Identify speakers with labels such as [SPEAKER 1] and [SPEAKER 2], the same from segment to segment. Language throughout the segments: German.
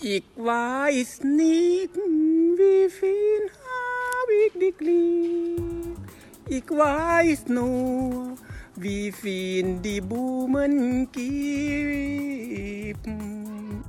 [SPEAKER 1] Ich weiß nicht, wie viel hab ich dich lieb. Ich weiß nur, wie viel die Blumen geben.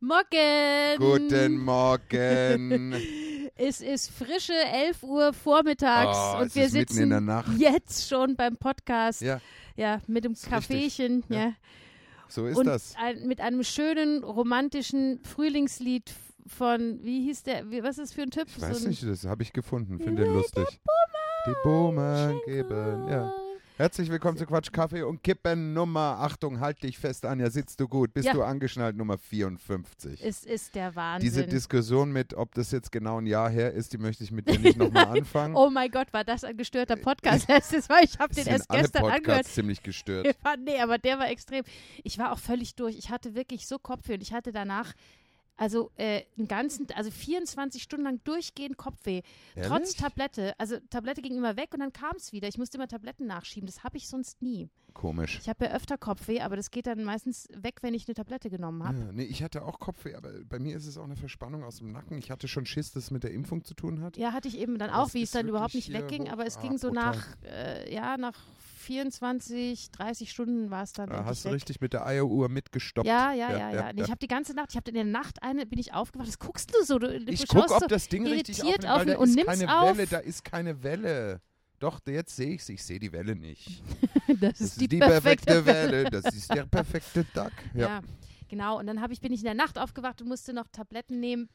[SPEAKER 2] Morgen!
[SPEAKER 3] Guten Morgen.
[SPEAKER 2] Es ist frische 11 Uhr vormittags
[SPEAKER 3] Oh,
[SPEAKER 2] und
[SPEAKER 3] es
[SPEAKER 2] wir
[SPEAKER 3] ist mitten
[SPEAKER 2] sitzen
[SPEAKER 3] in der Nacht.
[SPEAKER 2] jetzt schon beim Podcast.
[SPEAKER 3] ja,
[SPEAKER 2] Ja, mit dem Kaffeechen.
[SPEAKER 3] Ja.
[SPEAKER 2] Ja.
[SPEAKER 3] so ist
[SPEAKER 2] und
[SPEAKER 3] das.
[SPEAKER 2] Ein, mit einem schönen romantischen Frühlingslied von, wie hieß der, wie, was ist für ein Typ?
[SPEAKER 3] Ich weiß
[SPEAKER 2] so ein
[SPEAKER 3] nicht, das habe ich gefunden, finde den lustig. Die Boomer geben, ja. Herzlich willkommen zu Quatsch, Kaffee und Kippen Nummer, Achtung, halt dich fest, Anja, sitzt du gut, bist
[SPEAKER 2] Ja.
[SPEAKER 3] du angeschnallt, Nummer 54.
[SPEAKER 2] Es ist der Wahnsinn.
[SPEAKER 3] Diese Diskussion mit, ob das jetzt genau ein Jahr her ist, die möchte ich mit dir nicht nochmal anfangen.
[SPEAKER 2] Oh mein Gott, war das ein gestörter Podcast letztes Mal. Ich habe
[SPEAKER 3] Das
[SPEAKER 2] den
[SPEAKER 3] Äh, sind
[SPEAKER 2] erst
[SPEAKER 3] alle
[SPEAKER 2] gestern
[SPEAKER 3] Podcasts
[SPEAKER 2] angehört.
[SPEAKER 3] ziemlich gestört.
[SPEAKER 2] Ja, nee, aber der war extrem. Ich war auch völlig durch. Ich hatte wirklich so Kopfweh und ich hatte danach also äh, einen ganzen, also 24 Stunden lang durchgehend Kopfweh. Trotz
[SPEAKER 3] Ehrlich?
[SPEAKER 2] Tablette. Also Tablette ging immer weg und dann kam es wieder. Ich musste immer Tabletten nachschieben. Das habe ich sonst nie.
[SPEAKER 3] Komisch.
[SPEAKER 2] Ich habe ja öfter Kopfweh, aber das geht dann meistens weg, wenn ich eine Tablette genommen
[SPEAKER 3] Ja,
[SPEAKER 2] habe.
[SPEAKER 3] nee, ich hatte auch Kopfweh, aber bei mir ist es auch eine Verspannung aus dem Nacken. Ich hatte schon Schiss, dass es mit der Impfung zu tun hat.
[SPEAKER 2] Ja, hatte ich eben dann
[SPEAKER 3] Aber
[SPEAKER 2] auch,
[SPEAKER 3] es
[SPEAKER 2] wie es
[SPEAKER 3] ist
[SPEAKER 2] dann überhaupt
[SPEAKER 3] wirklich
[SPEAKER 2] nicht
[SPEAKER 3] hier
[SPEAKER 2] wegging,
[SPEAKER 3] hoch-
[SPEAKER 2] aber es
[SPEAKER 3] ah,
[SPEAKER 2] ging so
[SPEAKER 3] brutal.
[SPEAKER 2] nach, äh, ja, nach 24, 30 Stunden war es dann.
[SPEAKER 3] Da
[SPEAKER 2] endlich
[SPEAKER 3] hast du
[SPEAKER 2] weg.
[SPEAKER 3] richtig mit der Eieruhr mitgestoppt.
[SPEAKER 2] Ja, ja, ja, ja. Nee, ich habe die ganze Nacht, ich habe in der Nacht eine, bin ich aufgewacht. Das guckst du so. Du, du
[SPEAKER 3] Ich
[SPEAKER 2] schaust
[SPEAKER 3] gucke, ob
[SPEAKER 2] so
[SPEAKER 3] das Ding richtig
[SPEAKER 2] irritiert
[SPEAKER 3] aufnimmt,
[SPEAKER 2] auf
[SPEAKER 3] weil da
[SPEAKER 2] und
[SPEAKER 3] ist
[SPEAKER 2] nimm's
[SPEAKER 3] keine
[SPEAKER 2] auf.
[SPEAKER 3] Welle, da ist keine Welle. Doch, jetzt sehe ich Ich sehe die Welle nicht.
[SPEAKER 2] das
[SPEAKER 3] Das
[SPEAKER 2] ist die, perfekte
[SPEAKER 3] Welle. Das ist der perfekte Tag.
[SPEAKER 2] Ja.
[SPEAKER 3] Ja.
[SPEAKER 2] genau. Und dann hab ich, bin ich in der Nacht aufgewacht und musste noch Tabletten nehmen.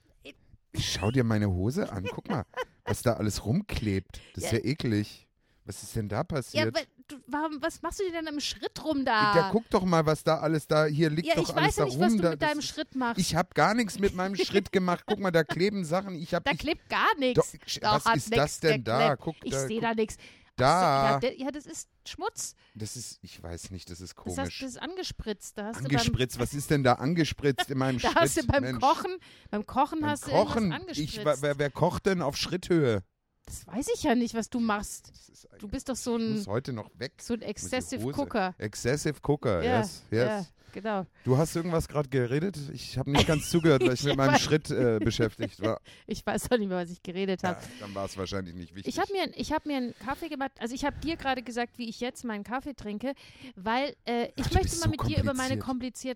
[SPEAKER 3] Ich schau dir meine Hose an. Guck mal, was da alles rumklebt. Das ist
[SPEAKER 2] Ja.
[SPEAKER 3] ja eklig. Was ist denn da
[SPEAKER 2] Ja,
[SPEAKER 3] passiert?
[SPEAKER 2] aber du, warum, was machst du dir denn im Schritt rum da?
[SPEAKER 3] Ja, guck doch mal, was da alles da, hier liegt
[SPEAKER 2] ah. Ja,
[SPEAKER 3] doch
[SPEAKER 2] ich
[SPEAKER 3] alles
[SPEAKER 2] weiß ja
[SPEAKER 3] da
[SPEAKER 2] nicht,
[SPEAKER 3] rum.
[SPEAKER 2] was du
[SPEAKER 3] da,
[SPEAKER 2] mit
[SPEAKER 3] das
[SPEAKER 2] deinem
[SPEAKER 3] ist-
[SPEAKER 2] Schritt machst.
[SPEAKER 3] Ich habe gar nichts mit meinem Schritt gemacht. Guck mal, da kleben Sachen. Ich hab,
[SPEAKER 2] da
[SPEAKER 3] ich,
[SPEAKER 2] klebt gar
[SPEAKER 3] Doch,
[SPEAKER 2] nichts.
[SPEAKER 3] sch-
[SPEAKER 2] Da
[SPEAKER 3] was
[SPEAKER 2] hat
[SPEAKER 3] ist
[SPEAKER 2] nix,
[SPEAKER 3] das denn
[SPEAKER 2] der
[SPEAKER 3] da?
[SPEAKER 2] klebt.
[SPEAKER 3] Guck,
[SPEAKER 2] ich
[SPEAKER 3] da-
[SPEAKER 2] sehe da nichts.
[SPEAKER 3] da.
[SPEAKER 2] So, ja, der- ja, das ist Schmutz.
[SPEAKER 3] Das ist, ich weiß nicht, das ist
[SPEAKER 2] Das, hast,
[SPEAKER 3] komisch.
[SPEAKER 2] das ist angespritzt. Da hast
[SPEAKER 3] angespritzt, was ist denn da angespritzt in meinem
[SPEAKER 2] Du beim,
[SPEAKER 3] Schritt?
[SPEAKER 2] da hast du beim
[SPEAKER 3] Mensch,
[SPEAKER 2] Kochen, beim Kochen
[SPEAKER 3] beim
[SPEAKER 2] hast du irgendwas
[SPEAKER 3] Kochen.
[SPEAKER 2] angespritzt.
[SPEAKER 3] Ich, wa- wer, wer kocht denn auf Schritthöhe?
[SPEAKER 2] Das weiß ich ja nicht, was du machst.
[SPEAKER 3] Das ist
[SPEAKER 2] Du hm.
[SPEAKER 3] eigentlich-
[SPEAKER 2] bist doch so
[SPEAKER 3] ich
[SPEAKER 2] ein,
[SPEAKER 3] muss heute noch weg.
[SPEAKER 2] so ein
[SPEAKER 3] muss die
[SPEAKER 2] excessive
[SPEAKER 3] Hose-
[SPEAKER 2] Cooker.
[SPEAKER 3] Excessive Cooker,
[SPEAKER 2] ja,
[SPEAKER 3] yes, yes.
[SPEAKER 2] ja, genau.
[SPEAKER 3] Du hast irgendwas gerade geredet? Ich habe nicht ganz zugehört, weil ich mit meinem Schritt äh, beschäftigt war.
[SPEAKER 2] Ich weiß doch nicht mehr, was ich geredet
[SPEAKER 3] Ja,
[SPEAKER 2] habe.
[SPEAKER 3] dann war es wahrscheinlich nicht wichtig.
[SPEAKER 2] Ich habe mir, ich hab mir einen Kaffee gemacht. Also ich habe dir gerade gesagt, wie ich jetzt meinen Kaffee trinke, weil äh, ich
[SPEAKER 3] Ach, du
[SPEAKER 2] möchte
[SPEAKER 3] bist
[SPEAKER 2] mal
[SPEAKER 3] so
[SPEAKER 2] mit dir über meine
[SPEAKER 3] kompliziert.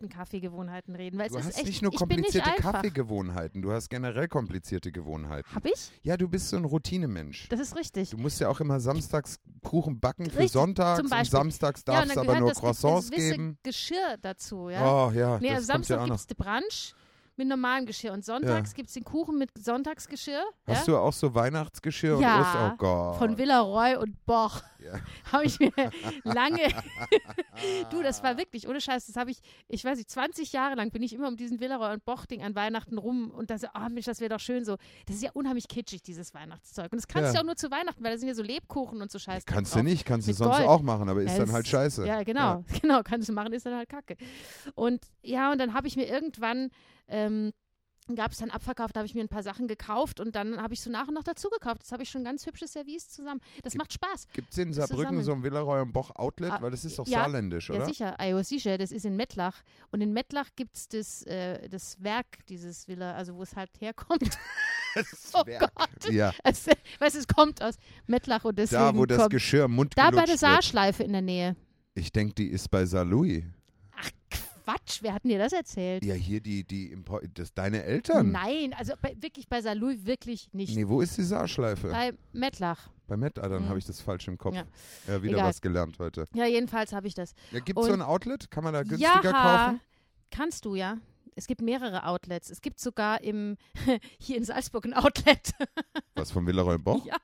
[SPEAKER 2] komplizierten Kaffeegewohnheiten reden, weil
[SPEAKER 3] du
[SPEAKER 2] es ist
[SPEAKER 3] hast
[SPEAKER 2] echt,
[SPEAKER 3] nicht nur
[SPEAKER 2] ich bin nicht
[SPEAKER 3] komplizierte
[SPEAKER 2] einfach.
[SPEAKER 3] Kaffeegewohnheiten, du hast generell komplizierte Gewohnheiten.
[SPEAKER 2] Hab ich?
[SPEAKER 3] Ja, du bist so ein Routinemensch.
[SPEAKER 2] Das ist richtig.
[SPEAKER 3] Du musst ja auch immer samstags Kuchen backen für
[SPEAKER 2] Richtig,
[SPEAKER 3] sonntags
[SPEAKER 2] zum
[SPEAKER 3] und
[SPEAKER 2] Beispiel.
[SPEAKER 3] samstags
[SPEAKER 2] ja,
[SPEAKER 3] darf
[SPEAKER 2] und
[SPEAKER 3] es
[SPEAKER 2] dann
[SPEAKER 3] aber
[SPEAKER 2] gehört
[SPEAKER 3] nur
[SPEAKER 2] das
[SPEAKER 3] Croissants
[SPEAKER 2] gewisse
[SPEAKER 3] geben.
[SPEAKER 2] Geschirr dazu, ja.
[SPEAKER 3] Oh ja,
[SPEAKER 2] nee, am
[SPEAKER 3] das kommt ja
[SPEAKER 2] Samstag
[SPEAKER 3] auch noch.
[SPEAKER 2] gibt's die Brunch mit normalem Geschirr und sonntags
[SPEAKER 3] Ja.
[SPEAKER 2] gibt's den Kuchen mit Sonntagsgeschirr. ja?
[SPEAKER 3] Hast du auch so Weihnachtsgeschirr und
[SPEAKER 2] Ja,
[SPEAKER 3] Oster? Oh Gott.
[SPEAKER 2] von Villaroy und Boch.
[SPEAKER 3] Ja.
[SPEAKER 2] Habe ich mir lange. du, das war wirklich, ohne Scheiß, das habe ich, ich weiß nicht, 20 Jahre lang bin ich immer um diesen Villaroy und Boch-Ding an Weihnachten rum und da so, ah Mensch, das wäre doch schön so. Das ist ja unheimlich kitschig, dieses Weihnachtszeug. Und das kannst
[SPEAKER 3] Ja.
[SPEAKER 2] du auch nur zu Weihnachten, weil da sind ja so Lebkuchen und so Scheiß.
[SPEAKER 3] Kannst
[SPEAKER 2] drauf.
[SPEAKER 3] du nicht, kannst du
[SPEAKER 2] Mit
[SPEAKER 3] sonst
[SPEAKER 2] Gold.
[SPEAKER 3] auch machen, aber ist
[SPEAKER 2] Ja,
[SPEAKER 3] dann
[SPEAKER 2] das
[SPEAKER 3] halt
[SPEAKER 2] ist-
[SPEAKER 3] scheiße.
[SPEAKER 2] Ja, genau, genau, kannst du machen, ist dann halt Kacke. Und ja, und dann habe ich mir irgendwann, ähm, gab es dann Abverkauf, da habe ich mir ein paar Sachen gekauft und dann habe ich so nach und nach dazu gekauft. Jetzt habe ich schon ein ganz hübsches Service zusammen. Das macht Spaß.
[SPEAKER 3] Gibt es in
[SPEAKER 2] Zusammen.
[SPEAKER 3] Saarbrücken so ein Villaroy und Boch Outlet?
[SPEAKER 2] Ah,
[SPEAKER 3] Weil das ist doch
[SPEAKER 2] ja,
[SPEAKER 3] saarländisch,
[SPEAKER 2] Ja,
[SPEAKER 3] oder?
[SPEAKER 2] sicher, Ayo sicher, das ist in Mettlach. Und in Mettlach gibt es das, äh, das Werk, dieses Villa, also wo es halt herkommt.
[SPEAKER 3] Das
[SPEAKER 2] Oh
[SPEAKER 3] Werk.
[SPEAKER 2] Gott.
[SPEAKER 3] Ja,
[SPEAKER 2] Es, weißt du, es kommt aus Mettlach und deswegen
[SPEAKER 3] da wo das
[SPEAKER 2] kommt.
[SPEAKER 3] Geschirr im Mund
[SPEAKER 2] Da bei der
[SPEAKER 3] gelutscht wird.
[SPEAKER 2] Saarschleife in der Nähe.
[SPEAKER 3] Ich denke, die ist bei Saarlouis.
[SPEAKER 2] Ach Quatsch, wer hat denn dir das erzählt?
[SPEAKER 3] Ja, hier die, die Import, das deine Eltern.
[SPEAKER 2] Nein, also bei, wirklich bei Saarlouis wirklich nicht.
[SPEAKER 3] Nee, wo ist die Saarschleife?
[SPEAKER 2] Bei Mettlach.
[SPEAKER 3] Bei Matt, ah, dann
[SPEAKER 2] Mhm.
[SPEAKER 3] habe ich das falsch im Kopf.
[SPEAKER 2] Ja.
[SPEAKER 3] Ja, wieder
[SPEAKER 2] Egal.
[SPEAKER 3] was gelernt heute.
[SPEAKER 2] Ja, jedenfalls habe ich das.
[SPEAKER 3] Ja, Gibt es so
[SPEAKER 2] Und-
[SPEAKER 3] ein Outlet? Kann man da
[SPEAKER 2] ja,
[SPEAKER 3] günstiger kaufen?
[SPEAKER 2] kannst du ja. Es gibt mehrere Outlets. Es gibt sogar im hier in Salzburg ein Outlet.
[SPEAKER 3] Was von Villaroy Boch?
[SPEAKER 2] Ja.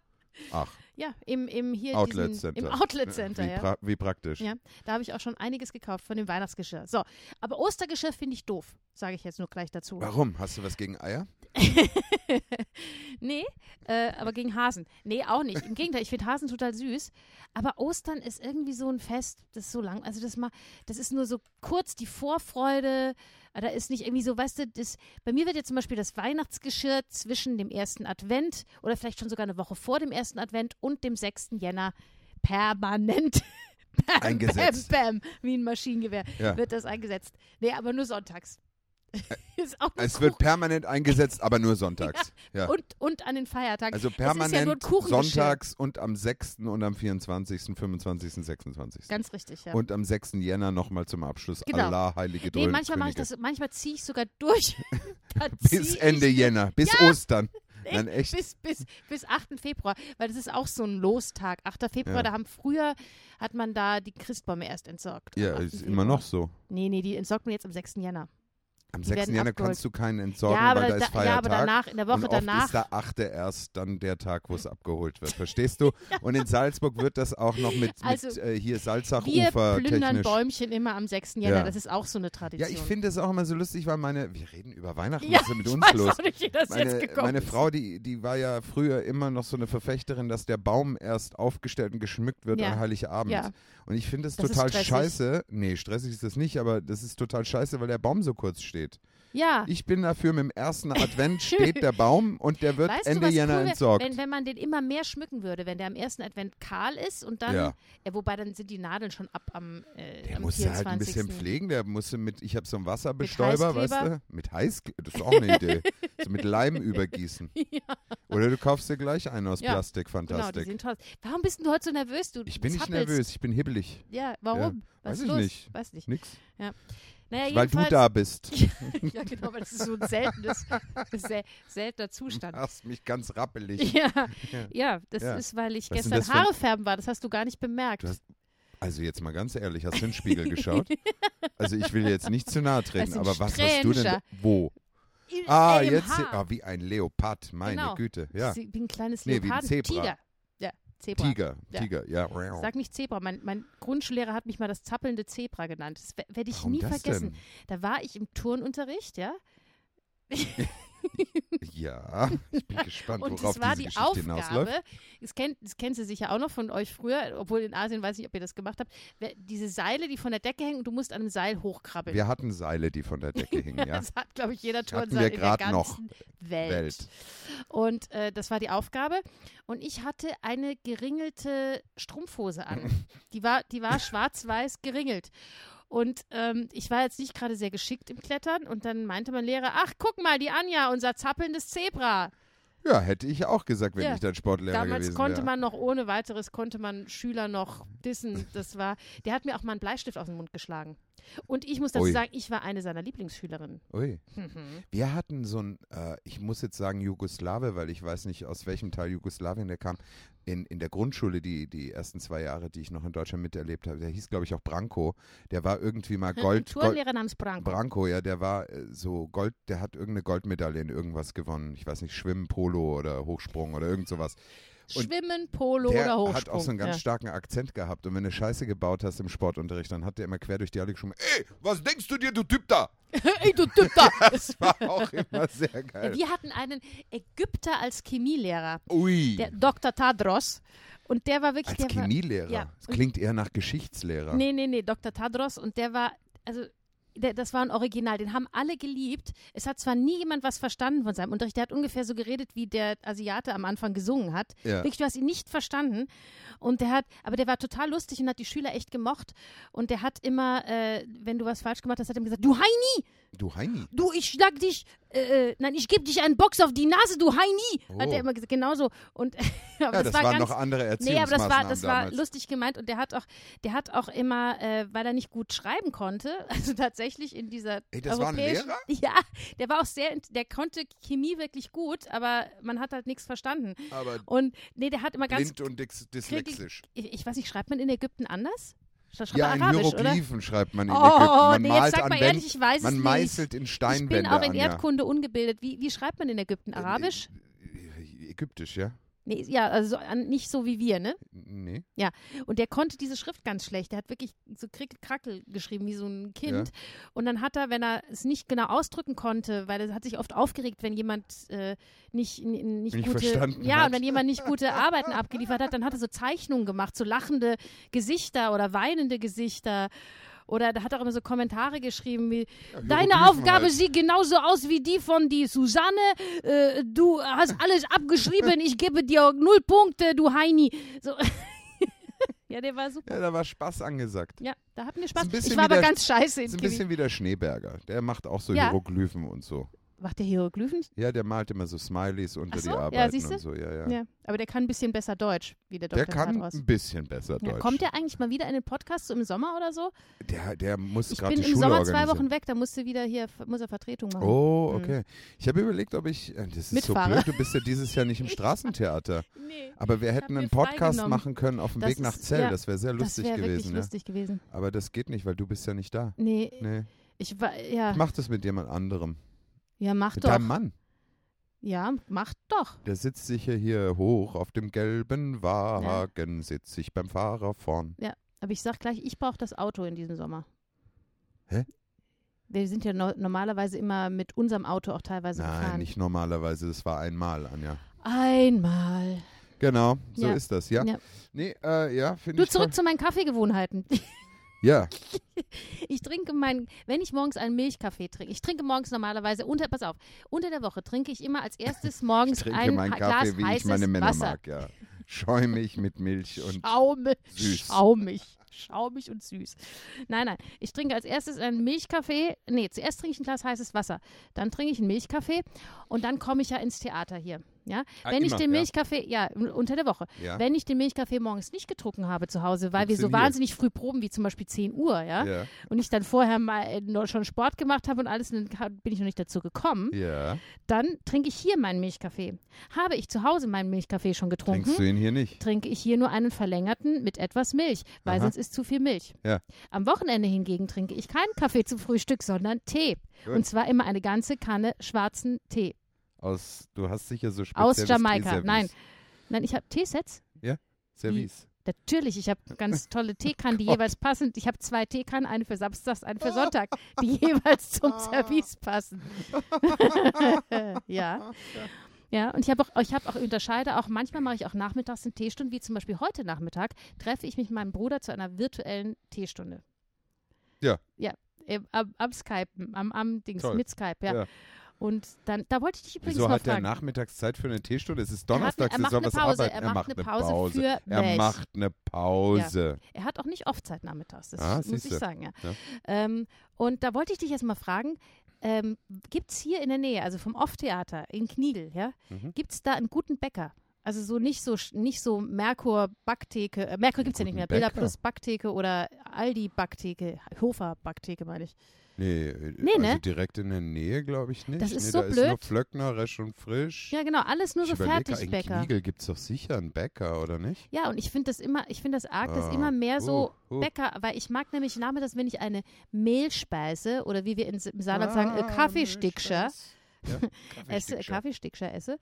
[SPEAKER 3] Ach,
[SPEAKER 2] Ja, im, im hier
[SPEAKER 3] Outlet
[SPEAKER 2] diesen,
[SPEAKER 3] Center.
[SPEAKER 2] im Outlet Center,
[SPEAKER 3] wie,
[SPEAKER 2] ja.
[SPEAKER 3] pra wie praktisch.
[SPEAKER 2] Ja. Da habe ich auch schon einiges gekauft von dem Weihnachtsgeschirr. So, aber Ostergeschirr finde ich doof, sage ich jetzt nur gleich dazu.
[SPEAKER 3] Warum? Hast du was gegen Eier?
[SPEAKER 2] nee, äh, aber gegen Hasen. Nee, auch nicht. Im Gegenteil, ich finde Hasen total süß. Aber Ostern ist irgendwie so ein Fest, das ist so lang. Also das mal, das ist nur so kurz die Vorfreude. äh, Da ist nicht irgendwie so, weißt du, das, bei mir wird jetzt zum Beispiel das Weihnachtsgeschirr zwischen dem ersten Advent oder vielleicht schon sogar eine Woche vor dem ersten Advent und dem 6. Jänner permanent. Bam,
[SPEAKER 3] Eingesetzt.
[SPEAKER 2] Bam, bam, wie ein Maschinengewehr
[SPEAKER 3] Ja.
[SPEAKER 2] wird das eingesetzt. Nee, aber nur sonntags. ist auch nur
[SPEAKER 3] Es wird
[SPEAKER 2] Kuchen.
[SPEAKER 3] permanent eingesetzt, aber nur sonntags. Ja.
[SPEAKER 2] Und, und an den Feiertagen.
[SPEAKER 3] Also
[SPEAKER 2] Es ist ja nur ein
[SPEAKER 3] permanent
[SPEAKER 2] Kuchengeschirr.
[SPEAKER 3] sonntags und am 6. und am 24., 25., 26.
[SPEAKER 2] Ganz richtig, ja.
[SPEAKER 3] Und am 6. Jänner nochmal zum Abschluss.
[SPEAKER 2] Genau.
[SPEAKER 3] Allah, heilige
[SPEAKER 2] nee,
[SPEAKER 3] Dröhnen
[SPEAKER 2] manchmal mache ich
[SPEAKER 3] Könige.
[SPEAKER 2] das, manchmal ziehe ich sogar durch. Da zieh
[SPEAKER 3] Bis
[SPEAKER 2] ich
[SPEAKER 3] Ende Jänner, bis Ostern. Nein, echt.
[SPEAKER 2] Bis, bis, bis 8. Februar, weil das ist auch so ein Lostag. 8. Februar,
[SPEAKER 3] Ja.
[SPEAKER 2] da haben früher, hat man da die Christbäume erst entsorgt. am
[SPEAKER 3] Ja,
[SPEAKER 2] 8.
[SPEAKER 3] ist
[SPEAKER 2] Februar.
[SPEAKER 3] immer noch so.
[SPEAKER 2] Nee, nee, die entsorgt man jetzt am 6. Jänner.
[SPEAKER 3] Am
[SPEAKER 2] Die
[SPEAKER 3] 6.
[SPEAKER 2] werden
[SPEAKER 3] Jänner
[SPEAKER 2] abgeholt.
[SPEAKER 3] kannst du keinen entsorgen,
[SPEAKER 2] ja, aber
[SPEAKER 3] weil da ist
[SPEAKER 2] da,
[SPEAKER 3] Feiertag.
[SPEAKER 2] ja, aber danach, in der Woche
[SPEAKER 3] und oft
[SPEAKER 2] danach.
[SPEAKER 3] ist der 8. erst dann der Tag, wo es abgeholt wird. Verstehst du? Und in Salzburg wird das auch noch mit, mit
[SPEAKER 2] Also,
[SPEAKER 3] äh, hier
[SPEAKER 2] wir
[SPEAKER 3] Salzachufer
[SPEAKER 2] plündern
[SPEAKER 3] technisch.
[SPEAKER 2] Bäumchen immer am 6. Jänner.
[SPEAKER 3] Ja.
[SPEAKER 2] Das ist auch so eine Tradition.
[SPEAKER 3] Ja, ich finde das auch immer so lustig, weil meine, wir reden über Weihnachten,
[SPEAKER 2] Ja,
[SPEAKER 3] was ist denn mit
[SPEAKER 2] ich
[SPEAKER 3] uns
[SPEAKER 2] weiß
[SPEAKER 3] los?
[SPEAKER 2] auch nicht, wie das jetzt
[SPEAKER 3] Meine,
[SPEAKER 2] gekommen
[SPEAKER 3] meine
[SPEAKER 2] ist.
[SPEAKER 3] Frau, die, die war ja früher immer noch so eine Verfechterin, dass der Baum erst aufgestellt und geschmückt wird
[SPEAKER 2] Ja.
[SPEAKER 3] an Heiligabend.
[SPEAKER 2] Ja.
[SPEAKER 3] Und ich finde das,
[SPEAKER 2] Das ist
[SPEAKER 3] total
[SPEAKER 2] stressig.
[SPEAKER 3] scheiße. Nee, stressig ist das nicht, aber das ist total scheiße, weil der Baum so kurz steht.
[SPEAKER 2] Ja.
[SPEAKER 3] Ich bin dafür, mit dem ersten Advent steht der Baum und der wird
[SPEAKER 2] Weißt
[SPEAKER 3] Ende
[SPEAKER 2] du, was
[SPEAKER 3] Jänner
[SPEAKER 2] cool wär,
[SPEAKER 3] entsorgt.
[SPEAKER 2] Wenn, wenn man den immer mehr schmücken würde, wenn der am ersten Advent kahl ist und dann,
[SPEAKER 3] Ja.
[SPEAKER 2] ja. wobei dann sind die Nadeln schon ab am, äh,
[SPEAKER 3] Der
[SPEAKER 2] am
[SPEAKER 3] muss
[SPEAKER 2] 24.
[SPEAKER 3] halt ein bisschen pflegen, der musste mit, ich habe so einen Wasserbestäuber,
[SPEAKER 2] Heißkleber?
[SPEAKER 3] weißt du? Mit Heißkleber, das ist auch eine Idee. So mit Leim übergießen. Oder du kaufst dir gleich einen aus
[SPEAKER 2] Ja,
[SPEAKER 3] Plastik,
[SPEAKER 2] Genau, die
[SPEAKER 3] fantastisch.
[SPEAKER 2] sind toll. Warum bist denn du heute so nervös? Du
[SPEAKER 3] ich bin nicht
[SPEAKER 2] zappelst.
[SPEAKER 3] nervös, ich bin hibbelig.
[SPEAKER 2] Ja, warum?
[SPEAKER 3] Ja,
[SPEAKER 2] Was
[SPEAKER 3] weiß
[SPEAKER 2] ist
[SPEAKER 3] ich
[SPEAKER 2] los?
[SPEAKER 3] nicht.
[SPEAKER 2] Weiß nicht.
[SPEAKER 3] Nix.
[SPEAKER 2] Naja,
[SPEAKER 3] Weil du
[SPEAKER 2] jedenfalls,
[SPEAKER 3] da bist.
[SPEAKER 2] ja, genau, weil das ist so ein seltenes, sel seltener Zustand.
[SPEAKER 3] Machst mich ganz rappelig.
[SPEAKER 2] Ja, ja, das
[SPEAKER 3] Ah, Ja.
[SPEAKER 2] ist, weil ich
[SPEAKER 3] Was sind das
[SPEAKER 2] gestern
[SPEAKER 3] für ein-
[SPEAKER 2] Haare färben war. Das hast du gar nicht bemerkt.
[SPEAKER 3] Du hast- Also jetzt mal ganz ehrlich, hast du in den Spiegel geschaut? Also ich will jetzt nicht zu nahe treten,
[SPEAKER 2] Hast du
[SPEAKER 3] aber
[SPEAKER 2] einen
[SPEAKER 3] was hast du denn? da-
[SPEAKER 2] Strähnischer?
[SPEAKER 3] Wo?
[SPEAKER 2] In-
[SPEAKER 3] Ah,
[SPEAKER 2] äh, im
[SPEAKER 3] jetzt.
[SPEAKER 2] Haar.
[SPEAKER 3] Ah, wie ein Leopard, meine
[SPEAKER 2] Genau.
[SPEAKER 3] Güte. Ja.
[SPEAKER 2] Ich bin ein kleines
[SPEAKER 3] Nee, wie ein
[SPEAKER 2] Leoparden.
[SPEAKER 3] Zebra.
[SPEAKER 2] Tiger. Ja, Zebra.
[SPEAKER 3] Tiger,
[SPEAKER 2] Ja.
[SPEAKER 3] Tiger, ja.
[SPEAKER 2] Sag nicht Zebra. Mein, mein Grundschullehrer hat mich mal das zappelnde Zebra genannt. Das we- werde ich
[SPEAKER 3] Warum
[SPEAKER 2] nie
[SPEAKER 3] das
[SPEAKER 2] vergessen.
[SPEAKER 3] denn?
[SPEAKER 2] Da war ich im Turnunterricht, ja.
[SPEAKER 3] Ja, ich bin gespannt,
[SPEAKER 2] Und
[SPEAKER 3] worauf
[SPEAKER 2] das war
[SPEAKER 3] diese
[SPEAKER 2] die
[SPEAKER 3] Geschichte hinausläuft.
[SPEAKER 2] Aufgabe. Das kennt, das kennt sie sicher auch noch von euch früher, obwohl in Asien weiß ich, ob ihr das gemacht habt. Wer- Diese Seile, die von der Decke hängen und du musst an einem Seil hochkrabbeln.
[SPEAKER 3] Wir hatten Seile, die von der Decke hingen, ja.
[SPEAKER 2] Das hat, glaube ich, jeder
[SPEAKER 3] wir
[SPEAKER 2] Turnseil in der
[SPEAKER 3] grad noch.
[SPEAKER 2] ganzen Welt.
[SPEAKER 3] Welt.
[SPEAKER 2] Und äh, das war die Aufgabe. Und ich hatte eine geringelte Strumpfhose an. Die war, die war schwarz-weiß geringelt. Und ähm, ich war jetzt nicht gerade sehr geschickt im Klettern. Und dann meinte mein Lehrer, ach, guck mal, die Anja, unser zappelndes Zebra.
[SPEAKER 3] Ja, hätte ich auch gesagt, wenn
[SPEAKER 2] Ja.
[SPEAKER 3] ich dann Sportlehrer
[SPEAKER 2] Damals
[SPEAKER 3] gewesen
[SPEAKER 2] konnte
[SPEAKER 3] wäre.
[SPEAKER 2] man noch ohne weiteres, konnte man Schüler noch dissen. Das war, der hat mir auch mal einen Bleistift aus dem Mund geschlagen. Und ich muss dazu
[SPEAKER 3] Ui.
[SPEAKER 2] sagen, ich war eine seiner Lieblingsschülerinnen.
[SPEAKER 3] Ui.
[SPEAKER 2] Mhm.
[SPEAKER 3] Wir hatten so ein, äh, ich muss jetzt sagen Jugoslawe, weil ich weiß nicht, aus welchem Teil Jugoslawien der kam, in, in der Grundschule, die, die ersten zwei Jahre, die ich noch in Deutschland miterlebt habe, der hieß, glaube ich, auch Branko. Der war irgendwie mal
[SPEAKER 2] Ein
[SPEAKER 3] Gold. Gold
[SPEAKER 2] Turnlehrer namens Branko.
[SPEAKER 3] Branko, ja, der war äh, so Gold, der hat irgendeine Goldmedaille in irgendwas gewonnen. Ich weiß nicht, Schwimmen, Polo oder Hochsprung oder irgend sowas. und
[SPEAKER 2] Schwimmen, Polo
[SPEAKER 3] der
[SPEAKER 2] oder Hochsprung.
[SPEAKER 3] hat auch so einen ganz
[SPEAKER 2] ja.
[SPEAKER 3] starken Akzent gehabt. Und wenn du Scheiße gebaut hast im Sportunterricht, dann hat der immer quer durch die Halle geschoben, ey, was denkst du dir, du Typ da?
[SPEAKER 2] Ey, du Typ da!
[SPEAKER 3] Das war auch immer sehr geil.
[SPEAKER 2] Wir hatten einen Ägypter als Chemielehrer,
[SPEAKER 3] Ui,
[SPEAKER 2] der Dr. Tadros. Und der war wirklich.
[SPEAKER 3] als
[SPEAKER 2] der
[SPEAKER 3] Chemielehrer.
[SPEAKER 2] ja.
[SPEAKER 3] Das klingt eher nach Geschichtslehrer.
[SPEAKER 2] War, nee, nee, nee, Dr. Tadros. Und der war, also, der, das war ein Original, den haben alle geliebt. Es hat zwar nie jemand was verstanden von seinem Unterricht. Der hat ungefähr so geredet, wie der Asiate am Anfang gesungen hat.
[SPEAKER 3] Ja.
[SPEAKER 2] Wirklich, du hast ihn nicht verstanden. Und der hat, aber der war total lustig und hat die Schüler echt gemocht. Und der hat immer, äh, wenn du was falsch gemacht hast, hat er ihm gesagt, du Heini!
[SPEAKER 3] Du Heini.
[SPEAKER 2] du, ich schlag dich, äh, äh, nein, ich geb dich einen Box auf die Nase, du Heini, hat
[SPEAKER 3] Oh.
[SPEAKER 2] er immer gesagt, genauso. Und, aber
[SPEAKER 3] Ja, das, waren
[SPEAKER 2] ganz,
[SPEAKER 3] noch andere
[SPEAKER 2] Nee, aber
[SPEAKER 3] Erziehungsmaßnahmen
[SPEAKER 2] das war, das war
[SPEAKER 3] damals.
[SPEAKER 2] lustig gemeint und der hat auch, der hat auch immer, äh, weil er nicht gut schreiben konnte, also tatsächlich in dieser
[SPEAKER 3] Ey, das war ein
[SPEAKER 2] europäischen,
[SPEAKER 3] Lehrer?
[SPEAKER 2] ja, der war auch sehr, int- der konnte Chemie wirklich gut, aber man hat halt nichts verstanden.
[SPEAKER 3] aber
[SPEAKER 2] Und nee, der hat immer ganz,
[SPEAKER 3] blind und dys dyslexisch.
[SPEAKER 2] ich, ich weiß nicht, schreibt man in Ägypten anders? Da schreibt
[SPEAKER 3] Ja,
[SPEAKER 2] man
[SPEAKER 3] in
[SPEAKER 2] Arabisch, oder?
[SPEAKER 3] Hieroglyphen schreibt man in
[SPEAKER 2] Oh,
[SPEAKER 3] Ägypten. Man
[SPEAKER 2] nee, jetzt
[SPEAKER 3] malt
[SPEAKER 2] sag
[SPEAKER 3] an
[SPEAKER 2] mal ehrlich,
[SPEAKER 3] Wänden-
[SPEAKER 2] ich weiß es
[SPEAKER 3] Man
[SPEAKER 2] nicht.
[SPEAKER 3] meißelt in
[SPEAKER 2] Ich bin
[SPEAKER 3] Steinwände
[SPEAKER 2] auch in
[SPEAKER 3] an, ja. Äh,
[SPEAKER 2] Erdkunde ungebildet. Wie, wie schreibt man in Ägypten? Arabisch?
[SPEAKER 3] Ägyptisch, ja.
[SPEAKER 2] Nee, ja, also so- an- nicht so wie wir, ne?
[SPEAKER 3] Nee.
[SPEAKER 2] Und der konnte diese Schrift ganz schlecht. Der hat wirklich so Krick, Krackel geschrieben, wie so ein Kind. Und dann hat er, wenn er es nicht genau ausdrücken konnte, weil er hat sich oft aufgeregt, wenn jemand äh, nicht, n- n- nicht
[SPEAKER 3] Nicht
[SPEAKER 2] gute.
[SPEAKER 3] verstanden
[SPEAKER 2] ja,
[SPEAKER 3] hat.
[SPEAKER 2] und wenn jemand nicht gute Arbeiten abgeliefert hat, dann hat er so Zeichnungen gemacht, so lachende Gesichter oder weinende Gesichter. Oder da hat er auch immer so Kommentare geschrieben wie, Deine
[SPEAKER 3] Hieroglyphen
[SPEAKER 2] Aufgabe
[SPEAKER 3] halt.
[SPEAKER 2] sieht genauso aus wie die von die Susanne. Äh, du hast alles abgeschrieben. Ich gebe dir null Punkte, du Heini. So. ja, der war super.
[SPEAKER 3] Ja, da war Spaß angesagt.
[SPEAKER 2] Ja, da hatten wir Spaß.
[SPEAKER 3] Ist ein bisschen
[SPEAKER 2] Ich war aber
[SPEAKER 3] wie der-
[SPEAKER 2] ganz scheiße in
[SPEAKER 3] Ist ein
[SPEAKER 2] Chemie.
[SPEAKER 3] bisschen wie der Schneeberger. Der macht auch so
[SPEAKER 2] Ja.
[SPEAKER 3] Hieroglyphen und so.
[SPEAKER 2] Macht der Hieroglyphen?
[SPEAKER 3] Ja, der malt immer so Smileys unter
[SPEAKER 2] Ach so,
[SPEAKER 3] die
[SPEAKER 2] ja,
[SPEAKER 3] Arbeiten
[SPEAKER 2] siehst du?
[SPEAKER 3] und so. Ja, ja.
[SPEAKER 2] Ja. Aber der kann ein bisschen besser Deutsch, wie der
[SPEAKER 3] Der
[SPEAKER 2] Dr.
[SPEAKER 3] kann
[SPEAKER 2] Zaraus.
[SPEAKER 3] ein bisschen besser
[SPEAKER 2] Ja,
[SPEAKER 3] Deutsch.
[SPEAKER 2] kommt der eigentlich mal wieder in den Podcast so im Sommer oder so?
[SPEAKER 3] der, der muss
[SPEAKER 2] Ich
[SPEAKER 3] gerade
[SPEAKER 2] bin
[SPEAKER 3] die
[SPEAKER 2] im
[SPEAKER 3] Schule
[SPEAKER 2] Sommer
[SPEAKER 3] organisieren.
[SPEAKER 2] zwei Wochen weg, da musste wieder hier muss er Vertretung machen.
[SPEAKER 3] Oh,
[SPEAKER 2] Mhm.
[SPEAKER 3] okay. Ich habe überlegt, ob ich. äh, Das ist
[SPEAKER 2] Mitfahre.
[SPEAKER 3] so blöd, du bist ja dieses Jahr nicht im Straßentheater.
[SPEAKER 2] Nee.
[SPEAKER 3] Aber wir hätten
[SPEAKER 2] mir
[SPEAKER 3] einen Podcast
[SPEAKER 2] freigenommen.
[SPEAKER 3] machen können auf dem
[SPEAKER 2] Das
[SPEAKER 3] Weg nach
[SPEAKER 2] ist-
[SPEAKER 3] Zell.
[SPEAKER 2] ja,
[SPEAKER 3] das wäre sehr
[SPEAKER 2] Das
[SPEAKER 3] lustig
[SPEAKER 2] wäre wirklich
[SPEAKER 3] gewesen. Ne?
[SPEAKER 2] lustig gewesen.
[SPEAKER 3] Aber das geht nicht, weil du bist ja nicht da.
[SPEAKER 2] Nee,
[SPEAKER 3] Nee.
[SPEAKER 2] ich war ja,
[SPEAKER 3] Ich mach das mit jemand anderem.
[SPEAKER 2] ja mach
[SPEAKER 3] mit
[SPEAKER 2] doch.
[SPEAKER 3] deinem Mann.
[SPEAKER 2] Ja, mach doch.
[SPEAKER 3] Der sitzt sicher hier hoch auf dem gelben Wagen, sitzt sich beim Fahrer vorn.
[SPEAKER 2] Aber ich sag gleich, ich brauche das Auto in diesem Sommer.
[SPEAKER 3] Hä?
[SPEAKER 2] Wir sind ja no normalerweise immer mit unserem Auto auch teilweise
[SPEAKER 3] Nein,
[SPEAKER 2] gefahren.
[SPEAKER 3] nicht normalerweise, das war einmal, Anja.
[SPEAKER 2] Einmal.
[SPEAKER 3] Genau, so
[SPEAKER 2] Ja.
[SPEAKER 3] ist das, ja.
[SPEAKER 2] Ja.
[SPEAKER 3] Nee, äh, ja, finde
[SPEAKER 2] Du
[SPEAKER 3] ich.
[SPEAKER 2] zurück zu meinen Kaffeegewohnheiten.
[SPEAKER 3] Toll. Ja,
[SPEAKER 2] Ich trinke meinen, wenn ich morgens einen Milchkaffee trinke, ich trinke morgens normalerweise unter, pass auf, unter der Woche trinke ich immer als erstes morgens
[SPEAKER 3] trinke
[SPEAKER 2] ein
[SPEAKER 3] meinen
[SPEAKER 2] Ha-
[SPEAKER 3] Kaffee,
[SPEAKER 2] Glas
[SPEAKER 3] wie ich
[SPEAKER 2] heißes
[SPEAKER 3] meine Männer
[SPEAKER 2] Wasser.
[SPEAKER 3] mag, ja. Schäumig mit Milch und.
[SPEAKER 2] Schaume,
[SPEAKER 3] Süß.
[SPEAKER 2] schaumig, schaumig und süß. Nein, nein, ich trinke als erstes einen Milchkaffee. Nee, zuerst trinke ich ein Glas heißes Wasser. Dann trinke ich einen Milchkaffee und dann komme ich ja ins Theater hier. Ja,
[SPEAKER 3] Ah,
[SPEAKER 2] wenn ich
[SPEAKER 3] immer,
[SPEAKER 2] den
[SPEAKER 3] ja.
[SPEAKER 2] Milchkaffee, ja, unter der Woche,
[SPEAKER 3] Ja.
[SPEAKER 2] wenn ich den Milchkaffee morgens nicht getrunken habe zu Hause, weil wir
[SPEAKER 3] Gibt's
[SPEAKER 2] so
[SPEAKER 3] ihn hier?
[SPEAKER 2] wahnsinnig früh proben, wie zum Beispiel 10 Uhr, ja,
[SPEAKER 3] Ja,
[SPEAKER 2] und ich dann vorher mal äh, noch schon Sport gemacht habe und alles, und dann hab- bin ich noch nicht dazu gekommen,
[SPEAKER 3] ja.
[SPEAKER 2] dann trinke ich hier meinen Milchkaffee. Habe ich zu Hause meinen Milchkaffee schon getrunken?
[SPEAKER 3] Trinkst du ihn hier nicht?
[SPEAKER 2] trinke ich hier nur einen verlängerten mit etwas Milch, weil
[SPEAKER 3] Aha.
[SPEAKER 2] sonst ist zu viel Milch.
[SPEAKER 3] Ja.
[SPEAKER 2] Am Wochenende hingegen trinke ich keinen Kaffee zum Frühstück, sondern Tee.
[SPEAKER 3] Gut.
[SPEAKER 2] Und zwar immer eine ganze Kanne schwarzen Tee
[SPEAKER 3] Aus, du hast sicher so
[SPEAKER 2] aus
[SPEAKER 3] spezielles
[SPEAKER 2] Jamaika.
[SPEAKER 3] Teeservice.
[SPEAKER 2] Nein, nein, ich habe Teesets.
[SPEAKER 3] Service.
[SPEAKER 2] Natürlich, ich habe ganz tolle Teekannen,
[SPEAKER 3] Oh
[SPEAKER 2] die jeweils passend. Ich habe zwei Teekannen, eine für Samstags, eine für Sonntag, die jeweils
[SPEAKER 3] Ah.
[SPEAKER 2] zum Service passen. ja. Ja, und ich habe auch, ich habe auch unterscheide auch, manchmal mache ich auch nachmittags eine Teestunde, wie zum Beispiel heute Nachmittag treffe ich mich mit meinem Bruder zu einer virtuellen Teestunde.
[SPEAKER 3] Ja.
[SPEAKER 2] Ja, ähm, am, am Skype, am, am Dings,
[SPEAKER 3] Toll.
[SPEAKER 2] mit Skype, ja.
[SPEAKER 3] Ja.
[SPEAKER 2] Und dann, da wollte ich dich übrigens
[SPEAKER 3] Wieso
[SPEAKER 2] noch
[SPEAKER 3] hat der
[SPEAKER 2] fragen.
[SPEAKER 3] Nachmittagszeit für eine Teestunde? Es ist
[SPEAKER 2] Er hat
[SPEAKER 3] Donnerstag,
[SPEAKER 2] eine- er macht
[SPEAKER 3] soll
[SPEAKER 2] eine
[SPEAKER 3] was
[SPEAKER 2] Pause,
[SPEAKER 3] arbeiten.
[SPEAKER 2] er macht eine Pause für
[SPEAKER 3] Er
[SPEAKER 2] Milch.
[SPEAKER 3] macht eine Pause.
[SPEAKER 2] Er hat auch nicht oft Zeit nachmittags, das
[SPEAKER 3] Ah,
[SPEAKER 2] muss
[SPEAKER 3] siehste.
[SPEAKER 2] ich sagen, ja.
[SPEAKER 3] Ja.
[SPEAKER 2] Ähm, und da wollte ich dich erstmal fragen, ähm, gibt es hier in der Nähe, also vom Off-Theater in Kniegel, ja,
[SPEAKER 3] Mhm.
[SPEAKER 2] gibt es da einen guten Bäcker? Also so nicht so sch- nicht so Merkur Backtheke, äh, Merkur gibt es ja nicht
[SPEAKER 3] guten
[SPEAKER 2] mehr, Billa
[SPEAKER 3] Bäcker?
[SPEAKER 2] Plus Backtheke oder Aldi Backtheke, Hofer Backtheke meine ich.
[SPEAKER 3] Nee, äh,
[SPEAKER 2] Nee,
[SPEAKER 3] also
[SPEAKER 2] ne?
[SPEAKER 3] direkt in der Nähe glaube ich nicht.
[SPEAKER 2] Das ist
[SPEAKER 3] nee,
[SPEAKER 2] so
[SPEAKER 3] da ist nur
[SPEAKER 2] blöd.
[SPEAKER 3] Flöckner, Resch und Frisch.
[SPEAKER 2] Ja genau, alles nur
[SPEAKER 3] ich
[SPEAKER 2] so
[SPEAKER 3] überleg, In
[SPEAKER 2] Fertigbäcker.
[SPEAKER 3] Kniegel gibt es doch sicher einen Bäcker, oder nicht?
[SPEAKER 2] Ja, und ich finde das immer, ich finde das arg, dass
[SPEAKER 3] Ah,
[SPEAKER 2] immer mehr so
[SPEAKER 3] uh, uh.
[SPEAKER 2] Bäcker, weil ich mag nämlich nachmittags, wenn ich eine Mehlspeise oder wie wir in, S- im Saarland sagen, äh,
[SPEAKER 3] Ah,
[SPEAKER 2] Kaffeestickscher äh,
[SPEAKER 3] Ja,
[SPEAKER 2] esse,
[SPEAKER 3] Kaffeestickscher.
[SPEAKER 2] Kaffeestickscher esse,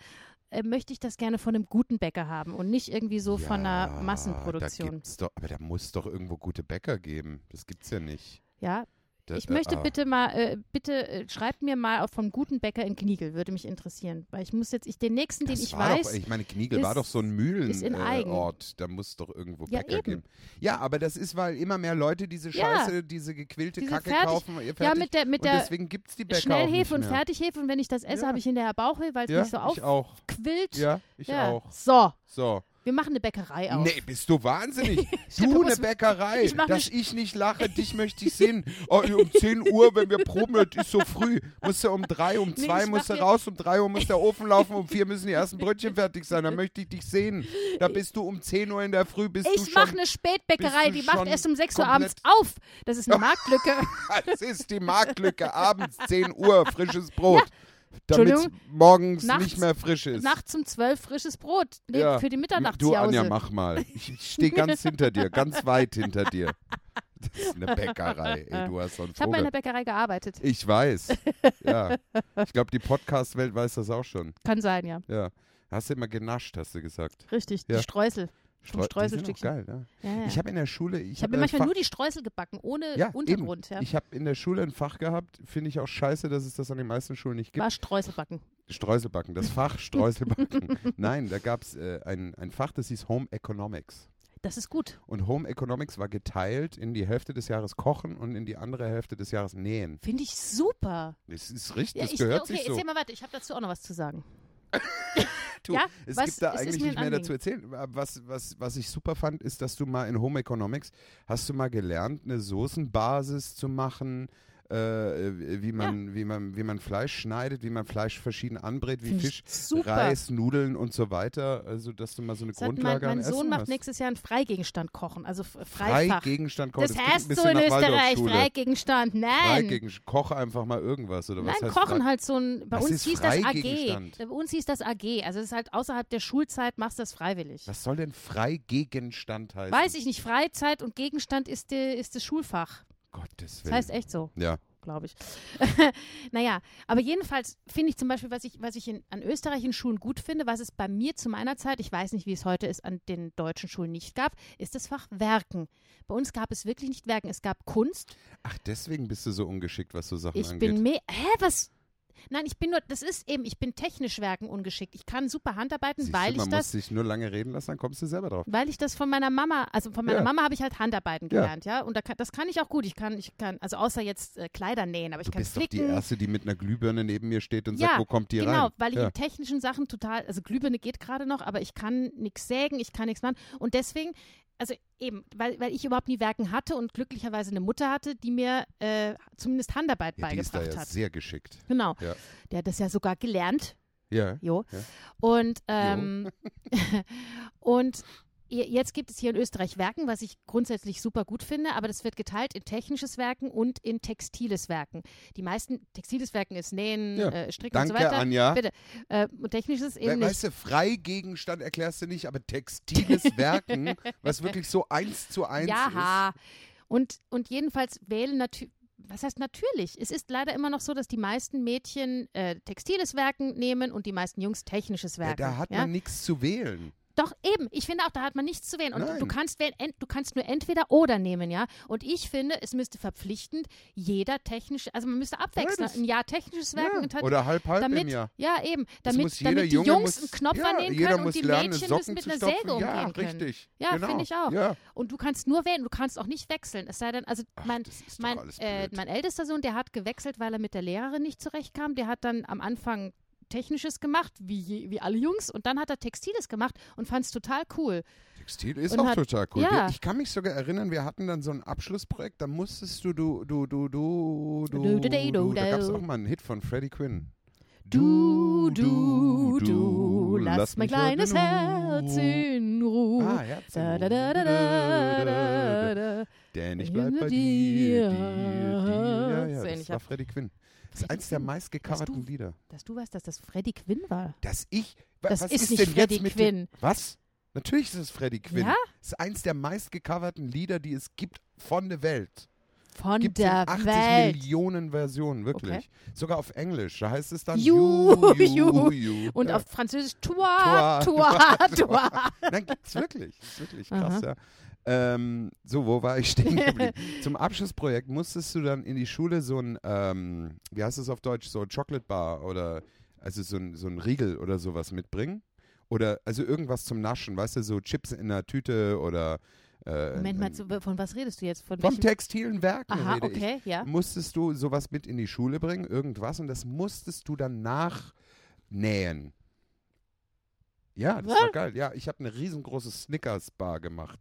[SPEAKER 2] äh, möchte ich das gerne von einem guten Bäcker haben und nicht irgendwie so von
[SPEAKER 3] Ja,
[SPEAKER 2] einer Massenproduktion.
[SPEAKER 3] Da gibt's doch, aber da muss doch irgendwo gute Bäcker geben. Das gibt's ja nicht.
[SPEAKER 2] ja,
[SPEAKER 3] Da-
[SPEAKER 2] ich
[SPEAKER 3] äh,
[SPEAKER 2] möchte
[SPEAKER 3] ah.
[SPEAKER 2] bitte mal, äh, bitte äh, schreibt mir mal auch vom guten Bäcker in Kniegel, würde mich interessieren, weil ich muss jetzt, ich den nächsten,
[SPEAKER 3] Das
[SPEAKER 2] den ich
[SPEAKER 3] war
[SPEAKER 2] weiß,
[SPEAKER 3] Doch, ich meine, Kniegel war
[SPEAKER 2] ist-
[SPEAKER 3] doch so ein
[SPEAKER 2] ist in
[SPEAKER 3] Mühlenort. Äh,
[SPEAKER 2] Eigen.
[SPEAKER 3] Ort. da muss doch irgendwo
[SPEAKER 2] Ja,
[SPEAKER 3] Bäcker
[SPEAKER 2] eben.
[SPEAKER 3] geben. Ja, aber das ist, weil immer mehr Leute diese
[SPEAKER 2] Ja.
[SPEAKER 3] Scheiße, diese gequälte
[SPEAKER 2] Diese
[SPEAKER 3] Kacke
[SPEAKER 2] fertig-
[SPEAKER 3] kaufen. ihr
[SPEAKER 2] ja
[SPEAKER 3] fertig.
[SPEAKER 2] mit der mit
[SPEAKER 3] und
[SPEAKER 2] der
[SPEAKER 3] deswegen gibt es die Bäcker auch nicht
[SPEAKER 2] Schnellhefe und
[SPEAKER 3] mehr.
[SPEAKER 2] Fertighefe und wenn ich das esse,
[SPEAKER 3] Ja.
[SPEAKER 2] habe ich hinterher Bauchweh, weil es
[SPEAKER 3] Ja,
[SPEAKER 2] mich so
[SPEAKER 3] ich auch.
[SPEAKER 2] aufquillt.
[SPEAKER 3] Ja, ich
[SPEAKER 2] Ja.
[SPEAKER 3] auch.
[SPEAKER 2] So.
[SPEAKER 3] So.
[SPEAKER 2] Wir machen eine Bäckerei auf.
[SPEAKER 3] Nee, bist du wahnsinnig?
[SPEAKER 2] Stimmt, du
[SPEAKER 3] du eine
[SPEAKER 2] musst-
[SPEAKER 3] Bäckerei,
[SPEAKER 2] Ich mach
[SPEAKER 3] dass ich nicht lache, dich möchte ich sehen. Oh, um 10 Uhr, wenn wir proben, das ist so früh. Musst du um 3, um
[SPEAKER 2] Nee,
[SPEAKER 3] 2
[SPEAKER 2] ich
[SPEAKER 3] musst du
[SPEAKER 2] mach dir-
[SPEAKER 3] raus, um 3 Uhr muss der Ofen laufen, um 4 müssen die ersten Brötchen fertig sein, dann möchte ich dich sehen. Da bist du um 10 Uhr in der Früh, bist du
[SPEAKER 2] Ich ne-
[SPEAKER 3] schon...
[SPEAKER 2] mache eine Spätbäckerei,
[SPEAKER 3] bist du
[SPEAKER 2] die macht
[SPEAKER 3] schon
[SPEAKER 2] erst um 6 Uhr abends
[SPEAKER 3] komplett-
[SPEAKER 2] auf. Das ist eine Marktlücke.
[SPEAKER 3] Das ist die Marktlücke, abends 10 Uhr, frisches Brot. Damit
[SPEAKER 2] Entschuldigung.
[SPEAKER 3] morgens
[SPEAKER 2] Nachts-
[SPEAKER 3] nicht mehr frisch ist.
[SPEAKER 2] Nachts um 12 frisches Brot. Nee,
[SPEAKER 3] Ja.
[SPEAKER 2] Für die
[SPEAKER 3] Du,
[SPEAKER 2] Mitternachtsjause.
[SPEAKER 3] Anja, mach mal. Ich stehe ganz hinter dir, ganz weit hinter dir. Das ist eine Bäckerei. Ey, du hast so einen
[SPEAKER 2] ich habe bei einer
[SPEAKER 3] Vogel.
[SPEAKER 2] Bäckerei gearbeitet.
[SPEAKER 3] Ich weiß. Ja. Ich glaube, die Podcast-Welt weiß das auch schon.
[SPEAKER 2] Kann sein, ja.
[SPEAKER 3] Ja. Hast du immer genascht, hast du gesagt.
[SPEAKER 2] Richtig,
[SPEAKER 3] Ja.
[SPEAKER 2] die Streusel. Vom
[SPEAKER 3] Streu- die sind auch
[SPEAKER 2] Streuselstückchen.
[SPEAKER 3] geil, ne?
[SPEAKER 2] Ja, ja.
[SPEAKER 3] Ich habe in der Schule. Ich,
[SPEAKER 2] Ich habe mir
[SPEAKER 3] äh,
[SPEAKER 2] manchmal
[SPEAKER 3] Fach-
[SPEAKER 2] nur die Streusel gebacken, ohne
[SPEAKER 3] ja,
[SPEAKER 2] Untergrund.
[SPEAKER 3] Eben.
[SPEAKER 2] Ja.
[SPEAKER 3] Ich habe in der Schule ein Fach gehabt, finde ich auch scheiße, dass es das an den meisten Schulen nicht gibt.
[SPEAKER 2] War Streuselbacken.
[SPEAKER 3] Streuselbacken, das Fach Streuselbacken. Nein, da gab es äh, ein, ein Fach, das hieß Home Economics.
[SPEAKER 2] Das ist gut.
[SPEAKER 3] Und Home Economics war geteilt in die Hälfte des Jahres Kochen und in die andere Hälfte des Jahres Nähen.
[SPEAKER 2] Finde ich super.
[SPEAKER 3] Das ist richtig,
[SPEAKER 2] Ja,
[SPEAKER 3] das
[SPEAKER 2] ich,
[SPEAKER 3] gehört
[SPEAKER 2] okay,
[SPEAKER 3] sich so.
[SPEAKER 2] erzähl mal weiter. Ich habe dazu auch noch was zu sagen.
[SPEAKER 3] Du,
[SPEAKER 2] Ja,
[SPEAKER 3] es
[SPEAKER 2] was-
[SPEAKER 3] gibt da
[SPEAKER 2] es ist
[SPEAKER 3] eigentlich
[SPEAKER 2] mir
[SPEAKER 3] nicht
[SPEAKER 2] ein
[SPEAKER 3] mehr dazu erzählen. Aber Was, was, was ich super fand, ist, dass du mal in Home Economics hast du mal gelernt, eine Soßenbasis zu machen, äh, wie, man, wie, man, wie man Fleisch schneidet, wie man Fleisch verschieden anbrät, wie
[SPEAKER 2] Finde
[SPEAKER 3] Fisch,
[SPEAKER 2] ich super.
[SPEAKER 3] Reis, Nudeln und so weiter. Also, dass du mal so eine
[SPEAKER 2] Das hat mein,
[SPEAKER 3] Grundlage an
[SPEAKER 2] mein
[SPEAKER 3] Essen
[SPEAKER 2] Sohn macht
[SPEAKER 3] hast.
[SPEAKER 2] nächstes Jahr einen Freigegenstand kochen, also f-
[SPEAKER 3] Frei
[SPEAKER 2] Freifach.
[SPEAKER 3] Gegenstand kochen.
[SPEAKER 2] das
[SPEAKER 3] Das, klingt ein
[SPEAKER 2] heißt so
[SPEAKER 3] bisschen
[SPEAKER 2] in
[SPEAKER 3] nach
[SPEAKER 2] Österreich,
[SPEAKER 3] Waldorfschule.
[SPEAKER 2] Freigegenstand. Nein.
[SPEAKER 3] Freigegen- Koch einfach mal irgendwas oder was
[SPEAKER 2] Nein,
[SPEAKER 3] heißt
[SPEAKER 2] kochen
[SPEAKER 3] frei-
[SPEAKER 2] halt so ein. Bei
[SPEAKER 3] Was
[SPEAKER 2] uns
[SPEAKER 3] ist
[SPEAKER 2] hieß das AG.
[SPEAKER 3] Freigegenstand?
[SPEAKER 2] Bei uns hieß das AG. Also es ist halt außerhalb der Schulzeit, machst das freiwillig.
[SPEAKER 3] Was soll denn Freigegenstand heißen?
[SPEAKER 2] Weiß ich nicht. Freizeit und Gegenstand ist, die, ist das Schulfach.
[SPEAKER 3] Gottes
[SPEAKER 2] Das
[SPEAKER 3] Willen.
[SPEAKER 2] heißt äh, echt so.
[SPEAKER 3] ja.
[SPEAKER 2] glaube ich. naja, aber jedenfalls finde ich zum Beispiel, was ich, was ich in, an österreichischen Schulen gut finde, was es bei mir zu meiner Zeit, ich weiß nicht, wie es heute ist, an den deutschen Schulen nicht gab, ist das Fach Werken. Bei uns gab es wirklich nicht Werken. Es gab Kunst.
[SPEAKER 3] Ach, deswegen bist du so ungeschickt, was so Sachen
[SPEAKER 2] Ich
[SPEAKER 3] angeht.
[SPEAKER 2] bin mehr. Hä, was? Nein, ich bin nur, das ist eben, ich bin technisch Werken ungeschickt. Ich kann super Handarbeiten,
[SPEAKER 3] Siehst
[SPEAKER 2] weil
[SPEAKER 3] du, man
[SPEAKER 2] ich
[SPEAKER 3] muss
[SPEAKER 2] das.
[SPEAKER 3] sich nur lange reden lassen, dann kommst du selber drauf.
[SPEAKER 2] Weil ich das von meiner Mama, also von meiner
[SPEAKER 3] Ja.
[SPEAKER 2] Mama habe ich halt Handarbeiten
[SPEAKER 3] Ja.
[SPEAKER 2] gelernt, ja. Und da kann, das kann ich auch gut. Ich kann, ich kann, also außer jetzt äh, Kleider nähen, aber ich
[SPEAKER 3] Du
[SPEAKER 2] kann
[SPEAKER 3] bist doch
[SPEAKER 2] flicken.
[SPEAKER 3] die Erste, die mit einer Glühbirne neben mir steht und
[SPEAKER 2] Ja,
[SPEAKER 3] sagt, wo kommt die
[SPEAKER 2] genau,
[SPEAKER 3] rein?
[SPEAKER 2] weil ich
[SPEAKER 3] ja.
[SPEAKER 2] in technischen Sachen total, also Glühbirne geht gerade noch, aber ich kann nichts sägen, ich kann nichts machen. Und deswegen, also eben, weil, weil ich überhaupt nie Werken hatte und glücklicherweise eine Mutter hatte, die mir äh, zumindest Handarbeit
[SPEAKER 3] ja, die ist da
[SPEAKER 2] beigebracht
[SPEAKER 3] ja
[SPEAKER 2] hat.
[SPEAKER 3] sehr geschickt.
[SPEAKER 2] Genau.
[SPEAKER 3] Ja.
[SPEAKER 2] Der hat das ja sogar gelernt.
[SPEAKER 3] Ja.
[SPEAKER 2] Jo.
[SPEAKER 3] Ja.
[SPEAKER 2] Und, ähm, und je- jetzt gibt es hier in Österreich Werken, was ich grundsätzlich super gut finde, aber das wird geteilt in technisches Werken und in textiles Werken. Die meisten textiles Werken ist Nähen,
[SPEAKER 3] Ja.
[SPEAKER 2] äh, Stricken
[SPEAKER 3] Danke,
[SPEAKER 2] und so weiter.
[SPEAKER 3] Anja.
[SPEAKER 2] Bitte. Äh, und technisches
[SPEAKER 3] We
[SPEAKER 2] eben nicht.
[SPEAKER 3] weißt du, Freigegenstand erklärst du nicht, aber textiles Werken, was wirklich so eins zu eins ist.
[SPEAKER 2] Jaha. Und, und jedenfalls wählen natürlich. Was heißt natürlich? Es ist leider immer noch so, dass die meisten Mädchen äh, textiles Werken nehmen und die meisten Jungs technisches
[SPEAKER 3] Ja,
[SPEAKER 2] Werken.
[SPEAKER 3] da hat
[SPEAKER 2] ja?
[SPEAKER 3] man nichts zu wählen.
[SPEAKER 2] Doch eben, ich finde auch, da hat man nichts zu wählen. Und
[SPEAKER 3] Nein.
[SPEAKER 2] du kannst wählen, ent, du kannst nur entweder oder nehmen, ja. Und ich finde, es müsste verpflichtend jeder technisch, also man müsste abwechseln,
[SPEAKER 3] Beides.
[SPEAKER 2] ein Jahr technisches Werken und
[SPEAKER 3] ja.
[SPEAKER 2] halt,
[SPEAKER 3] Oder halb halb
[SPEAKER 2] damit,
[SPEAKER 3] im Jahr.
[SPEAKER 2] ja eben,
[SPEAKER 3] Das
[SPEAKER 2] damit,
[SPEAKER 3] muss jeder
[SPEAKER 2] damit die
[SPEAKER 3] Junge
[SPEAKER 2] Jungs
[SPEAKER 3] muss,
[SPEAKER 2] einen Knopf
[SPEAKER 3] ja,
[SPEAKER 2] annehmen
[SPEAKER 3] jeder
[SPEAKER 2] können
[SPEAKER 3] muss
[SPEAKER 2] und die
[SPEAKER 3] lernen,
[SPEAKER 2] Mädchen müssen
[SPEAKER 3] Socken
[SPEAKER 2] mit
[SPEAKER 3] zu
[SPEAKER 2] einer
[SPEAKER 3] stopfen.
[SPEAKER 2] Säge umgehen
[SPEAKER 3] ja,
[SPEAKER 2] können.
[SPEAKER 3] Richtig.
[SPEAKER 2] Ja,
[SPEAKER 3] genau.
[SPEAKER 2] finde ich auch.
[SPEAKER 3] Ja.
[SPEAKER 2] Und du kannst nur wählen, du kannst auch nicht wechseln. Es sei denn, also
[SPEAKER 3] Ach,
[SPEAKER 2] mein,
[SPEAKER 3] das ist doch
[SPEAKER 2] mein,
[SPEAKER 3] alles
[SPEAKER 2] äh,
[SPEAKER 3] blöd.
[SPEAKER 2] mein ältester Sohn, der hat gewechselt, weil er mit der Lehrerin nicht zurechtkam. Der hat dann am Anfang Technisches gemacht, wie, je, wie alle Jungs, und dann hat er Textiles gemacht und fand es total cool.
[SPEAKER 3] Textil ist
[SPEAKER 2] Und
[SPEAKER 3] auch
[SPEAKER 2] hat-
[SPEAKER 3] total cool.
[SPEAKER 2] ja.
[SPEAKER 3] Wir, ich kann mich sogar erinnern, wir hatten dann so ein Abschlussprojekt, da musstest du, du, du, du, du, du,
[SPEAKER 2] Du, du, du, du,
[SPEAKER 3] da gab es
[SPEAKER 2] du.
[SPEAKER 3] auch mal einen Hit von Freddie Quinn.
[SPEAKER 2] Du, du, du, lass mein
[SPEAKER 3] mich
[SPEAKER 2] kleines
[SPEAKER 3] heute nur.
[SPEAKER 2] Herz in Ruhe.
[SPEAKER 3] Ah, Herz in
[SPEAKER 2] Da, da, da, da, da, da,
[SPEAKER 3] Ruhe.
[SPEAKER 2] da.
[SPEAKER 3] Denn ich
[SPEAKER 2] Ich
[SPEAKER 3] bleib
[SPEAKER 2] bin
[SPEAKER 3] bei
[SPEAKER 2] mit dir.
[SPEAKER 3] dir. dir, dir. Ja, ja,
[SPEAKER 2] So
[SPEAKER 3] das
[SPEAKER 2] ähnlich
[SPEAKER 3] war
[SPEAKER 2] hab-
[SPEAKER 3] Freddie Quinn. Das ist
[SPEAKER 2] Freddie
[SPEAKER 3] eins der
[SPEAKER 2] Quinn.
[SPEAKER 3] meistgecoverten
[SPEAKER 2] du-
[SPEAKER 3] Lieder.
[SPEAKER 2] Dass du weißt, dass das Freddy Quinn war.
[SPEAKER 3] Dass ich. wa-
[SPEAKER 2] Das
[SPEAKER 3] was
[SPEAKER 2] ist
[SPEAKER 3] ist
[SPEAKER 2] nicht
[SPEAKER 3] denn
[SPEAKER 2] Freddie
[SPEAKER 3] jetzt mit
[SPEAKER 2] Quinn.
[SPEAKER 3] Dem, was? Natürlich ist es Freddie Quinn.
[SPEAKER 2] Ja?
[SPEAKER 3] Das ist eins der meistgecoverten Lieder, die es gibt von der Welt.
[SPEAKER 2] Von
[SPEAKER 3] Gibt es in
[SPEAKER 2] der
[SPEAKER 3] 80
[SPEAKER 2] Welt.
[SPEAKER 3] Millionen Versionen, wirklich. Sogar auf Englisch. Da heißt es dann
[SPEAKER 2] You, you.
[SPEAKER 3] you, you.
[SPEAKER 2] Und
[SPEAKER 3] ja.
[SPEAKER 2] auf Französisch Toi, Toi, Toi.
[SPEAKER 3] Nein, gibt's wirklich. Ist wirklich krass, ja. Ähm, so, wo war ich stehen geblieben? Zum Abschlussprojekt musstest du dann in die Schule so ein, ähm, wie heißt es auf Deutsch, so Chocolate Bar oder also so ein, so ein Riegel oder sowas mitbringen. Oder also irgendwas zum Naschen, weißt du, so Chips in einer Tüte oder äh,
[SPEAKER 2] Moment mal,
[SPEAKER 3] ein-
[SPEAKER 2] zu- von was redest du jetzt? Von
[SPEAKER 3] vom
[SPEAKER 2] welchem?
[SPEAKER 3] textilen Werken
[SPEAKER 2] Aha,
[SPEAKER 3] rede ich
[SPEAKER 2] okay, ja.
[SPEAKER 3] musstest du sowas mit in die Schule bringen, irgendwas, und das musstest du dann nachnähen. Ja, das war geil. Ja, ich habe eine riesengroße Snickers-Bar gemacht.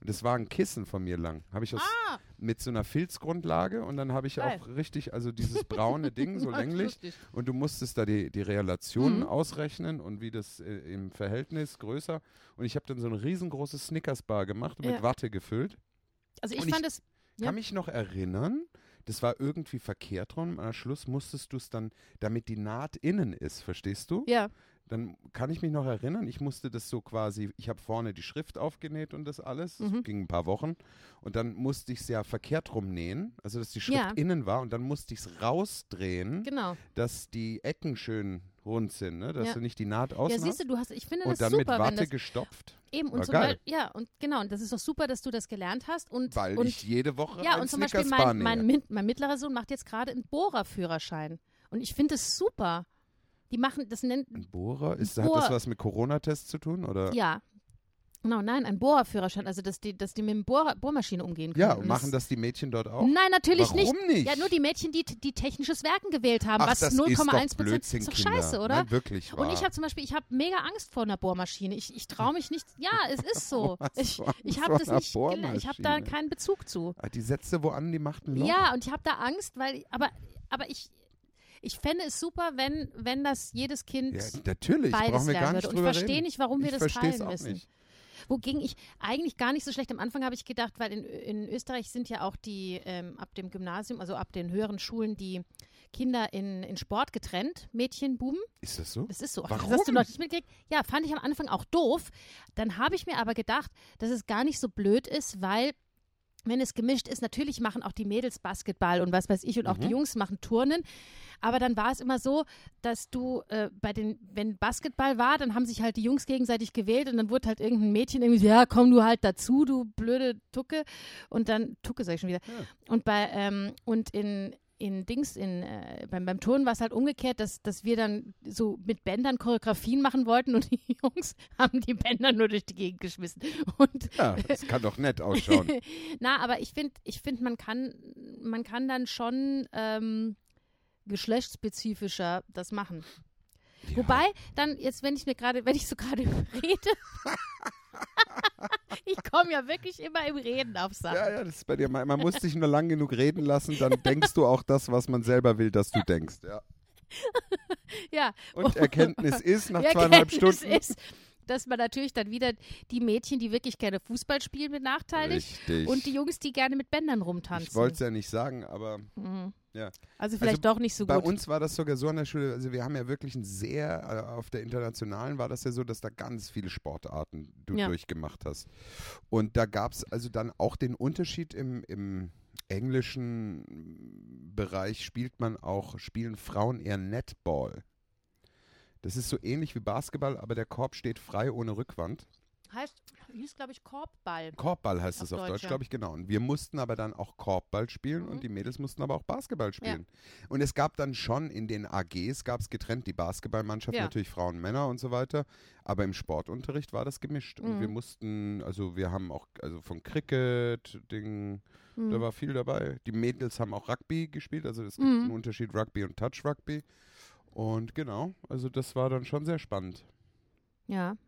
[SPEAKER 3] Und das war ein Kissen von mir lang. Habe ich aus,
[SPEAKER 2] Ah,
[SPEAKER 3] mit so einer Filzgrundlage und dann habe ich
[SPEAKER 2] Geil.
[SPEAKER 3] auch richtig, also dieses braune Ding, so länglich.
[SPEAKER 2] lustig.
[SPEAKER 3] Und du musstest da die, die Relationen
[SPEAKER 2] Mhm.
[SPEAKER 3] ausrechnen und wie das äh, im Verhältnis größer. Und ich habe dann so eine riesengroße Snickers-Bar gemacht und
[SPEAKER 2] Ja.
[SPEAKER 3] mit Watte gefüllt.
[SPEAKER 2] Also
[SPEAKER 3] Und
[SPEAKER 2] ich
[SPEAKER 3] ich-
[SPEAKER 2] fand es, Ja.
[SPEAKER 3] Kann mich noch erinnern, das war irgendwie verkehrt rum. Am Schluss musstest du es dann, damit die Naht innen ist, verstehst du?
[SPEAKER 2] ja,
[SPEAKER 3] Dann kann ich mich noch erinnern, ich musste das so quasi, ich habe vorne die Schrift aufgenäht und das alles. Das
[SPEAKER 2] Mhm.
[SPEAKER 3] ging ein paar Wochen. Und dann musste ich es ja verkehrt rumnähen, also dass die Schrift
[SPEAKER 2] Ja.
[SPEAKER 3] innen war. Und dann musste ich es rausdrehen,
[SPEAKER 2] genau.
[SPEAKER 3] dass die Ecken schön hohen Zinn, ne? dass
[SPEAKER 2] Ja.
[SPEAKER 3] du nicht die Naht außen
[SPEAKER 2] Ja, siehst
[SPEAKER 3] hast
[SPEAKER 2] du, du hast, ich finde das
[SPEAKER 3] und dann mit
[SPEAKER 2] super, wenn
[SPEAKER 3] Watte
[SPEAKER 2] das
[SPEAKER 3] gestopft,
[SPEAKER 2] eben und
[SPEAKER 3] War
[SPEAKER 2] zum
[SPEAKER 3] geil.
[SPEAKER 2] Beispiel- ja und genau und das ist doch super, dass du das gelernt hast und
[SPEAKER 3] weil
[SPEAKER 2] und
[SPEAKER 3] ich jede Woche
[SPEAKER 2] ja
[SPEAKER 3] ein
[SPEAKER 2] und zum Beispiel mein,
[SPEAKER 3] Snickers-Bar
[SPEAKER 2] mein,
[SPEAKER 3] nähe.
[SPEAKER 2] Min- mein mittlerer Sohn macht jetzt gerade einen Bohrerführerschein und ich finde es super. Die machen das nennt
[SPEAKER 3] Ein Bohrer? Ist,
[SPEAKER 2] Ein
[SPEAKER 3] Hat das
[SPEAKER 2] Bohr-
[SPEAKER 3] was mit Corona-Tests zu tun? Oder?
[SPEAKER 2] ja genau nein ein Bohrerführerschein also dass die dass die mit dem Bohrer, Bohrmaschine umgehen können.
[SPEAKER 3] Ja,
[SPEAKER 2] Und
[SPEAKER 3] machen das die Mädchen dort auch?
[SPEAKER 2] Nein, natürlich
[SPEAKER 3] Warum
[SPEAKER 2] nicht.
[SPEAKER 3] nicht?
[SPEAKER 2] Ja, nur die Mädchen, die, die technisches Werken gewählt haben,
[SPEAKER 3] Ach,
[SPEAKER 2] was
[SPEAKER 3] das ist doch
[SPEAKER 2] 0,1 Prozent
[SPEAKER 3] Blödsinn,
[SPEAKER 2] ist doch
[SPEAKER 3] Kinder.
[SPEAKER 2] scheiße, oder?
[SPEAKER 3] Nein, wirklich
[SPEAKER 2] Und
[SPEAKER 3] wahr.
[SPEAKER 2] ich habe zum Beispiel, ich habe mega Angst vor einer Bohrmaschine. Ich, ich traue mich nicht. Ja, es ist so.
[SPEAKER 3] Was
[SPEAKER 2] Ich,
[SPEAKER 3] vor-
[SPEAKER 2] ich
[SPEAKER 3] vor
[SPEAKER 2] habe das
[SPEAKER 3] einer
[SPEAKER 2] nicht. gele- Ich habe da
[SPEAKER 3] Bohrmaschine?
[SPEAKER 2] keinen Bezug zu.
[SPEAKER 3] Ah, Die Sätze, wo an, die macht ein Loch.
[SPEAKER 2] Ja, und ich habe da Angst, weil, aber, aber ich, ich fände es super, wenn, wenn das jedes Kind
[SPEAKER 3] Ja, natürlich,
[SPEAKER 2] beides
[SPEAKER 3] brauchen wir gar
[SPEAKER 2] lernen würde. Und
[SPEAKER 3] nicht
[SPEAKER 2] ich
[SPEAKER 3] drüber
[SPEAKER 2] verstehe
[SPEAKER 3] reden.
[SPEAKER 2] nicht, warum wir
[SPEAKER 3] ich
[SPEAKER 2] das
[SPEAKER 3] versteh's
[SPEAKER 2] teilen
[SPEAKER 3] auch
[SPEAKER 2] müssen.
[SPEAKER 3] Nicht.
[SPEAKER 2] Wogegen ich eigentlich gar nicht so schlecht. Am Anfang habe ich gedacht, weil in, in Österreich sind ja auch die ähm, ab dem Gymnasium, also ab den höheren Schulen, die Kinder in, in Sport getrennt, Mädchen, Buben.
[SPEAKER 3] Ist das so?
[SPEAKER 2] Das ist so. Ach,
[SPEAKER 3] Warum?
[SPEAKER 2] Das hast du noch nicht mitgekriegt. Ja, fand ich am Anfang auch doof. Dann habe ich mir aber gedacht, dass es gar nicht so blöd ist, weil. Wenn es gemischt ist, natürlich machen auch die Mädels Basketball und was weiß ich und auch die Jungs machen Turnen. Aber dann war es immer so, dass du äh, bei den, wenn Basketball war, dann haben sich halt die Jungs gegenseitig gewählt und dann wurde halt irgendein Mädchen irgendwie so, ja, komm du halt dazu, du blöde Tucke. Und dann, Tucke sag ich schon wieder. Und bei, ähm, und in, in Dings, in, äh, beim, beim Turnen war es halt umgekehrt, dass, dass wir dann so mit Bändern Choreografien machen wollten und die Jungs haben die Bänder nur durch die Gegend geschmissen. Und
[SPEAKER 3] Ja, das kann doch nett ausschauen.
[SPEAKER 2] na, aber ich finde, ich find, man, kann, man kann dann schon ähm, geschlechtsspezifischer das machen.
[SPEAKER 3] Ja.
[SPEAKER 2] Wobei, dann jetzt, wenn ich mir gerade, wenn ich so gerade rede, ich komme ja wirklich immer im Reden auf Sachen.
[SPEAKER 3] Ja, ja, das ist bei dir. Man, man muss dich nur lang genug reden lassen, dann denkst du auch das, was man selber will, dass du denkst. Ja.
[SPEAKER 2] Ja.
[SPEAKER 3] Und Erkenntnis ist nach
[SPEAKER 2] Die
[SPEAKER 3] zweieinhalb
[SPEAKER 2] Oh. Erkenntnis
[SPEAKER 3] Stunden.
[SPEAKER 2] ist, dass man natürlich dann wieder die Mädchen, die wirklich gerne Fußball spielen, benachteiligt
[SPEAKER 3] Richtig.
[SPEAKER 2] halt und die Jungs, die gerne mit Bändern
[SPEAKER 3] ich wollte es
[SPEAKER 2] rumtanzen.
[SPEAKER 3] ja nicht sagen, aber ja.
[SPEAKER 2] Also vielleicht doch nicht so
[SPEAKER 3] Bei
[SPEAKER 2] gut.
[SPEAKER 3] uns war das sogar so an der Schule, also wir haben ja wirklich ein sehr, äh, auf der internationalen war das ja so, dass da ganz viele Sportarten du
[SPEAKER 2] Ja.
[SPEAKER 3] durchgemacht hast. Und da gab es also dann auch den Unterschied im, im englischen Bereich spielt man auch, spielen Frauen eher Netball. Das ist so ähnlich wie Basketball, aber der Korb steht frei ohne Rückwand.
[SPEAKER 2] heißt, hieß, glaube ich, Korbball.
[SPEAKER 3] Korbball heißt
[SPEAKER 2] Auf
[SPEAKER 3] es auf
[SPEAKER 2] Deutsch,
[SPEAKER 3] Deutsch,
[SPEAKER 2] ja.
[SPEAKER 3] glaube ich, genau. Und wir mussten aber dann auch Korbball spielen
[SPEAKER 2] Mhm.
[SPEAKER 3] und die Mädels mussten aber auch Basketball spielen. Und es gab dann schon in den AGs, gab es getrennt die Basketballmannschaft,
[SPEAKER 2] Ja.
[SPEAKER 3] natürlich Frauen, Männer und so weiter. Aber im Sportunterricht war das gemischt. Und wir
[SPEAKER 2] Mhm.
[SPEAKER 3] mussten, also wir haben auch, also von Cricket, Ding, da war viel dabei. Die Mädels haben auch Rugby gespielt, also es gibt
[SPEAKER 2] Mhm.
[SPEAKER 3] einen Unterschied Rugby und Touch Rugby. Und genau, also das war dann schon sehr spannend.
[SPEAKER 2] Ja.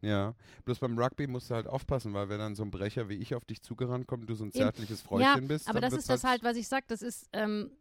[SPEAKER 3] Ja, bloß beim Rugby musst du halt aufpassen, weil wenn dann so ein Brecher wie ich auf dich zugerannt kommt, du so ein
[SPEAKER 2] Eben.
[SPEAKER 3] zärtliches Fräulchen
[SPEAKER 2] ja,
[SPEAKER 3] bist.
[SPEAKER 2] aber
[SPEAKER 3] dann
[SPEAKER 2] das
[SPEAKER 3] wird's
[SPEAKER 2] ist das halt, was ich sag, das ist, ähm,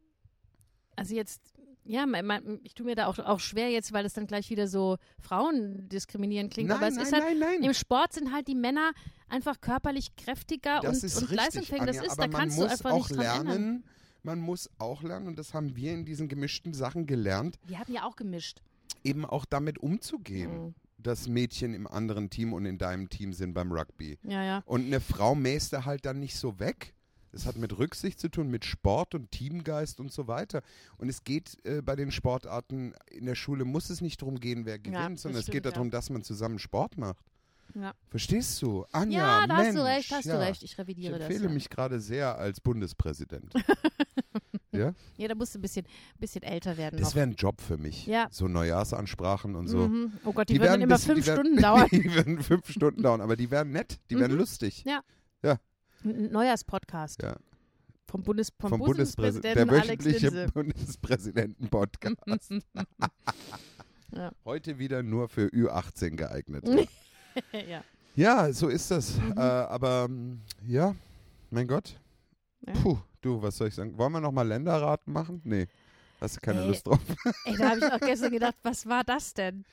[SPEAKER 2] also jetzt, ja, mein, mein, ich tue mir da auch, auch schwer jetzt, weil das dann gleich wieder so Frauen diskriminieren klingt,
[SPEAKER 3] nein,
[SPEAKER 2] aber es
[SPEAKER 3] nein,
[SPEAKER 2] ist halt,
[SPEAKER 3] nein, nein,
[SPEAKER 2] im Sport sind halt die Männer einfach körperlich kräftiger
[SPEAKER 3] das
[SPEAKER 2] und,
[SPEAKER 3] ist
[SPEAKER 2] und
[SPEAKER 3] richtig,
[SPEAKER 2] leistungsfähiger, das
[SPEAKER 3] Anja,
[SPEAKER 2] ist,
[SPEAKER 3] aber
[SPEAKER 2] da
[SPEAKER 3] man
[SPEAKER 2] kannst du
[SPEAKER 3] muss
[SPEAKER 2] einfach
[SPEAKER 3] auch
[SPEAKER 2] nicht dran
[SPEAKER 3] lernen,
[SPEAKER 2] ändern.
[SPEAKER 3] Man muss auch lernen, und das haben wir in diesen gemischten Sachen gelernt,
[SPEAKER 2] Wir hatten ja auch gemischt.
[SPEAKER 3] eben auch damit umzugehen,
[SPEAKER 2] Mhm.
[SPEAKER 3] dass Mädchen im anderen Team und in deinem Team sind beim Rugby.
[SPEAKER 2] Ja, ja.
[SPEAKER 3] Und eine Frau mäst da halt dann nicht so weg. Das hat mit Rücksicht zu tun, mit Sport und Teamgeist und so weiter. Und es geht äh, bei den Sportarten in der Schule, muss es nicht darum gehen, wer gewinnt,
[SPEAKER 2] das
[SPEAKER 3] sondern es
[SPEAKER 2] stimmt,
[SPEAKER 3] geht
[SPEAKER 2] ja.
[SPEAKER 3] darum, dass man zusammen Sport macht.
[SPEAKER 2] Ja,
[SPEAKER 3] Verstehst du?
[SPEAKER 2] ja,
[SPEAKER 3] Anja,
[SPEAKER 2] da
[SPEAKER 3] Mensch,
[SPEAKER 2] hast du recht, hast
[SPEAKER 3] ja.
[SPEAKER 2] du recht, ich
[SPEAKER 3] Ich
[SPEAKER 2] revidiere das.
[SPEAKER 3] empfehle
[SPEAKER 2] Ja.
[SPEAKER 3] mich gerade sehr als Bundespräsident. ja?
[SPEAKER 2] ja, da musst du ein bisschen, bisschen älter werden
[SPEAKER 3] Das
[SPEAKER 2] noch.
[SPEAKER 3] wäre ein Job für mich.
[SPEAKER 2] Ja.
[SPEAKER 3] So Neujahrsansprachen und so.
[SPEAKER 2] Mhm. Oh Gott, die,
[SPEAKER 3] Die
[SPEAKER 2] werden dann
[SPEAKER 3] werden
[SPEAKER 2] immer
[SPEAKER 3] bisschen- die
[SPEAKER 2] fünf
[SPEAKER 3] werden-
[SPEAKER 2] Stunden dauern. Mhm.
[SPEAKER 3] Die werden fünf Stunden dauern, aber die wären nett, die wären lustig.
[SPEAKER 2] Ein Neujahrspodcast
[SPEAKER 3] Ja.
[SPEAKER 2] vom, Bundes, vom,
[SPEAKER 3] vom Bundespräsidenten,
[SPEAKER 2] Bundespräsidenten
[SPEAKER 3] der
[SPEAKER 2] Alex
[SPEAKER 3] wöchentliche
[SPEAKER 2] Linse.
[SPEAKER 3] Bundespräsidenten-Podcast.
[SPEAKER 2] Ja.
[SPEAKER 3] Heute wieder nur für Ü18 geeignet.
[SPEAKER 2] ja.
[SPEAKER 3] ja, so ist das.
[SPEAKER 2] Mhm.
[SPEAKER 3] Äh, aber ähm, ja, mein Gott.
[SPEAKER 2] Ja.
[SPEAKER 3] Puh, du, was soll ich sagen? Wollen wir nochmal Länderraten machen? Nee. Hast du keine
[SPEAKER 2] Ey.
[SPEAKER 3] Lust drauf?
[SPEAKER 2] Ey, da habe ich auch gestern gedacht, was war das denn?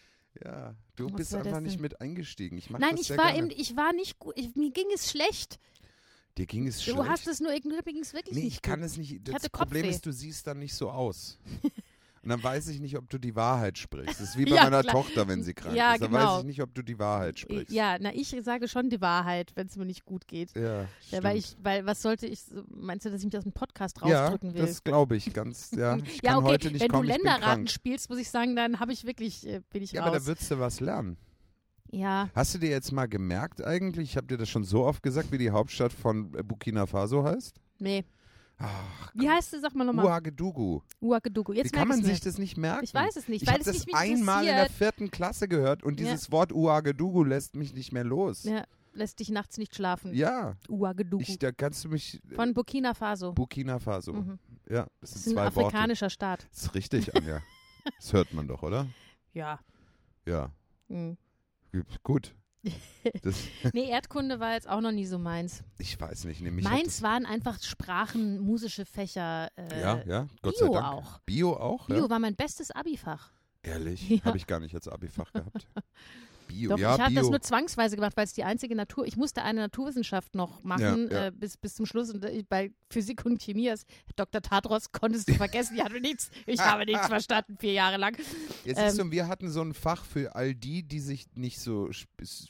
[SPEAKER 3] Ja, du
[SPEAKER 2] Was
[SPEAKER 3] bist
[SPEAKER 2] war das
[SPEAKER 3] einfach nicht
[SPEAKER 2] denn?
[SPEAKER 3] mit eingestiegen. Ich mach
[SPEAKER 2] Nein,
[SPEAKER 3] das
[SPEAKER 2] ich
[SPEAKER 3] sehr
[SPEAKER 2] war,
[SPEAKER 3] gerne.
[SPEAKER 2] eben, ich war nicht gut. Ich, mir ging es schlecht.
[SPEAKER 3] Dir ging es schlecht.
[SPEAKER 2] Du hast es nur ignoriert, mir ging es wirklich
[SPEAKER 3] nee,
[SPEAKER 2] nicht
[SPEAKER 3] ich kann
[SPEAKER 2] gut.
[SPEAKER 3] es nicht. Das
[SPEAKER 2] hatte
[SPEAKER 3] Problem
[SPEAKER 2] Kopfweh.
[SPEAKER 3] ist, du siehst dann nicht so aus. Und dann weiß ich nicht, ob du die Wahrheit sprichst. Das ist wie bei
[SPEAKER 2] Ja,
[SPEAKER 3] meiner
[SPEAKER 2] klar.
[SPEAKER 3] Tochter, wenn sie krank
[SPEAKER 2] Ja,
[SPEAKER 3] ist. Dann
[SPEAKER 2] genau.
[SPEAKER 3] weiß ich nicht, ob du die Wahrheit sprichst.
[SPEAKER 2] Ja, na, ich sage schon die Wahrheit, wenn es mir nicht gut geht.
[SPEAKER 3] Ja,
[SPEAKER 2] Ja, weil
[SPEAKER 3] stimmt.
[SPEAKER 2] ich, weil was sollte ich, so- meinst du, dass ich mich aus dem Podcast
[SPEAKER 3] ja,
[SPEAKER 2] rausdrücken will?
[SPEAKER 3] das glaube ich ganz, ja. Ich
[SPEAKER 2] ja,
[SPEAKER 3] kann
[SPEAKER 2] okay,
[SPEAKER 3] heute nicht
[SPEAKER 2] wenn
[SPEAKER 3] kommen,
[SPEAKER 2] du
[SPEAKER 3] ich bin
[SPEAKER 2] Länderraten
[SPEAKER 3] krank.
[SPEAKER 2] spielst, muss ich sagen, dann habe ich wirklich, äh, bin ich
[SPEAKER 3] Ja, aber da
[SPEAKER 2] raus.
[SPEAKER 3] würdest du was lernen.
[SPEAKER 2] ja,
[SPEAKER 3] Hast du dir jetzt mal gemerkt eigentlich, ich habe dir das schon so oft gesagt, wie die Hauptstadt von äh, Burkina Faso heißt?
[SPEAKER 2] nee.
[SPEAKER 3] Ach,
[SPEAKER 2] Wie heißt es, sag mal nochmal?
[SPEAKER 3] Ouagadougou.
[SPEAKER 2] Uakedugu. Jetzt
[SPEAKER 3] Wie kann
[SPEAKER 2] merk
[SPEAKER 3] man
[SPEAKER 2] ich's mir.
[SPEAKER 3] sich das nicht merken?
[SPEAKER 2] Ich weiß es nicht,
[SPEAKER 3] Ich
[SPEAKER 2] weil
[SPEAKER 3] habe
[SPEAKER 2] es
[SPEAKER 3] das
[SPEAKER 2] nicht mich
[SPEAKER 3] einmal in der
[SPEAKER 2] interessiert.
[SPEAKER 3] vierten Klasse gehört und
[SPEAKER 2] Ja.
[SPEAKER 3] dieses Wort Ouagadougou lässt mich nicht mehr los.
[SPEAKER 2] Ja, lässt dich nachts nicht schlafen.
[SPEAKER 3] Ja,
[SPEAKER 2] Uakedugu.
[SPEAKER 3] ich, da kannst du mich äh,
[SPEAKER 2] Von Burkina Faso.
[SPEAKER 3] Burkina Faso.
[SPEAKER 2] Mhm.
[SPEAKER 3] Ja,
[SPEAKER 2] Das
[SPEAKER 3] das sind
[SPEAKER 2] ist ein
[SPEAKER 3] zwei Worte.
[SPEAKER 2] afrikanischer Staat.
[SPEAKER 3] Das ist richtig, Anja. das hört man doch, oder?
[SPEAKER 2] Ja.
[SPEAKER 3] Ja,
[SPEAKER 2] Mhm.
[SPEAKER 3] gut. Das,
[SPEAKER 2] Nee, Erdkunde war jetzt auch noch nie so meins.
[SPEAKER 3] ich weiß nicht, nämlich
[SPEAKER 2] meins waren einfach Sprachen, musische Fächer. Äh,
[SPEAKER 3] Ja, ja, Gott
[SPEAKER 2] Bio
[SPEAKER 3] sei Dank.
[SPEAKER 2] auch.
[SPEAKER 3] Bio auch,
[SPEAKER 2] Bio
[SPEAKER 3] ja?
[SPEAKER 2] war mein bestes Abi-Fach.
[SPEAKER 3] Ehrlich,
[SPEAKER 2] Ja.
[SPEAKER 3] habe ich gar nicht als Abifach gehabt. Bio,
[SPEAKER 2] Doch,
[SPEAKER 3] ja,
[SPEAKER 2] ich habe
[SPEAKER 3] Bio.
[SPEAKER 2] das nur zwangsweise gemacht, weil es die einzige Natur, ich musste eine Naturwissenschaft noch machen
[SPEAKER 3] Ja, ja.
[SPEAKER 2] Äh, bis, bis zum Schluss. Und äh, bei Physik und Chemie, als Dr. Tadros, konntest du vergessen, ich hatte nichts, ich habe nichts verstanden, vier Jahre lang.
[SPEAKER 3] Jetzt ist
[SPEAKER 2] ähm,
[SPEAKER 3] so, wir hatten so ein Fach für all die, die sich nicht so spitz,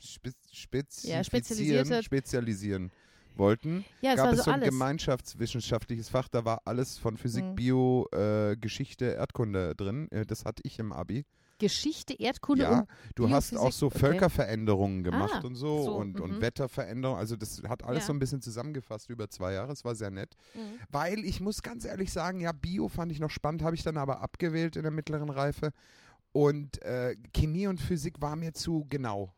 [SPEAKER 3] spitz, spitz,
[SPEAKER 2] Ja,
[SPEAKER 3] spezifizieren,
[SPEAKER 2] spezialisierte-
[SPEAKER 3] spezialisieren wollten.
[SPEAKER 2] Ja, es
[SPEAKER 3] Gab
[SPEAKER 2] war
[SPEAKER 3] es
[SPEAKER 2] so
[SPEAKER 3] so ein
[SPEAKER 2] alles.
[SPEAKER 3] gemeinschaftswissenschaftliches Fach, da war alles von Physik,
[SPEAKER 2] Mhm.
[SPEAKER 3] Bio, äh, Geschichte, Erdkunde drin. Äh, Das hatte ich im Abi.
[SPEAKER 2] Geschichte, Erdkunde
[SPEAKER 3] ja,
[SPEAKER 2] und um
[SPEAKER 3] du hast auch
[SPEAKER 2] Biophysik,
[SPEAKER 3] so
[SPEAKER 2] okay.
[SPEAKER 3] Völkerveränderungen gemacht
[SPEAKER 2] Ah,
[SPEAKER 3] und so,
[SPEAKER 2] so,
[SPEAKER 3] und, und
[SPEAKER 2] mhm.
[SPEAKER 3] Wetterveränderungen. Also das hat alles
[SPEAKER 2] Ja. Mhm.
[SPEAKER 3] so ein bisschen zusammengefasst über zwei Jahre. Es war sehr nett. Weil ich muss ganz ehrlich sagen, ja, Bio fand ich noch spannend, habe ich dann aber abgewählt in der mittleren Reife. Und äh, Chemie und Physik war mir zu genau.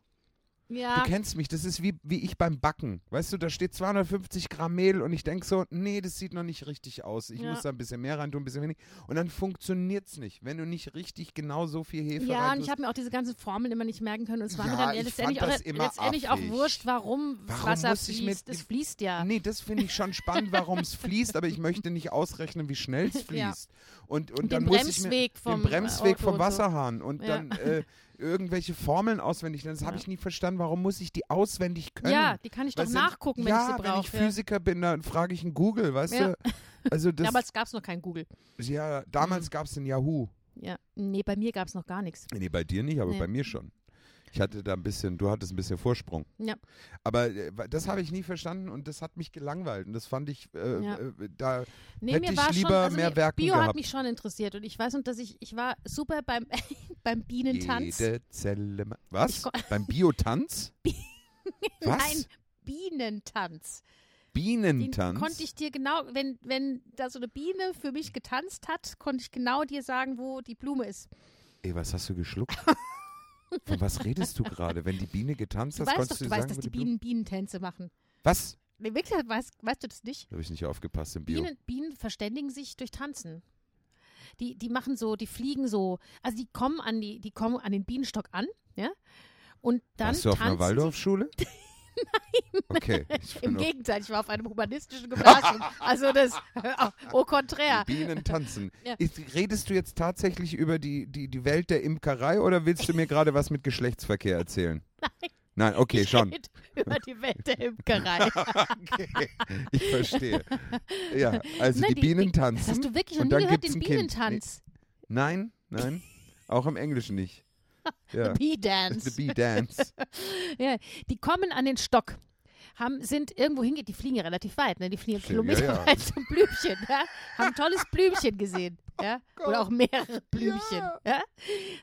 [SPEAKER 2] ja,
[SPEAKER 3] Du kennst mich, das ist wie, wie ich beim Backen. Weißt du, da steht 250 Gramm Mehl und ich denke so, nee, das sieht noch nicht richtig aus. Ich
[SPEAKER 2] Ja.
[SPEAKER 3] muss da ein bisschen mehr rein tun, ein bisschen weniger. Und dann funktioniert es nicht, wenn du nicht richtig genau so viel Hefe
[SPEAKER 2] ja, und
[SPEAKER 3] rein
[SPEAKER 2] ich
[SPEAKER 3] tust.
[SPEAKER 2] habe mir auch diese ganzen Formeln immer nicht merken können. Und es war mir
[SPEAKER 3] Ja,
[SPEAKER 2] dann
[SPEAKER 3] ich
[SPEAKER 2] eher letztendlich,
[SPEAKER 3] fand
[SPEAKER 2] auch,
[SPEAKER 3] das immer
[SPEAKER 2] letztendlich auch
[SPEAKER 3] affig.
[SPEAKER 2] wurscht, warum,
[SPEAKER 3] Warum
[SPEAKER 2] Wasser
[SPEAKER 3] muss ich mit-
[SPEAKER 2] fließt. Es fließt ja.
[SPEAKER 3] Nee, das finde ich schon spannend, warum es fließt, aber ich möchte nicht ausrechnen, wie schnell es
[SPEAKER 2] Ja.
[SPEAKER 3] fließt. Und, und
[SPEAKER 2] Den
[SPEAKER 3] dann muss ich mir,
[SPEAKER 2] Bremsweg vom,
[SPEAKER 3] den Bremsweg
[SPEAKER 2] äh, Auto
[SPEAKER 3] vom
[SPEAKER 2] und so.
[SPEAKER 3] Wasserhahn und
[SPEAKER 2] Ja.
[SPEAKER 3] dann äh, irgendwelche Formeln auswendig. lernen. Das habe
[SPEAKER 2] Ja.
[SPEAKER 3] ich nie verstanden. Warum muss ich die auswendig können?
[SPEAKER 2] Ja, die kann ich doch
[SPEAKER 3] Weißt du,
[SPEAKER 2] nachgucken, wenn
[SPEAKER 3] ja,
[SPEAKER 2] ich sie
[SPEAKER 3] wenn ich
[SPEAKER 2] brauche.
[SPEAKER 3] Physiker bin, dann frage ich einen Google, weißt
[SPEAKER 2] Ja.
[SPEAKER 3] du? Also das,
[SPEAKER 2] Damals gab es Mhm. noch kein Google.
[SPEAKER 3] ja, damals gab es den Yahoo.
[SPEAKER 2] Ja. Nee, bei mir gab es noch gar nichts.
[SPEAKER 3] Nee, bei dir nicht, aber
[SPEAKER 2] Nee.
[SPEAKER 3] bei mir schon. Ich hatte da ein bisschen, du hattest ein bisschen Vorsprung.
[SPEAKER 2] Ja.
[SPEAKER 3] Aber äh, das habe ich nie verstanden und das hat mich gelangweilt. Und das fand ich, äh,
[SPEAKER 2] Ja.
[SPEAKER 3] äh, da
[SPEAKER 2] Nee,
[SPEAKER 3] Hätte
[SPEAKER 2] mir
[SPEAKER 3] ich
[SPEAKER 2] war schon,
[SPEAKER 3] lieber
[SPEAKER 2] also
[SPEAKER 3] mehr
[SPEAKER 2] mir,
[SPEAKER 3] Werken
[SPEAKER 2] Bio
[SPEAKER 3] gehabt.
[SPEAKER 2] hat mich schon interessiert und ich weiß noch, dass ich, ich war super beim, beim Bienentanz.
[SPEAKER 3] Jede Zelle. ma-
[SPEAKER 2] Ich
[SPEAKER 3] Was?
[SPEAKER 2] ko-
[SPEAKER 3] Beim Biotanz? Was?
[SPEAKER 2] Nein, Bienentanz. Den
[SPEAKER 3] Bienentanz?
[SPEAKER 2] konnte ich dir genau, wenn, wenn da so eine Biene für mich getanzt hat, konnte ich genau dir sagen, wo die Blume ist.
[SPEAKER 3] Ey, was hast du geschluckt? Von was redest du gerade? Wenn die Biene getanzt
[SPEAKER 2] Du
[SPEAKER 3] hat,
[SPEAKER 2] weißt
[SPEAKER 3] konntest
[SPEAKER 2] doch, du
[SPEAKER 3] du
[SPEAKER 2] weißt,
[SPEAKER 3] sagen,
[SPEAKER 2] dass
[SPEAKER 3] wo
[SPEAKER 2] die
[SPEAKER 3] Blume-
[SPEAKER 2] Bienen Bienentänze machen.
[SPEAKER 3] Was?
[SPEAKER 2] Nee, wirklich, weißt, weißt du das nicht?
[SPEAKER 3] Da habe ich nicht aufgepasst im Bio.
[SPEAKER 2] Bienen, Bienen verständigen sich durch Tanzen. Die, die machen so, die fliegen so, also die kommen an die, die kommen an den Bienenstock an, ja? Und dann
[SPEAKER 3] Warst du auf einer
[SPEAKER 2] tanzen
[SPEAKER 3] Waldorfschule? Nein. Okay. Ich
[SPEAKER 2] sie- Im
[SPEAKER 3] bin auf
[SPEAKER 2] Gegenteil, ich war auf einem humanistischen Gymnasium. also das, au contraire.
[SPEAKER 3] die Bienen tanzen.
[SPEAKER 2] Ja.
[SPEAKER 3] Ist, redest du jetzt tatsächlich über die, die, die Welt der Imkerei oder willst du mir gerade was mit Geschlechtsverkehr erzählen? Nein. Nein, okay,
[SPEAKER 2] Ich
[SPEAKER 3] schon.
[SPEAKER 2] rede Über die Welt der Imkerei.
[SPEAKER 3] Okay, ich verstehe. Ja, also
[SPEAKER 2] Nein,
[SPEAKER 3] die,
[SPEAKER 2] die-
[SPEAKER 3] Bienen
[SPEAKER 2] Das
[SPEAKER 3] tanzen.
[SPEAKER 2] hast du wirklich noch
[SPEAKER 3] und
[SPEAKER 2] nie
[SPEAKER 3] dann
[SPEAKER 2] gehört,
[SPEAKER 3] gibt's
[SPEAKER 2] den
[SPEAKER 3] ein Kind.
[SPEAKER 2] Bienentanz.
[SPEAKER 3] Nein, nein. Auch im Englischen nicht. Ja.
[SPEAKER 2] The Bee
[SPEAKER 3] The
[SPEAKER 2] Dance.
[SPEAKER 3] Bee Dance.
[SPEAKER 2] Ja, die kommen an den Stock, haben, sind irgendwo hingeht, die fliegen ja relativ weit, ne? die fliegen ja
[SPEAKER 3] Fliegen, ja,
[SPEAKER 2] Kilometer
[SPEAKER 3] ja.
[SPEAKER 2] weit zum Blümchen, ja? haben ein tolles Blümchen gesehen.
[SPEAKER 3] Oh
[SPEAKER 2] Ja? Oder auch mehrere Blümchen. Ja.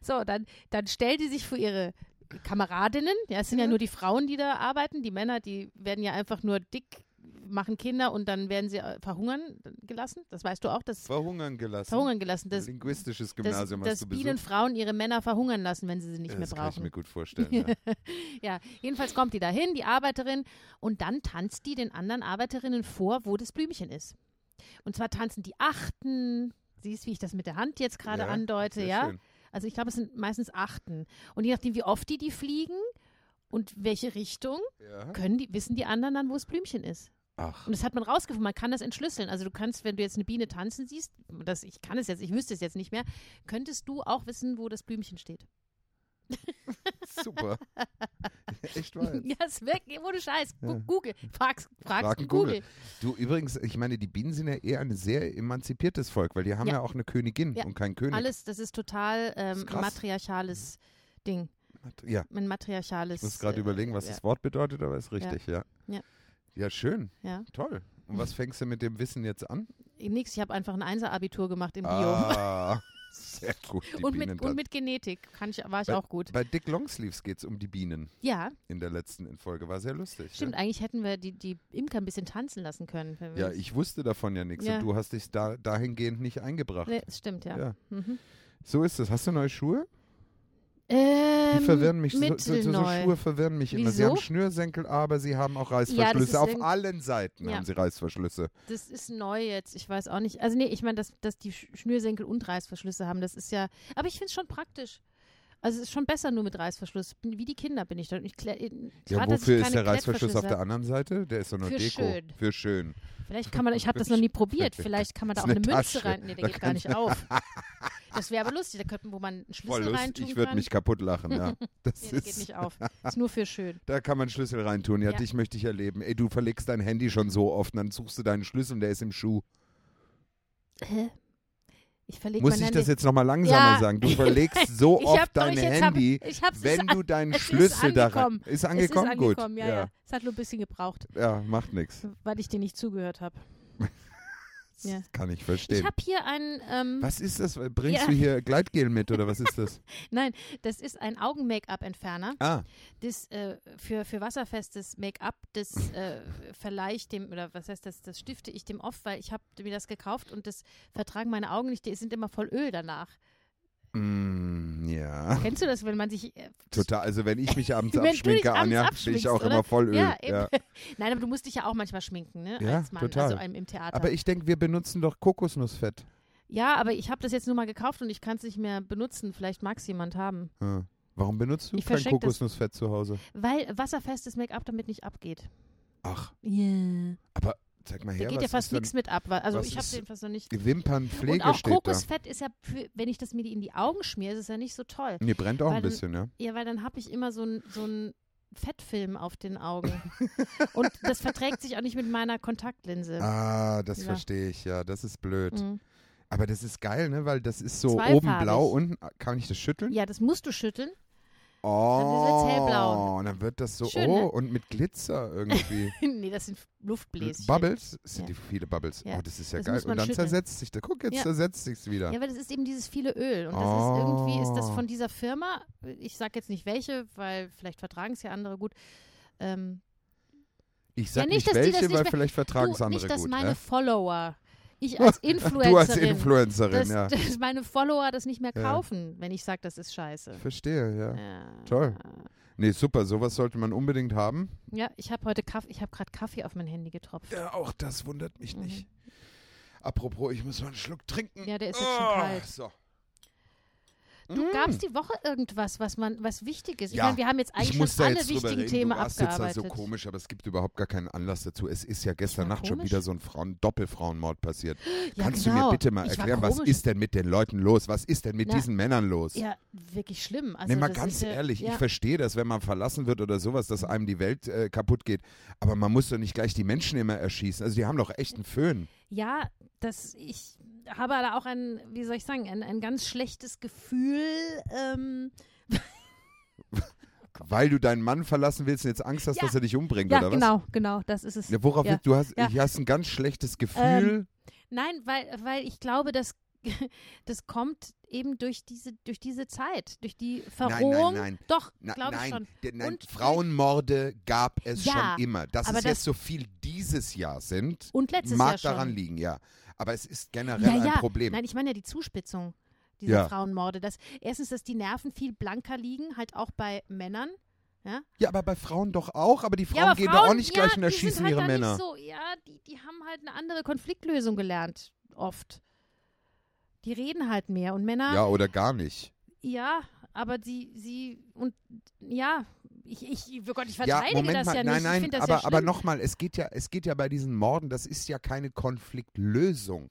[SPEAKER 2] So, dann, dann stellen die sich vor ihre Kameradinnen, ja, es sind ja nur die Frauen, die da arbeiten, die Männer, die werden ja einfach nur dick, machen Kinder und dann werden sie äh, verhungern gelassen. Das weißt du auch, das
[SPEAKER 3] Verhungern gelassen.
[SPEAKER 2] verhungern gelassen, das,
[SPEAKER 3] Linguistisches
[SPEAKER 2] das,
[SPEAKER 3] Gymnasium hast
[SPEAKER 2] dass
[SPEAKER 3] du besucht.
[SPEAKER 2] Bienenfrauen ihre Männer verhungern lassen, wenn sie sie nicht
[SPEAKER 3] Ja,
[SPEAKER 2] mehr
[SPEAKER 3] das kann ich
[SPEAKER 2] brauchen.
[SPEAKER 3] mir gut vorstellen. Ja.
[SPEAKER 2] Ja, jedenfalls kommt die da hin, die Arbeiterin, und dann tanzt die den anderen Arbeiterinnen vor, wo das Blümchen ist. Und zwar tanzen die Achten, siehst, wie ich das mit der Hand jetzt gerade
[SPEAKER 3] Ja,
[SPEAKER 2] andeute,
[SPEAKER 3] sehr
[SPEAKER 2] ja?
[SPEAKER 3] schön.
[SPEAKER 2] Also ich glaube, es sind meistens Achten. Und je nachdem, wie oft die die fliegen und welche Richtung,
[SPEAKER 3] Ja.
[SPEAKER 2] können die, wissen die anderen dann, wo das Blümchen ist.
[SPEAKER 3] Ach,
[SPEAKER 2] Und das hat man rausgefunden, man kann das entschlüsseln. Also du kannst, wenn du jetzt eine Biene tanzen siehst, das, ich kann es jetzt, ich wüsste es jetzt nicht mehr, könntest du auch wissen, wo das Blümchen steht.
[SPEAKER 3] Super. Echt wahr jetzt.
[SPEAKER 2] Ja, ist wirklich, ohne Scheiß. Gu-
[SPEAKER 3] Ja.
[SPEAKER 2] Google. Frag's, frag's
[SPEAKER 3] Fragen
[SPEAKER 2] Google.
[SPEAKER 3] Google. Du übrigens, ich meine, die Bienen sind ja eher ein sehr emanzipiertes Volk, weil die haben ja,
[SPEAKER 2] Ja.
[SPEAKER 3] auch eine Königin
[SPEAKER 2] Ja.
[SPEAKER 3] und keinen König.
[SPEAKER 2] Alles, das ist total ähm,
[SPEAKER 3] Ist krass.
[SPEAKER 2] matriarchales Ding.
[SPEAKER 3] Ja,
[SPEAKER 2] Ein
[SPEAKER 3] ich
[SPEAKER 2] matriarchales.
[SPEAKER 3] muss gerade
[SPEAKER 2] äh,
[SPEAKER 3] überlegen, was
[SPEAKER 2] ja.
[SPEAKER 3] das Wort bedeutet, aber ist richtig, ja.
[SPEAKER 2] Ja.
[SPEAKER 3] Ja, schön,
[SPEAKER 2] Ja.
[SPEAKER 3] toll. Und was fängst du mit dem Wissen jetzt an?
[SPEAKER 2] Nix, ich habe einfach ein Einser-Abitur gemacht im Bio.
[SPEAKER 3] Ah, sehr gut. Die
[SPEAKER 2] und, mit,
[SPEAKER 3] Bienen Äh,
[SPEAKER 2] und mit Genetik kann ich, war ich
[SPEAKER 3] Bei-
[SPEAKER 2] auch gut.
[SPEAKER 3] Bei Dick Longsleeves geht es um die Bienen
[SPEAKER 2] Ja,
[SPEAKER 3] in der letzten Folge. War sehr lustig.
[SPEAKER 2] stimmt. Eigentlich hätten wir die, die Imker ein bisschen tanzen lassen können. wenn wir
[SPEAKER 3] Ja, ja
[SPEAKER 2] das-
[SPEAKER 3] ich wusste davon ja nichts
[SPEAKER 2] Ja.
[SPEAKER 3] und du hast dich da, dahingehend nicht eingebracht.
[SPEAKER 2] Nee, das stimmt, ja.
[SPEAKER 3] Ja.
[SPEAKER 2] Mhm.
[SPEAKER 3] So ist es. Hast du neue Schuhe? Die
[SPEAKER 2] Ähm,
[SPEAKER 3] verwirren mich. So, so, so, so
[SPEAKER 2] mittelneu.
[SPEAKER 3] Schuhe verwirren mich immer. Sie
[SPEAKER 2] Wieso?
[SPEAKER 3] haben Schnürsenkel, aber sie haben auch
[SPEAKER 2] Ja, das
[SPEAKER 3] Reißverschlüsse.
[SPEAKER 2] ist
[SPEAKER 3] Auf
[SPEAKER 2] irgend-
[SPEAKER 3] allen Seiten
[SPEAKER 2] Ja.
[SPEAKER 3] haben sie Reißverschlüsse.
[SPEAKER 2] Das ist neu jetzt, ich weiß auch nicht. Also nee, ich meine, dass, dass die Sch- Schnürsenkel und Reißverschlüsse haben, das ist ja, aber ich finde es schon praktisch. Also es ist schon besser nur mit Reißverschluss. Bin- Wie die Kinder bin ich dann. Ich klä-
[SPEAKER 3] Ja,
[SPEAKER 2] grad, dass ich
[SPEAKER 3] wofür ist
[SPEAKER 2] keine
[SPEAKER 3] der Reißverschluss auf
[SPEAKER 2] Klettverschlüsse
[SPEAKER 3] der anderen Seite? Der ist doch nur
[SPEAKER 2] Für
[SPEAKER 3] Deko.
[SPEAKER 2] schön.
[SPEAKER 3] Für schön.
[SPEAKER 2] hab. Vielleicht kann man, ich habe das noch nie probiert, vielleicht kann man da auch
[SPEAKER 3] Ist eine
[SPEAKER 2] eine, Münze
[SPEAKER 3] Tasche.
[SPEAKER 2] rein. Nee, der
[SPEAKER 3] Da
[SPEAKER 2] geht gar
[SPEAKER 3] kann-
[SPEAKER 2] nicht auf. Das wäre aber lustig, da könnten, wo man einen
[SPEAKER 3] Voll
[SPEAKER 2] Schlüssel
[SPEAKER 3] Lust.
[SPEAKER 2] reintun
[SPEAKER 3] Ich würde
[SPEAKER 2] kann.
[SPEAKER 3] mich kaputt lachen, ja. Das
[SPEAKER 2] nee, der geht
[SPEAKER 3] ist,
[SPEAKER 2] nicht auf. Ist nur für schön.
[SPEAKER 3] da kann man Schlüssel reintun. Ja,
[SPEAKER 2] Ja.
[SPEAKER 3] dich möchte ich erleben. Ey, du verlegst dein Handy schon so oft und dann suchst du deinen Schlüssel und der ist im Schuh.
[SPEAKER 2] Hä? Ich verlege
[SPEAKER 3] Muss
[SPEAKER 2] mein
[SPEAKER 3] ich
[SPEAKER 2] Handy.
[SPEAKER 3] das jetzt nochmal langsamer
[SPEAKER 2] Ja.
[SPEAKER 3] sagen? Du verlegst so
[SPEAKER 2] Ich
[SPEAKER 3] oft
[SPEAKER 2] hab doch,
[SPEAKER 3] dein
[SPEAKER 2] ich jetzt hab-
[SPEAKER 3] Handy,
[SPEAKER 2] ich hab's- es
[SPEAKER 3] wenn
[SPEAKER 2] ist
[SPEAKER 3] du deinen
[SPEAKER 2] es ist
[SPEAKER 3] Schlüssel da rein.
[SPEAKER 2] angekommen.
[SPEAKER 3] Ist
[SPEAKER 2] es ist
[SPEAKER 3] angekommen? Gut.
[SPEAKER 2] angekommen, ja, ja. Es hat nur ein bisschen gebraucht,
[SPEAKER 3] Ja, macht nichts.
[SPEAKER 2] weil ich dir nicht zugehört habe. Ja.
[SPEAKER 3] Kann ich
[SPEAKER 2] Ich
[SPEAKER 3] verstehen.
[SPEAKER 2] habe hier ein, ähm,
[SPEAKER 3] Was ist das? Bringst
[SPEAKER 2] Ja.
[SPEAKER 3] du hier Gleitgel mit oder was ist das?
[SPEAKER 2] nein, das ist ein Augen-Make-up-Entferner.
[SPEAKER 3] Ah,
[SPEAKER 2] Das äh, für, für wasserfestes Make-up, das äh, verleihe ich dem, oder was heißt das, das stifte ich dem oft, weil ich habe mir das gekauft und das vertragen meine Augen nicht, die sind immer voll Öl danach.
[SPEAKER 3] mm, ja.
[SPEAKER 2] Kennst du das, wenn man sich, äh,
[SPEAKER 3] Total. Also wenn ich mich abends
[SPEAKER 2] Wenn du dich
[SPEAKER 3] abschminke,
[SPEAKER 2] abends
[SPEAKER 3] Anja, bin ich
[SPEAKER 2] abschminkst,
[SPEAKER 3] auch
[SPEAKER 2] oder?
[SPEAKER 3] immer voll Öl.
[SPEAKER 2] ja, eben. Nein, aber du musst dich ja auch manchmal schminken, ne,
[SPEAKER 3] Ja,
[SPEAKER 2] als Mann,
[SPEAKER 3] total.
[SPEAKER 2] also einem im Theater.
[SPEAKER 3] Aber ich denke, wir benutzen doch Kokosnussfett.
[SPEAKER 2] ja, aber ich habe das jetzt nur mal gekauft und ich kann es nicht mehr benutzen, vielleicht mag es jemand haben.
[SPEAKER 3] Hm. Warum benutzt du
[SPEAKER 2] Ich
[SPEAKER 3] kein
[SPEAKER 2] verschenk das.
[SPEAKER 3] Kokosnussfett zu Hause?
[SPEAKER 2] Weil wasserfestes Make-up damit nicht abgeht.
[SPEAKER 3] Ach,
[SPEAKER 2] Yeah.
[SPEAKER 3] zeig mal
[SPEAKER 2] Da
[SPEAKER 3] her.
[SPEAKER 2] geht ja
[SPEAKER 3] was
[SPEAKER 2] fast
[SPEAKER 3] ist denn-
[SPEAKER 2] nichts mit ab. weil- Also
[SPEAKER 3] was
[SPEAKER 2] ich habe
[SPEAKER 3] ist-
[SPEAKER 2] jedenfalls noch nicht.
[SPEAKER 3] Wimpernpflege
[SPEAKER 2] Und auch
[SPEAKER 3] steht
[SPEAKER 2] Kokosfett ist ja, für, wenn ich das mir die in die Augen schmiere, ist es ja nicht so toll.
[SPEAKER 3] da. Mir brennt auch
[SPEAKER 2] Weil
[SPEAKER 3] ein
[SPEAKER 2] dann-
[SPEAKER 3] bisschen, ja.
[SPEAKER 2] Ja, weil dann habe ich immer so einen so einen Fettfilm auf den Augen. Und das verträgt sich auch nicht mit meiner Kontaktlinse.
[SPEAKER 3] Ah, das
[SPEAKER 2] Ja.
[SPEAKER 3] verstehe ich, ja. Das ist blöd.
[SPEAKER 2] Mhm.
[SPEAKER 3] Aber das ist geil, ne? Weil das ist so
[SPEAKER 2] Zweifarbig.
[SPEAKER 3] oben blau, unten. ah, Kann ich das schütteln?
[SPEAKER 2] Ja, das musst du schütteln.
[SPEAKER 3] Oh,
[SPEAKER 2] Dann wird's hellblau.
[SPEAKER 3] Und dann wird das so,
[SPEAKER 2] Schön,
[SPEAKER 3] oh,
[SPEAKER 2] ne?
[SPEAKER 3] und mit Glitzer irgendwie.
[SPEAKER 2] nee, das sind Luftbläschen.
[SPEAKER 3] Bubbles? Das sind
[SPEAKER 2] Ja.
[SPEAKER 3] die viele Bubbles.
[SPEAKER 2] Ja.
[SPEAKER 3] Oh, das ist ja
[SPEAKER 2] Das
[SPEAKER 3] geil.
[SPEAKER 2] muss man
[SPEAKER 3] Und dann
[SPEAKER 2] schütteln.
[SPEAKER 3] zersetzt sich das. Guck, jetzt
[SPEAKER 2] Ja.
[SPEAKER 3] zersetzt sich's wieder.
[SPEAKER 2] Ja, weil das ist eben dieses viele Öl. Und das
[SPEAKER 3] Oh.
[SPEAKER 2] ist irgendwie, ist das von dieser Firma, ich sage jetzt nicht welche, weil vielleicht vertragen es ja andere gut. Ähm,
[SPEAKER 3] Ich sag
[SPEAKER 2] Ja,
[SPEAKER 3] nicht,
[SPEAKER 2] nicht, dass die das
[SPEAKER 3] welche,
[SPEAKER 2] nicht
[SPEAKER 3] weil
[SPEAKER 2] mehr-
[SPEAKER 3] vielleicht vertragen es
[SPEAKER 2] du,
[SPEAKER 3] andere
[SPEAKER 2] nicht, dass
[SPEAKER 3] gut.
[SPEAKER 2] meine
[SPEAKER 3] ne?
[SPEAKER 2] Follower, ich als Influencerin,
[SPEAKER 3] Du als
[SPEAKER 2] dass,
[SPEAKER 3] Influencerin, ja.
[SPEAKER 2] dass meine Follower das nicht mehr
[SPEAKER 3] Ja.
[SPEAKER 2] kaufen, wenn ich sage, das ist scheiße.
[SPEAKER 3] Ich verstehe, ja.
[SPEAKER 2] Ja.
[SPEAKER 3] Toll. Nee, super, sowas sollte man unbedingt haben.
[SPEAKER 2] Ja, ich habe heute Kaffee, ich habe gerade Kaffee auf mein Handy getropft.
[SPEAKER 3] Ja, auch das wundert mich
[SPEAKER 2] Mhm.
[SPEAKER 3] nicht. Apropos, ich muss mal einen Schluck trinken. Ah,
[SPEAKER 2] Ja, der ist jetzt schon kalt.
[SPEAKER 3] So.
[SPEAKER 2] Du gabst die Woche irgendwas, was man, was wichtig ist. Ich
[SPEAKER 3] mm. Ja,
[SPEAKER 2] meine, wir haben jetzt
[SPEAKER 3] Ich
[SPEAKER 2] eigentlich
[SPEAKER 3] muss
[SPEAKER 2] schon alle
[SPEAKER 3] da jetzt drüber
[SPEAKER 2] wichtigen
[SPEAKER 3] reden.
[SPEAKER 2] Themen
[SPEAKER 3] du warst jetzt mal
[SPEAKER 2] abgearbeitet.
[SPEAKER 3] so komisch, aber es gibt überhaupt gar keinen Anlass dazu. Es ist ja gestern
[SPEAKER 2] war
[SPEAKER 3] Nacht schon
[SPEAKER 2] komisch?
[SPEAKER 3] wieder so ein Frauen Doppelfrauenmord passiert.
[SPEAKER 2] ja,
[SPEAKER 3] Kannst
[SPEAKER 2] genau.
[SPEAKER 3] du mir bitte mal
[SPEAKER 2] Ich war
[SPEAKER 3] erklären, was
[SPEAKER 2] komisch.
[SPEAKER 3] ist denn mit den Leuten los? Was ist denn mit
[SPEAKER 2] Na,
[SPEAKER 3] diesen Männern los?
[SPEAKER 2] Ja, wirklich schlimm. Also
[SPEAKER 3] Nee, mal
[SPEAKER 2] das
[SPEAKER 3] ganz
[SPEAKER 2] ist ja,
[SPEAKER 3] ehrlich,
[SPEAKER 2] ja.
[SPEAKER 3] ich verstehe das, wenn man verlassen wird oder sowas, dass einem die Welt äh, kaputt geht. Aber man muss doch nicht gleich die Menschen immer erschießen. Also die haben doch echt einen Föhn.
[SPEAKER 2] Ja, das, ich habe da auch ein, wie soll ich sagen, ein, ein ganz schlechtes Gefühl. Ähm,
[SPEAKER 3] Weil du deinen Mann verlassen willst und jetzt Angst hast,
[SPEAKER 2] Ja.
[SPEAKER 3] dass er dich umbringt,
[SPEAKER 2] ja,
[SPEAKER 3] oder was?
[SPEAKER 2] genau, genau, das ist es.
[SPEAKER 3] Ja, worauf
[SPEAKER 2] Ja.
[SPEAKER 3] willst du hast,
[SPEAKER 2] Ja. Ähm,
[SPEAKER 3] ich hast ein ganz schlechtes Gefühl.
[SPEAKER 2] Nein, weil, weil ich glaube, dass das kommt eben durch diese, durch diese Zeit, durch die Verrohung.
[SPEAKER 3] nein.
[SPEAKER 2] Doch,
[SPEAKER 3] Na,
[SPEAKER 2] glaube ich
[SPEAKER 3] nein,
[SPEAKER 2] schon.
[SPEAKER 3] de- nein
[SPEAKER 2] Und-
[SPEAKER 3] Frauenmorde gab es
[SPEAKER 2] Ja,
[SPEAKER 3] schon immer. Dass
[SPEAKER 2] aber
[SPEAKER 3] es jetzt
[SPEAKER 2] das-
[SPEAKER 3] so viel dieses Jahr sind,
[SPEAKER 2] Und letztes
[SPEAKER 3] mag
[SPEAKER 2] Jahr schon.
[SPEAKER 3] daran liegen, ja. Aber es ist generell
[SPEAKER 2] ja, ja.
[SPEAKER 3] ein Problem.
[SPEAKER 2] Nein, ich meine ja die Zuspitzung dieser
[SPEAKER 3] Ja.
[SPEAKER 2] Frauenmorde. Dass, erstens, dass die Nerven viel blanker liegen, halt auch bei Männern.
[SPEAKER 3] ja, aber bei Frauen doch auch. Aber die Frauen
[SPEAKER 2] ja, aber
[SPEAKER 3] gehen
[SPEAKER 2] Frauen,
[SPEAKER 3] doch auch nicht
[SPEAKER 2] ja,
[SPEAKER 3] gleich und
[SPEAKER 2] die sind
[SPEAKER 3] erschießen
[SPEAKER 2] halt
[SPEAKER 3] ihre
[SPEAKER 2] da
[SPEAKER 3] Männer.
[SPEAKER 2] Nicht so, ja, die, die haben halt eine andere Konfliktlösung gelernt, oft. Die reden halt mehr und Männer, ja,
[SPEAKER 3] ja, oder gar nicht.
[SPEAKER 2] aber sie, sie, und ja, ich, ich, oh Gott, ich
[SPEAKER 3] Ja,
[SPEAKER 2] verteidige
[SPEAKER 3] Moment
[SPEAKER 2] das
[SPEAKER 3] mal,
[SPEAKER 2] ja
[SPEAKER 3] nein,
[SPEAKER 2] nicht. ich
[SPEAKER 3] nein,
[SPEAKER 2] finde das
[SPEAKER 3] aber,
[SPEAKER 2] ja
[SPEAKER 3] aber
[SPEAKER 2] schlimm.
[SPEAKER 3] nochmal, es geht ja, es geht ja bei diesen Morden, das ist ja keine Konfliktlösung.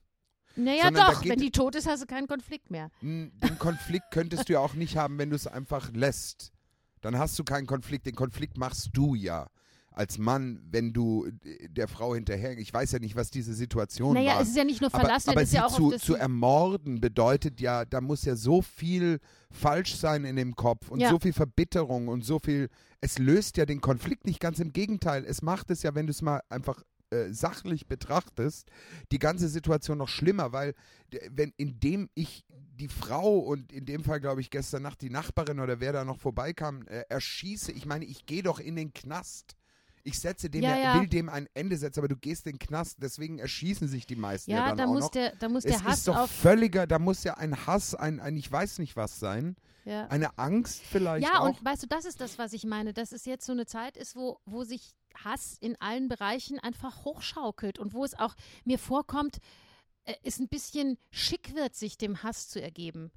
[SPEAKER 2] Naja,
[SPEAKER 3] Sondern da
[SPEAKER 2] doch,
[SPEAKER 3] geht-
[SPEAKER 2] wenn die tot ist, hast du keinen Konflikt mehr.
[SPEAKER 3] N- Hm, Den Konflikt könntest du ja auch nicht haben, wenn du es einfach lässt. Dann hast du keinen Konflikt. Den Konflikt machst du ja als Mann, wenn du äh, der Frau hinterher. Ich weiß ja nicht, was diese Situation
[SPEAKER 2] Naja,
[SPEAKER 3] war.
[SPEAKER 2] es ist ja nicht nur
[SPEAKER 3] aber
[SPEAKER 2] verlassen,
[SPEAKER 3] aber
[SPEAKER 2] es ist
[SPEAKER 3] sie
[SPEAKER 2] ja auch
[SPEAKER 3] zu,
[SPEAKER 2] auf das
[SPEAKER 3] zu ermorden bedeutet ja, da muss ja so viel falsch sein in dem Kopf und
[SPEAKER 2] Ja.
[SPEAKER 3] so viel Verbitterung und so viel. Es löst ja den Konflikt nicht. Ganz im Gegenteil, es macht es ja, wenn du es mal einfach äh, sachlich betrachtest, die ganze Situation noch schlimmer, weil d- wenn indem ich die Frau und in dem Fall glaube ich gestern Nacht die Nachbarin oder wer da noch vorbeikam äh, erschieße, ich meine, ich gehe doch in den Knast. Ich setze dem
[SPEAKER 2] Ja,
[SPEAKER 3] ja,
[SPEAKER 2] ja.
[SPEAKER 3] will dem ein Ende setzen, aber du gehst in den Knast, deswegen erschießen sich die meisten ja,
[SPEAKER 2] ja,
[SPEAKER 3] dann
[SPEAKER 2] da
[SPEAKER 3] auch
[SPEAKER 2] muss,
[SPEAKER 3] noch.
[SPEAKER 2] der, da muss
[SPEAKER 3] es
[SPEAKER 2] der Hass
[SPEAKER 3] ist doch
[SPEAKER 2] auf.
[SPEAKER 3] völliger, da muss ja ein Hass, ein, ein ich weiß nicht was sein,
[SPEAKER 2] Ja.
[SPEAKER 3] eine Angst vielleicht
[SPEAKER 2] Ja,
[SPEAKER 3] auch.
[SPEAKER 2] und weißt du, das ist das, was ich meine, dass es jetzt so eine Zeit ist, wo, wo sich Hass in allen Bereichen einfach hochschaukelt und wo es auch mir vorkommt, äh, es ein bisschen schick wird, sich dem Hass zu ergeben.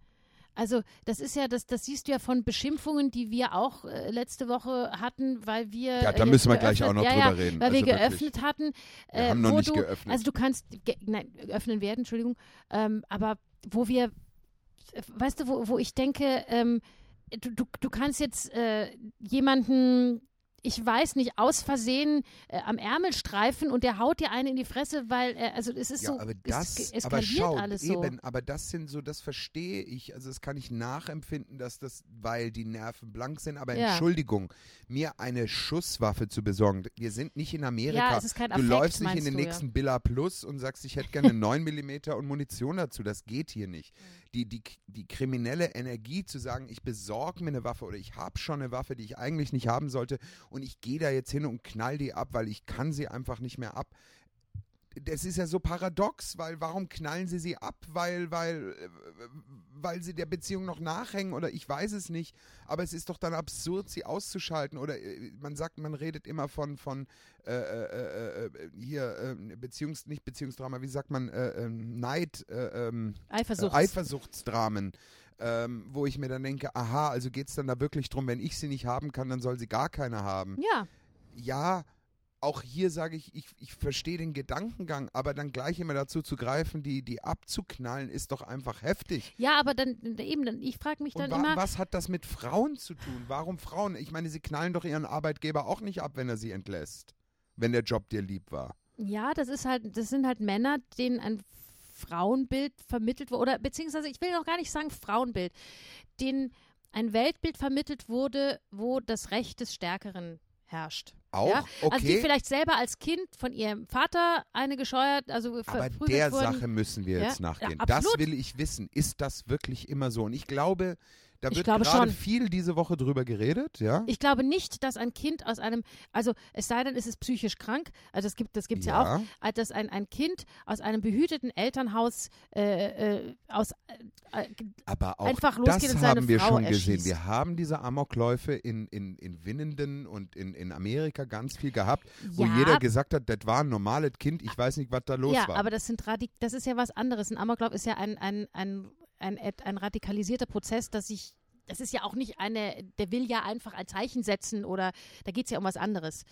[SPEAKER 2] Also das ist ja, das, das siehst du ja von Beschimpfungen, die wir auch äh, letzte Woche hatten, weil wir
[SPEAKER 3] Ja, da
[SPEAKER 2] äh, jetzt
[SPEAKER 3] müssen wir gleich auch
[SPEAKER 2] geöffnet-
[SPEAKER 3] noch
[SPEAKER 2] ja,
[SPEAKER 3] drüber
[SPEAKER 2] ja,
[SPEAKER 3] reden.
[SPEAKER 2] Weil
[SPEAKER 3] Also
[SPEAKER 2] wir
[SPEAKER 3] wirklich.
[SPEAKER 2] geöffnet hatten.
[SPEAKER 3] Wir
[SPEAKER 2] äh,
[SPEAKER 3] haben noch
[SPEAKER 2] wo
[SPEAKER 3] nicht
[SPEAKER 2] du,
[SPEAKER 3] geöffnet.
[SPEAKER 2] Also du kannst, ge nein, öffnen werden, Entschuldigung, ähm, aber wo wir, äh, weißt du, wo, wo ich denke, ähm, du, du, du kannst jetzt äh, jemanden, ich weiß nicht, aus Versehen äh, am Ärmel streifen und der haut dir einen in die Fresse, weil, äh, also es ist
[SPEAKER 3] ja,
[SPEAKER 2] so,
[SPEAKER 3] aber
[SPEAKER 2] es
[SPEAKER 3] das,
[SPEAKER 2] es
[SPEAKER 3] aber
[SPEAKER 2] eskaliert
[SPEAKER 3] schau,
[SPEAKER 2] alles so.
[SPEAKER 3] eben, aber das sind so, das verstehe ich, also das kann ich nachempfinden, dass das, weil die Nerven blank sind, aber
[SPEAKER 2] Ja.
[SPEAKER 3] Entschuldigung, mir eine Schusswaffe zu besorgen, wir sind nicht in Amerika,
[SPEAKER 2] Ja, es ist kein
[SPEAKER 3] du
[SPEAKER 2] Affekt,
[SPEAKER 3] läufst nicht in
[SPEAKER 2] meinst
[SPEAKER 3] den
[SPEAKER 2] du, ja.
[SPEAKER 3] nächsten Billa Plus und sagst, ich hätte gerne 9 mm und Munition dazu, das geht hier nicht.
[SPEAKER 2] Mhm.
[SPEAKER 3] Die, die, die kriminelle Energie zu sagen, ich besorge mir eine Waffe oder ich habe schon eine Waffe, die ich eigentlich nicht haben sollte und ich gehe da jetzt hin und knall die ab, weil ich kann sie einfach nicht mehr ab das ist ja so paradox, weil warum knallen sie sie ab? Weil, weil, äh, weil sie der Beziehung noch nachhängen oder ich weiß es nicht. Aber es ist doch dann absurd, sie auszuschalten. Oder äh, man sagt, man redet immer von, von äh, äh, äh, äh, hier, äh, Beziehungs-, nicht Beziehungsdrama, wie sagt man, äh, ähm, Neid, äh, ähm,
[SPEAKER 2] Eifersucht.
[SPEAKER 3] äh, Eifersuchtsdramen, ähm, wo ich mir dann denke, aha, also geht es dann da wirklich drum, wenn ich sie nicht haben kann, dann soll sie gar keine haben
[SPEAKER 2] ja,
[SPEAKER 3] ja, auch hier sage ich, ich, ich verstehe den Gedankengang, aber dann gleich immer dazu zu greifen, die, die abzuknallen, ist doch einfach heftig.
[SPEAKER 2] ja, aber dann eben, dann, ich frage mich
[SPEAKER 3] Und
[SPEAKER 2] dann
[SPEAKER 3] wa
[SPEAKER 2] immer,
[SPEAKER 3] was hat das mit Frauen zu tun? Warum Frauen? Ich meine, sie knallen doch ihren Arbeitgeber auch nicht ab, wenn er sie entlässt, wenn der Job dir lieb war.
[SPEAKER 2] Ja, das ist halt, das sind halt Männer, denen ein Frauenbild vermittelt wurde, oder beziehungsweise ich will noch gar nicht sagen Frauenbild, denen ein Weltbild vermittelt wurde, wo das Recht des Stärkeren herrscht.
[SPEAKER 3] Auch?
[SPEAKER 2] Ja? Also die
[SPEAKER 3] Okay.
[SPEAKER 2] vielleicht selber als Kind von ihrem Vater eine gescheuert, also
[SPEAKER 3] aber
[SPEAKER 2] verprügelt
[SPEAKER 3] der
[SPEAKER 2] wurden.
[SPEAKER 3] Sache müssen wir
[SPEAKER 2] Ja,
[SPEAKER 3] jetzt
[SPEAKER 2] ja,
[SPEAKER 3] nachgehen. das
[SPEAKER 2] absolut.
[SPEAKER 3] will ich wissen. Ist das wirklich immer so? Und ich glaube, da
[SPEAKER 2] Ich
[SPEAKER 3] wird
[SPEAKER 2] glaube
[SPEAKER 3] gerade
[SPEAKER 2] schon.
[SPEAKER 3] viel diese Woche drüber geredet, ja?
[SPEAKER 2] Ich glaube nicht, dass ein Kind aus einem, also es sei denn, es ist psychisch krank, also das gibt es gibt's ja auch,
[SPEAKER 3] ja.
[SPEAKER 2] äh, dass ein, ein Kind aus einem behüteten Elternhaus äh, äh, aus äh, äh,
[SPEAKER 3] Aber auch
[SPEAKER 2] Einfach
[SPEAKER 3] das
[SPEAKER 2] losgeht und seine
[SPEAKER 3] haben wir
[SPEAKER 2] Frau
[SPEAKER 3] schon gesehen.
[SPEAKER 2] erschießt.
[SPEAKER 3] Wir haben diese Amokläufe in, in, in Winnenden und in, in Amerika ganz viel gehabt, wo
[SPEAKER 2] Ja.
[SPEAKER 3] jeder gesagt hat, das war ein normales Kind, ich weiß nicht, was da los
[SPEAKER 2] ja,
[SPEAKER 3] war.
[SPEAKER 2] aber das sind Radik das ist ja was anderes. Ein Amoklauf ist ja ein, ein, ein, ein, et- ein radikalisierter Prozess, dass ich, das ist ja auch nicht eine, der will ja einfach ein Zeichen setzen oder da geht es ja um was anderes.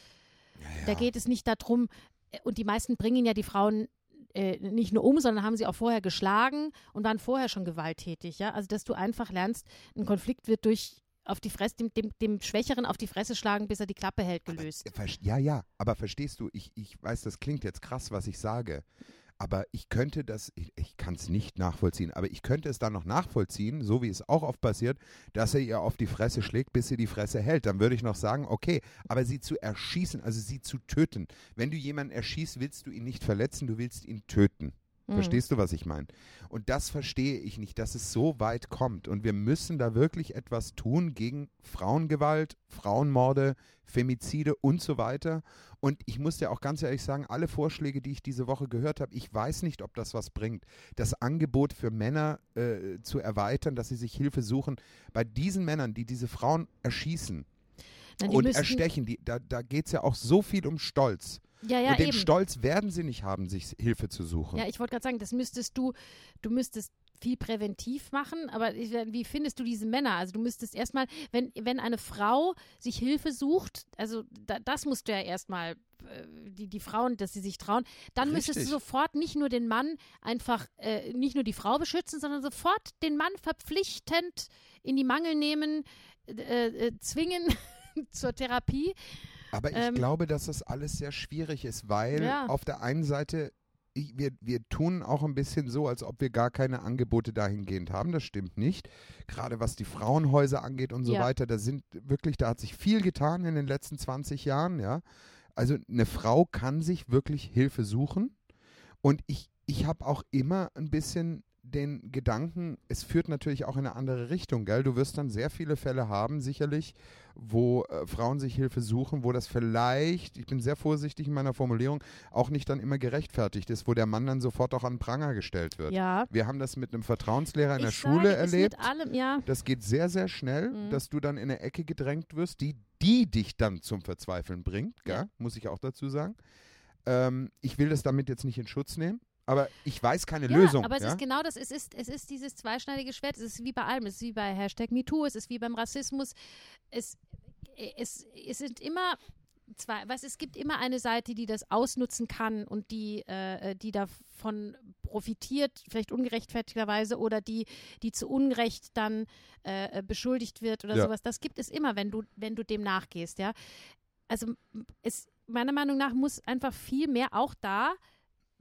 [SPEAKER 2] Da geht es nicht darum, äh, und die meisten bringen ja die Frauen äh, nicht nur um, sondern haben sie auch vorher geschlagen und waren vorher schon gewalttätig, ja. Also dass du einfach lernst, ein Konflikt wird durch auf die Fresse, dem, dem, dem Schwächeren auf die Fresse schlagen, bis er die Klappe hält, gelöst.
[SPEAKER 3] Verst- Ja, ja, aber verstehst du, ich, ich weiß, das klingt jetzt krass, was ich sage, aber ich könnte das, ich, ich kann es nicht nachvollziehen, aber ich könnte es dann noch nachvollziehen, so wie es auch oft passiert, dass er ihr auf die Fresse schlägt, bis sie die Fresse hält. Dann würde ich noch sagen, okay, aber sie zu erschießen, also sie zu töten. Wenn du jemanden erschießt, willst du ihn nicht verletzen, du willst ihn töten.
[SPEAKER 2] Mhm.
[SPEAKER 3] Verstehst du, was ich meine? Und das verstehe ich nicht, dass es so weit kommt. Und wir müssen da wirklich etwas tun gegen Frauengewalt, Frauenmorde, Femizide und so weiter. Und ich muss dir auch ganz ehrlich sagen, alle Vorschläge, die ich diese Woche gehört habe, ich weiß nicht, ob das was bringt. Das Angebot für Männer äh, zu erweitern, dass sie sich Hilfe suchen. Bei diesen Männern, die diese Frauen erschießen,
[SPEAKER 2] Na, die
[SPEAKER 3] und
[SPEAKER 2] müssten-
[SPEAKER 3] erstechen. Die, da da geht es ja auch so viel um Stolz.
[SPEAKER 2] Ja, ja,
[SPEAKER 3] und den
[SPEAKER 2] eben.
[SPEAKER 3] Stolz werden sie nicht haben, sich Hilfe zu suchen.
[SPEAKER 2] Ja, ich wollte gerade sagen, das müsstest du, du müsstest viel präventiv machen, aber ich- wie findest du diese Männer? Also du müsstest erstmal, wenn, wenn eine Frau sich Hilfe sucht, also da, das musst du ja erstmal, äh, die, die Frauen, dass sie sich trauen, dann müsstest du
[SPEAKER 3] Richtig.
[SPEAKER 2] sofort nicht nur den Mann einfach, äh, nicht nur die Frau beschützen, sondern sofort den Mann verpflichtend in die Mangel nehmen, äh, äh, zwingen zur Therapie.
[SPEAKER 3] Aber ich
[SPEAKER 2] Ähm,
[SPEAKER 3] glaube, dass das alles sehr schwierig ist, weil
[SPEAKER 2] Ja.
[SPEAKER 3] auf der einen Seite, ich, wir, wir tun auch ein bisschen so, als ob wir gar keine Angebote dahingehend haben. Das stimmt nicht. Gerade was die Frauenhäuser angeht und so
[SPEAKER 2] Ja.
[SPEAKER 3] weiter, da sind wirklich, da hat sich viel getan in den letzten 20 Jahren, ja. Also eine Frau kann sich wirklich Hilfe suchen. Und ich, ich habe auch immer ein bisschen den Gedanken, es führt natürlich auch in eine andere Richtung, gell? Du wirst dann sehr viele Fälle haben, sicherlich, wo äh, Frauen sich Hilfe suchen, wo das vielleicht, ich bin sehr vorsichtig in meiner Formulierung, auch nicht dann immer gerechtfertigt ist, wo der Mann dann sofort auch an den Pranger gestellt wird.
[SPEAKER 2] Ja.
[SPEAKER 3] Wir haben das mit einem Vertrauenslehrer in der
[SPEAKER 2] ich
[SPEAKER 3] Schule
[SPEAKER 2] sage, ist
[SPEAKER 3] erlebt.
[SPEAKER 2] Mit allem, ja.
[SPEAKER 3] Das geht sehr, sehr schnell,
[SPEAKER 2] Mhm.
[SPEAKER 3] dass du dann in eine Ecke gedrängt wirst, die, die dich dann zum Verzweifeln bringt, gell?
[SPEAKER 2] Ja.
[SPEAKER 3] muss ich auch dazu sagen. Ähm, ich will das damit jetzt nicht in Schutz nehmen, aber ich weiß keine
[SPEAKER 2] ja,
[SPEAKER 3] Lösung.
[SPEAKER 2] Aber es
[SPEAKER 3] ja?
[SPEAKER 2] ist genau das, es ist, es ist dieses zweischneidige Schwert, es ist wie bei allem, es ist wie bei Hashtag MeToo, es ist wie beim Rassismus, es, es, es sind immer zwei, was, es gibt immer eine Seite, die das ausnutzen kann und die, äh, die davon profitiert, vielleicht ungerechtfertigterweise oder die, die zu Unrecht dann äh, äh, beschuldigt wird oder
[SPEAKER 3] Ja.
[SPEAKER 2] sowas. Das gibt es immer, wenn du, wenn du dem nachgehst, ja. Also m- es, meiner Meinung nach muss einfach viel mehr auch da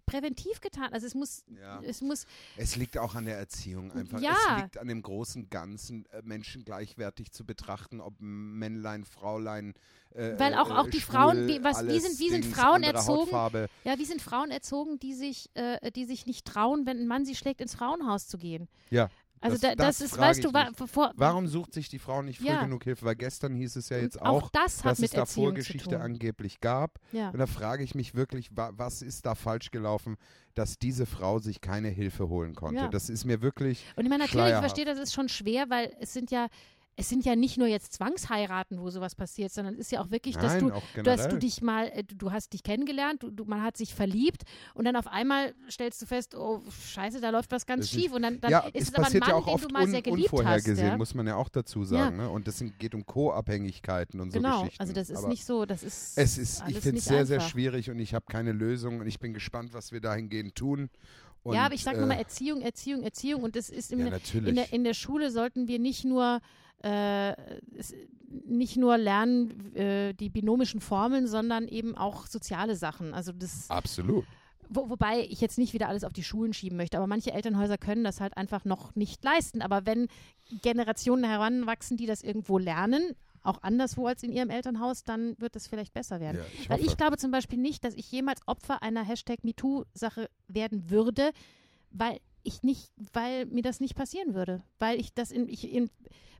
[SPEAKER 2] präventiv getan. Also es muss,
[SPEAKER 3] Ja.
[SPEAKER 2] es muss
[SPEAKER 3] Es liegt auch an der Erziehung einfach.
[SPEAKER 2] Ja.
[SPEAKER 3] Es liegt an dem großen Ganzen, äh, Menschen gleichwertig zu betrachten, ob Männlein, Fraulein. Äh,
[SPEAKER 2] Weil auch-
[SPEAKER 3] äh,
[SPEAKER 2] auch die
[SPEAKER 3] schwul,
[SPEAKER 2] Frauen, wie- was- wie
[SPEAKER 3] alles
[SPEAKER 2] sind- wie sind
[SPEAKER 3] Dings,
[SPEAKER 2] Frauen
[SPEAKER 3] andere
[SPEAKER 2] erzogen?
[SPEAKER 3] Hautfarbe.
[SPEAKER 2] Ja, wie sind Frauen erzogen, die sich, äh, die sich nicht trauen, wenn ein Mann sie schlägt, ins Frauenhaus zu gehen?
[SPEAKER 3] Ja.
[SPEAKER 2] Also
[SPEAKER 3] Das-
[SPEAKER 2] da,
[SPEAKER 3] das
[SPEAKER 2] das, ist,
[SPEAKER 3] frage
[SPEAKER 2] weißt
[SPEAKER 3] ich
[SPEAKER 2] du, wa
[SPEAKER 3] mich.
[SPEAKER 2] vor,
[SPEAKER 3] Warum sucht sich die Frau nicht früh
[SPEAKER 2] Ja.
[SPEAKER 3] genug Hilfe? Weil gestern hieß es ja
[SPEAKER 2] und
[SPEAKER 3] jetzt auch,
[SPEAKER 2] das hat
[SPEAKER 3] dass
[SPEAKER 2] mit
[SPEAKER 3] es da
[SPEAKER 2] Erziehung zu
[SPEAKER 3] Vorgeschichte
[SPEAKER 2] tun.
[SPEAKER 3] angeblich gab.
[SPEAKER 2] Ja.
[SPEAKER 3] Und da frage ich mich wirklich, wa was ist da falsch gelaufen, dass diese Frau sich keine Hilfe holen konnte?
[SPEAKER 2] Ja.
[SPEAKER 3] Das ist mir wirklich.
[SPEAKER 2] Und ich meine, natürlich, ich
[SPEAKER 3] schleierhaft.
[SPEAKER 2] verstehe, das ist schon schwer, weil es sind ja, es sind ja nicht nur jetzt Zwangsheiraten, wo sowas passiert, sondern es ist ja auch wirklich, dass
[SPEAKER 3] Nein,
[SPEAKER 2] du,
[SPEAKER 3] auch generell.
[SPEAKER 2] dass du dich mal, äh, du- du hast dich kennengelernt, du, du, man hat sich verliebt und dann auf einmal stellst du fest, oh scheiße, da läuft was ganz
[SPEAKER 3] Das ist nicht-
[SPEAKER 2] schief und dann, dann
[SPEAKER 3] ja,
[SPEAKER 2] ist es aber ein
[SPEAKER 3] passiert
[SPEAKER 2] Mann,
[SPEAKER 3] ja auch
[SPEAKER 2] den
[SPEAKER 3] oft
[SPEAKER 2] du mal
[SPEAKER 3] un
[SPEAKER 2] sehr geliebt
[SPEAKER 3] unvorhergesehen,
[SPEAKER 2] hast. Ja?
[SPEAKER 3] muss man ja auch dazu sagen. Ne? Und das sind- geht um Co-Abhängigkeiten und so
[SPEAKER 2] genau,
[SPEAKER 3] Geschichten.
[SPEAKER 2] also das ist
[SPEAKER 3] Aber
[SPEAKER 2] nicht so, das ist
[SPEAKER 3] Es ist, ich
[SPEAKER 2] alles
[SPEAKER 3] finde
[SPEAKER 2] nicht
[SPEAKER 3] es sehr, sehr
[SPEAKER 2] einfach.
[SPEAKER 3] schwierig und ich habe keine Lösung und ich bin gespannt, was wir dahingehend tun. Und,
[SPEAKER 2] ja, aber ich sage
[SPEAKER 3] äh,
[SPEAKER 2] nochmal Erziehung, Erziehung, Erziehung. Und es ist im,
[SPEAKER 3] ja, natürlich.
[SPEAKER 2] in, der, in der Schule sollten wir nicht nur äh, es, nicht nur lernen äh, die binomischen Formeln, sondern eben auch soziale Sachen. Also das,
[SPEAKER 3] Absolut.
[SPEAKER 2] wo, wobei ich jetzt nicht wieder alles auf die Schulen schieben möchte, aber manche Elternhäuser können das halt einfach noch nicht leisten. Aber wenn Generationen heranwachsen, die das irgendwo lernen, auch anderswo als in ihrem Elternhaus, dann wird es vielleicht besser werden.
[SPEAKER 3] Ja, ich
[SPEAKER 2] Weil
[SPEAKER 3] hoffe.
[SPEAKER 2] ich glaube zum Beispiel nicht, dass ich jemals Opfer einer Hashtag MeToo-Sache werden würde, weil ich nicht, weil mir das nicht passieren würde. Weil ich das in, ich in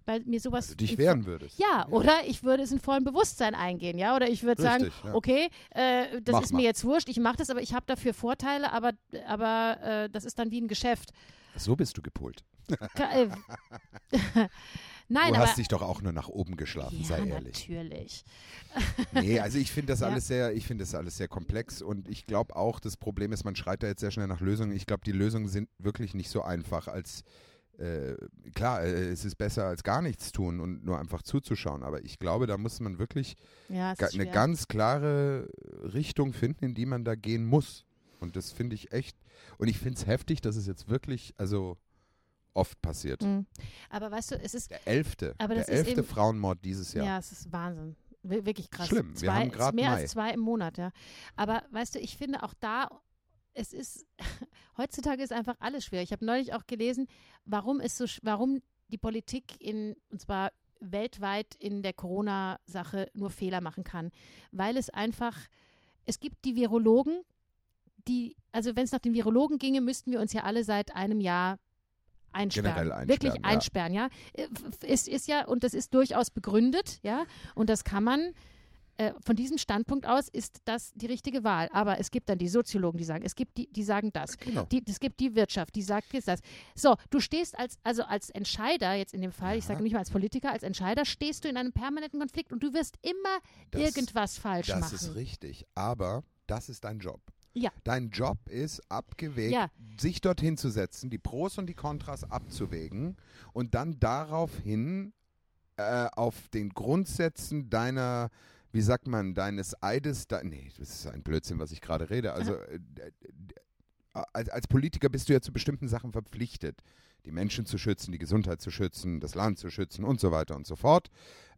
[SPEAKER 2] weil mir sowas.
[SPEAKER 3] du Also dich
[SPEAKER 2] in-
[SPEAKER 3] wehren würdest.
[SPEAKER 2] Ja, oder ich würde es in vollem Bewusstsein eingehen, ja, oder ich würde sagen,
[SPEAKER 3] Richtig, ja.
[SPEAKER 2] okay, äh, das
[SPEAKER 3] Mach
[SPEAKER 2] ist
[SPEAKER 3] mal.
[SPEAKER 2] mir jetzt wurscht, ich mache das, aber ich habe dafür Vorteile, aber, aber äh, das ist dann wie ein Geschäft.
[SPEAKER 3] So bist du gepolt.
[SPEAKER 2] Ka äh, Nein,
[SPEAKER 3] du
[SPEAKER 2] aber
[SPEAKER 3] hast dich doch auch nur nach oben geschlafen,
[SPEAKER 2] ja,
[SPEAKER 3] sei ehrlich.
[SPEAKER 2] natürlich.
[SPEAKER 3] Nee, also ich finde das
[SPEAKER 2] Ja.
[SPEAKER 3] alles sehr, ich finde das alles sehr komplex und ich glaube auch, das Problem ist, man schreit da jetzt sehr schnell nach Lösungen. Ich glaube, die Lösungen sind wirklich nicht so einfach als äh, klar, äh, es ist besser als gar nichts tun und nur einfach zuzuschauen. Aber ich glaube, da muss man wirklich
[SPEAKER 2] Ja, es
[SPEAKER 3] ga-
[SPEAKER 2] ist
[SPEAKER 3] eine
[SPEAKER 2] schwer.
[SPEAKER 3] ne, ganz klare Richtung finden, in die man da gehen muss. Und das finde ich echt, und ich finde es heftig, dass es jetzt wirklich, also oft passiert.
[SPEAKER 2] Mhm. Aber weißt du, es ist
[SPEAKER 3] Der elfte,
[SPEAKER 2] Aber
[SPEAKER 3] der
[SPEAKER 2] das ist
[SPEAKER 3] elfte
[SPEAKER 2] eben-
[SPEAKER 3] Frauenmord dieses
[SPEAKER 2] Ja.
[SPEAKER 3] Jahr.
[SPEAKER 2] es ist Wahnsinn. Wir- Wirklich krass.
[SPEAKER 3] Schlimm, wir
[SPEAKER 2] Zwei,
[SPEAKER 3] haben
[SPEAKER 2] es ist
[SPEAKER 3] grad
[SPEAKER 2] Mehr
[SPEAKER 3] Mai.
[SPEAKER 2] als zwei im Monat, ja. Aber weißt du, ich finde auch da, es ist, heutzutage ist einfach alles schwer. Ich habe neulich auch gelesen, warum es so, sch- warum die Politik in, und zwar weltweit in der Corona-Sache nur Fehler machen kann. Weil es einfach, es gibt die Virologen, die, also wenn es nach den Virologen ginge, müssten wir uns ja alle seit einem Jahr einsperren.
[SPEAKER 3] Generell einsperren,
[SPEAKER 2] Wirklich
[SPEAKER 3] ja.
[SPEAKER 2] einsperren, ja. Äh, f- Ist, ist ja, und das ist durchaus begründet, ja. Und das kann man äh, von diesem Standpunkt aus ist das die richtige Wahl. Aber es gibt dann die Soziologen, die sagen, es gibt die, die sagen das.
[SPEAKER 3] Genau.
[SPEAKER 2] Die, es gibt die Wirtschaft, die sagt jetzt das. So, du stehst als, also als Entscheider, jetzt in dem Fall, ich
[SPEAKER 3] Ja.
[SPEAKER 2] sage nicht mal als Politiker, als Entscheider stehst du in einem permanenten Konflikt und du wirst immer
[SPEAKER 3] Das-
[SPEAKER 2] irgendwas falsch
[SPEAKER 3] das
[SPEAKER 2] machen.
[SPEAKER 3] ist richtig. Aber das ist dein Job.
[SPEAKER 2] Ja.
[SPEAKER 3] Dein Job ist, abgewägt,
[SPEAKER 2] Ja.
[SPEAKER 3] sich dorthin zu setzen, die Pros und die Kontras abzuwägen und dann daraufhin äh, auf den Grundsätzen deiner, wie sagt man, deines Eides, de nee, das ist ein Blödsinn, was ich gerade rede. Also äh, d- d- als, als Politiker bist du ja zu bestimmten Sachen verpflichtet, die Menschen zu schützen, die Gesundheit zu schützen, das Land zu schützen und so weiter und so fort.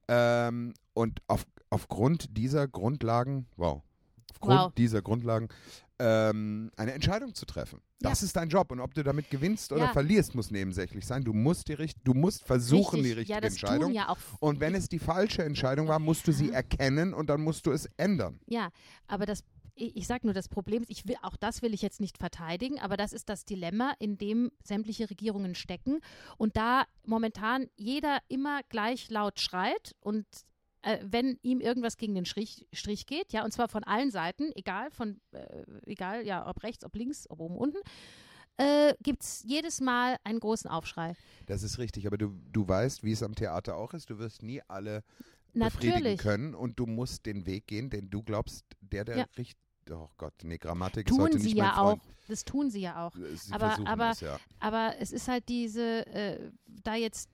[SPEAKER 3] Ähm, und auf, aufgrund dieser Grundlagen, wow, aufgrund
[SPEAKER 2] Wow.
[SPEAKER 3] dieser Grundlagen ähm, eine Entscheidung zu treffen.
[SPEAKER 2] Ja.
[SPEAKER 3] Das ist dein Job und ob du damit gewinnst oder
[SPEAKER 2] Ja.
[SPEAKER 3] verlierst, muss nebensächlich sein. Du musst die richt du musst versuchen die
[SPEAKER 2] Richtig.
[SPEAKER 3] richtige
[SPEAKER 2] ja, das
[SPEAKER 3] Entscheidung.
[SPEAKER 2] Tun ja, auch,
[SPEAKER 3] Und wenn es die falsche Entscheidung war, musst du sie erkennen und dann musst du es ändern.
[SPEAKER 2] ja, aber das, ich, ich sage nur, das Problem ist, ich will, auch das will ich jetzt nicht verteidigen, aber das ist das Dilemma, in dem sämtliche Regierungen stecken. Und da momentan jeder immer gleich laut schreit und äh, wenn ihm irgendwas gegen den Strich, Strich geht, ja, und zwar von allen Seiten, egal von, äh, egal, ja, ob rechts, ob links, ob oben, unten, äh, gibt es jedes Mal einen großen Aufschrei.
[SPEAKER 3] Das ist richtig, aber du, du weißt, wie es am Theater auch ist, du wirst nie alle befriedigen
[SPEAKER 2] Natürlich.
[SPEAKER 3] können und du musst den Weg gehen, den du glaubst, der der
[SPEAKER 2] Ja.
[SPEAKER 3] richtig. Oh Gott, nee, Grammatik ist
[SPEAKER 2] Tun
[SPEAKER 3] heute
[SPEAKER 2] sie
[SPEAKER 3] nicht
[SPEAKER 2] ja auch.
[SPEAKER 3] mein Freund. Äh,
[SPEAKER 2] Das tun sie ja auch.
[SPEAKER 3] Sie
[SPEAKER 2] Aber-
[SPEAKER 3] versuchen
[SPEAKER 2] aber-
[SPEAKER 3] es, ja.
[SPEAKER 2] Aber es ist halt diese, äh, da jetzt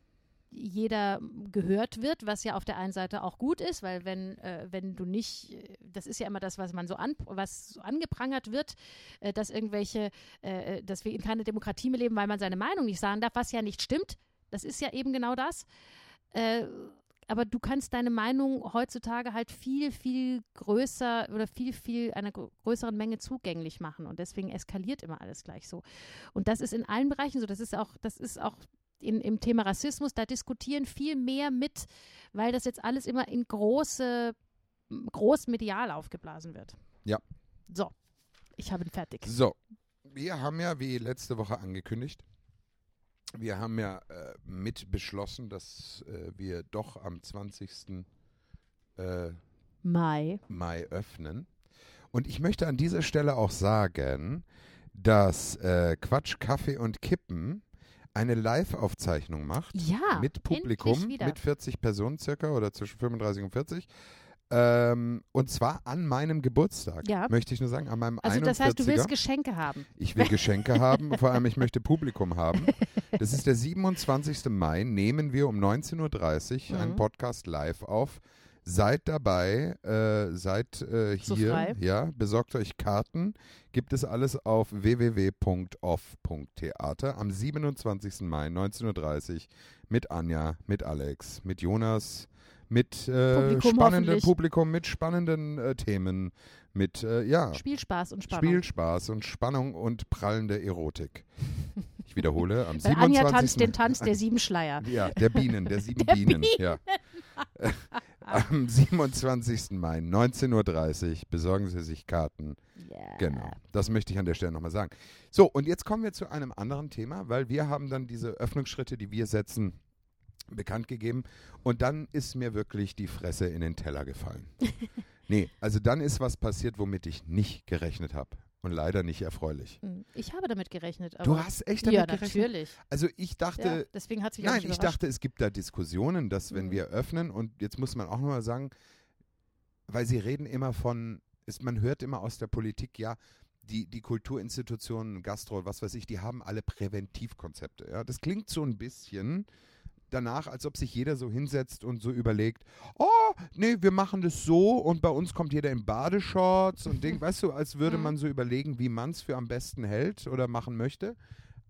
[SPEAKER 2] jeder gehört wird, was ja auf der einen Seite auch gut ist, weil wenn, äh, wenn du nicht, äh, das ist ja immer das, was man so an, was so angeprangert wird, äh, dass irgendwelche, äh, dass wir in keiner Demokratie mehr leben, weil man seine Meinung nicht sagen darf, was ja nicht stimmt. Das ist ja eben genau das. Äh, aber du kannst deine Meinung heutzutage halt viel, viel größer oder viel, viel einer grö- größeren Menge zugänglich machen. Und deswegen eskaliert immer alles gleich so. Und das ist in allen Bereichen so. Das ist auch, das ist auch in, im Thema Rassismus, da diskutieren viel mehr mit, weil das jetzt alles immer in große, groß medial aufgeblasen wird.
[SPEAKER 3] Ja.
[SPEAKER 2] So, ich habe ihn fertig.
[SPEAKER 3] So, wir haben ja, wie letzte Woche angekündigt, wir haben ja äh, mit beschlossen, dass äh, wir doch am 20. Äh,
[SPEAKER 2] Mai.
[SPEAKER 3] Mai öffnen. Und ich möchte an dieser Stelle auch sagen, dass äh, Quatsch, Kaffee und Kippen eine Live-Aufzeichnung macht
[SPEAKER 2] Ja.
[SPEAKER 3] mit
[SPEAKER 2] endlich
[SPEAKER 3] Publikum,
[SPEAKER 2] wieder.
[SPEAKER 3] mit 40 Personen circa oder zwischen 35 und 40. Ähm, und zwar an meinem Geburtstag,
[SPEAKER 2] Ja.
[SPEAKER 3] möchte ich nur sagen, an meinem
[SPEAKER 2] also
[SPEAKER 3] 41er.
[SPEAKER 2] das heißt, du willst Geschenke haben.
[SPEAKER 3] Ich will Geschenke haben, vor allem ich möchte Publikum haben. Das ist der 27. Mai, nehmen wir um 19.30 Uhr einen
[SPEAKER 2] Mhm.
[SPEAKER 3] Podcast live auf. Seid dabei, äh, seid äh,
[SPEAKER 2] So
[SPEAKER 3] hier,
[SPEAKER 2] frei.
[SPEAKER 3] ja, besorgt euch Karten. Gibt es alles auf www.off.theater am 27. Mai 19.30 Uhr mit Anja, mit Alex, mit Jonas, mit äh,
[SPEAKER 2] Publikum
[SPEAKER 3] spannendem
[SPEAKER 2] hoffentlich.
[SPEAKER 3] Publikum, mit spannenden äh, Themen, mit äh, ja,
[SPEAKER 2] Spielspaß und Spannung.
[SPEAKER 3] Spielspaß und Spannung und prallende Erotik. Ich wiederhole, am
[SPEAKER 2] Weil
[SPEAKER 3] 27.
[SPEAKER 2] Anja tanzt den Tanz der sieben Schleier.
[SPEAKER 3] ja, der Bienen, der sieben Bienen. Ja. Äh, Am 27. Mai, 19.30 Uhr, besorgen Sie sich Karten.
[SPEAKER 2] Yeah.
[SPEAKER 3] Genau, das möchte ich an der Stelle nochmal sagen. So, und jetzt kommen wir zu einem anderen Thema, weil wir haben dann diese Öffnungsschritte, die wir setzen, bekannt gegeben. Und dann ist mir wirklich die Fresse in den Teller gefallen. nee, also dann ist was passiert, womit ich nicht gerechnet habe. Und leider nicht erfreulich.
[SPEAKER 2] Hm, Ich habe damit gerechnet. Aber
[SPEAKER 3] Du hast echt damit
[SPEAKER 2] ja,
[SPEAKER 3] gerechnet?
[SPEAKER 2] natürlich.
[SPEAKER 3] Also ich
[SPEAKER 2] Ja,
[SPEAKER 3] dachte,
[SPEAKER 2] deswegen hat es mich auch
[SPEAKER 3] Nein,
[SPEAKER 2] nicht
[SPEAKER 3] ich
[SPEAKER 2] überrascht.
[SPEAKER 3] dachte, es gibt da Diskussionen, dass wenn
[SPEAKER 2] Mhm.
[SPEAKER 3] wir öffnen und jetzt muss man auch nochmal sagen, weil sie reden immer von, ist, man hört immer aus der Politik, ja, die, die Kulturinstitutionen, Gastro, was weiß ich, die haben alle Präventivkonzepte. Ja? Das klingt so ein bisschen danach, als ob sich jeder so hinsetzt und so überlegt, oh, nee, wir machen das so und bei uns kommt jeder in Badeshorts und Ding, weißt du, als würde
[SPEAKER 2] Mhm.
[SPEAKER 3] man so überlegen, wie man es für am besten hält oder machen möchte.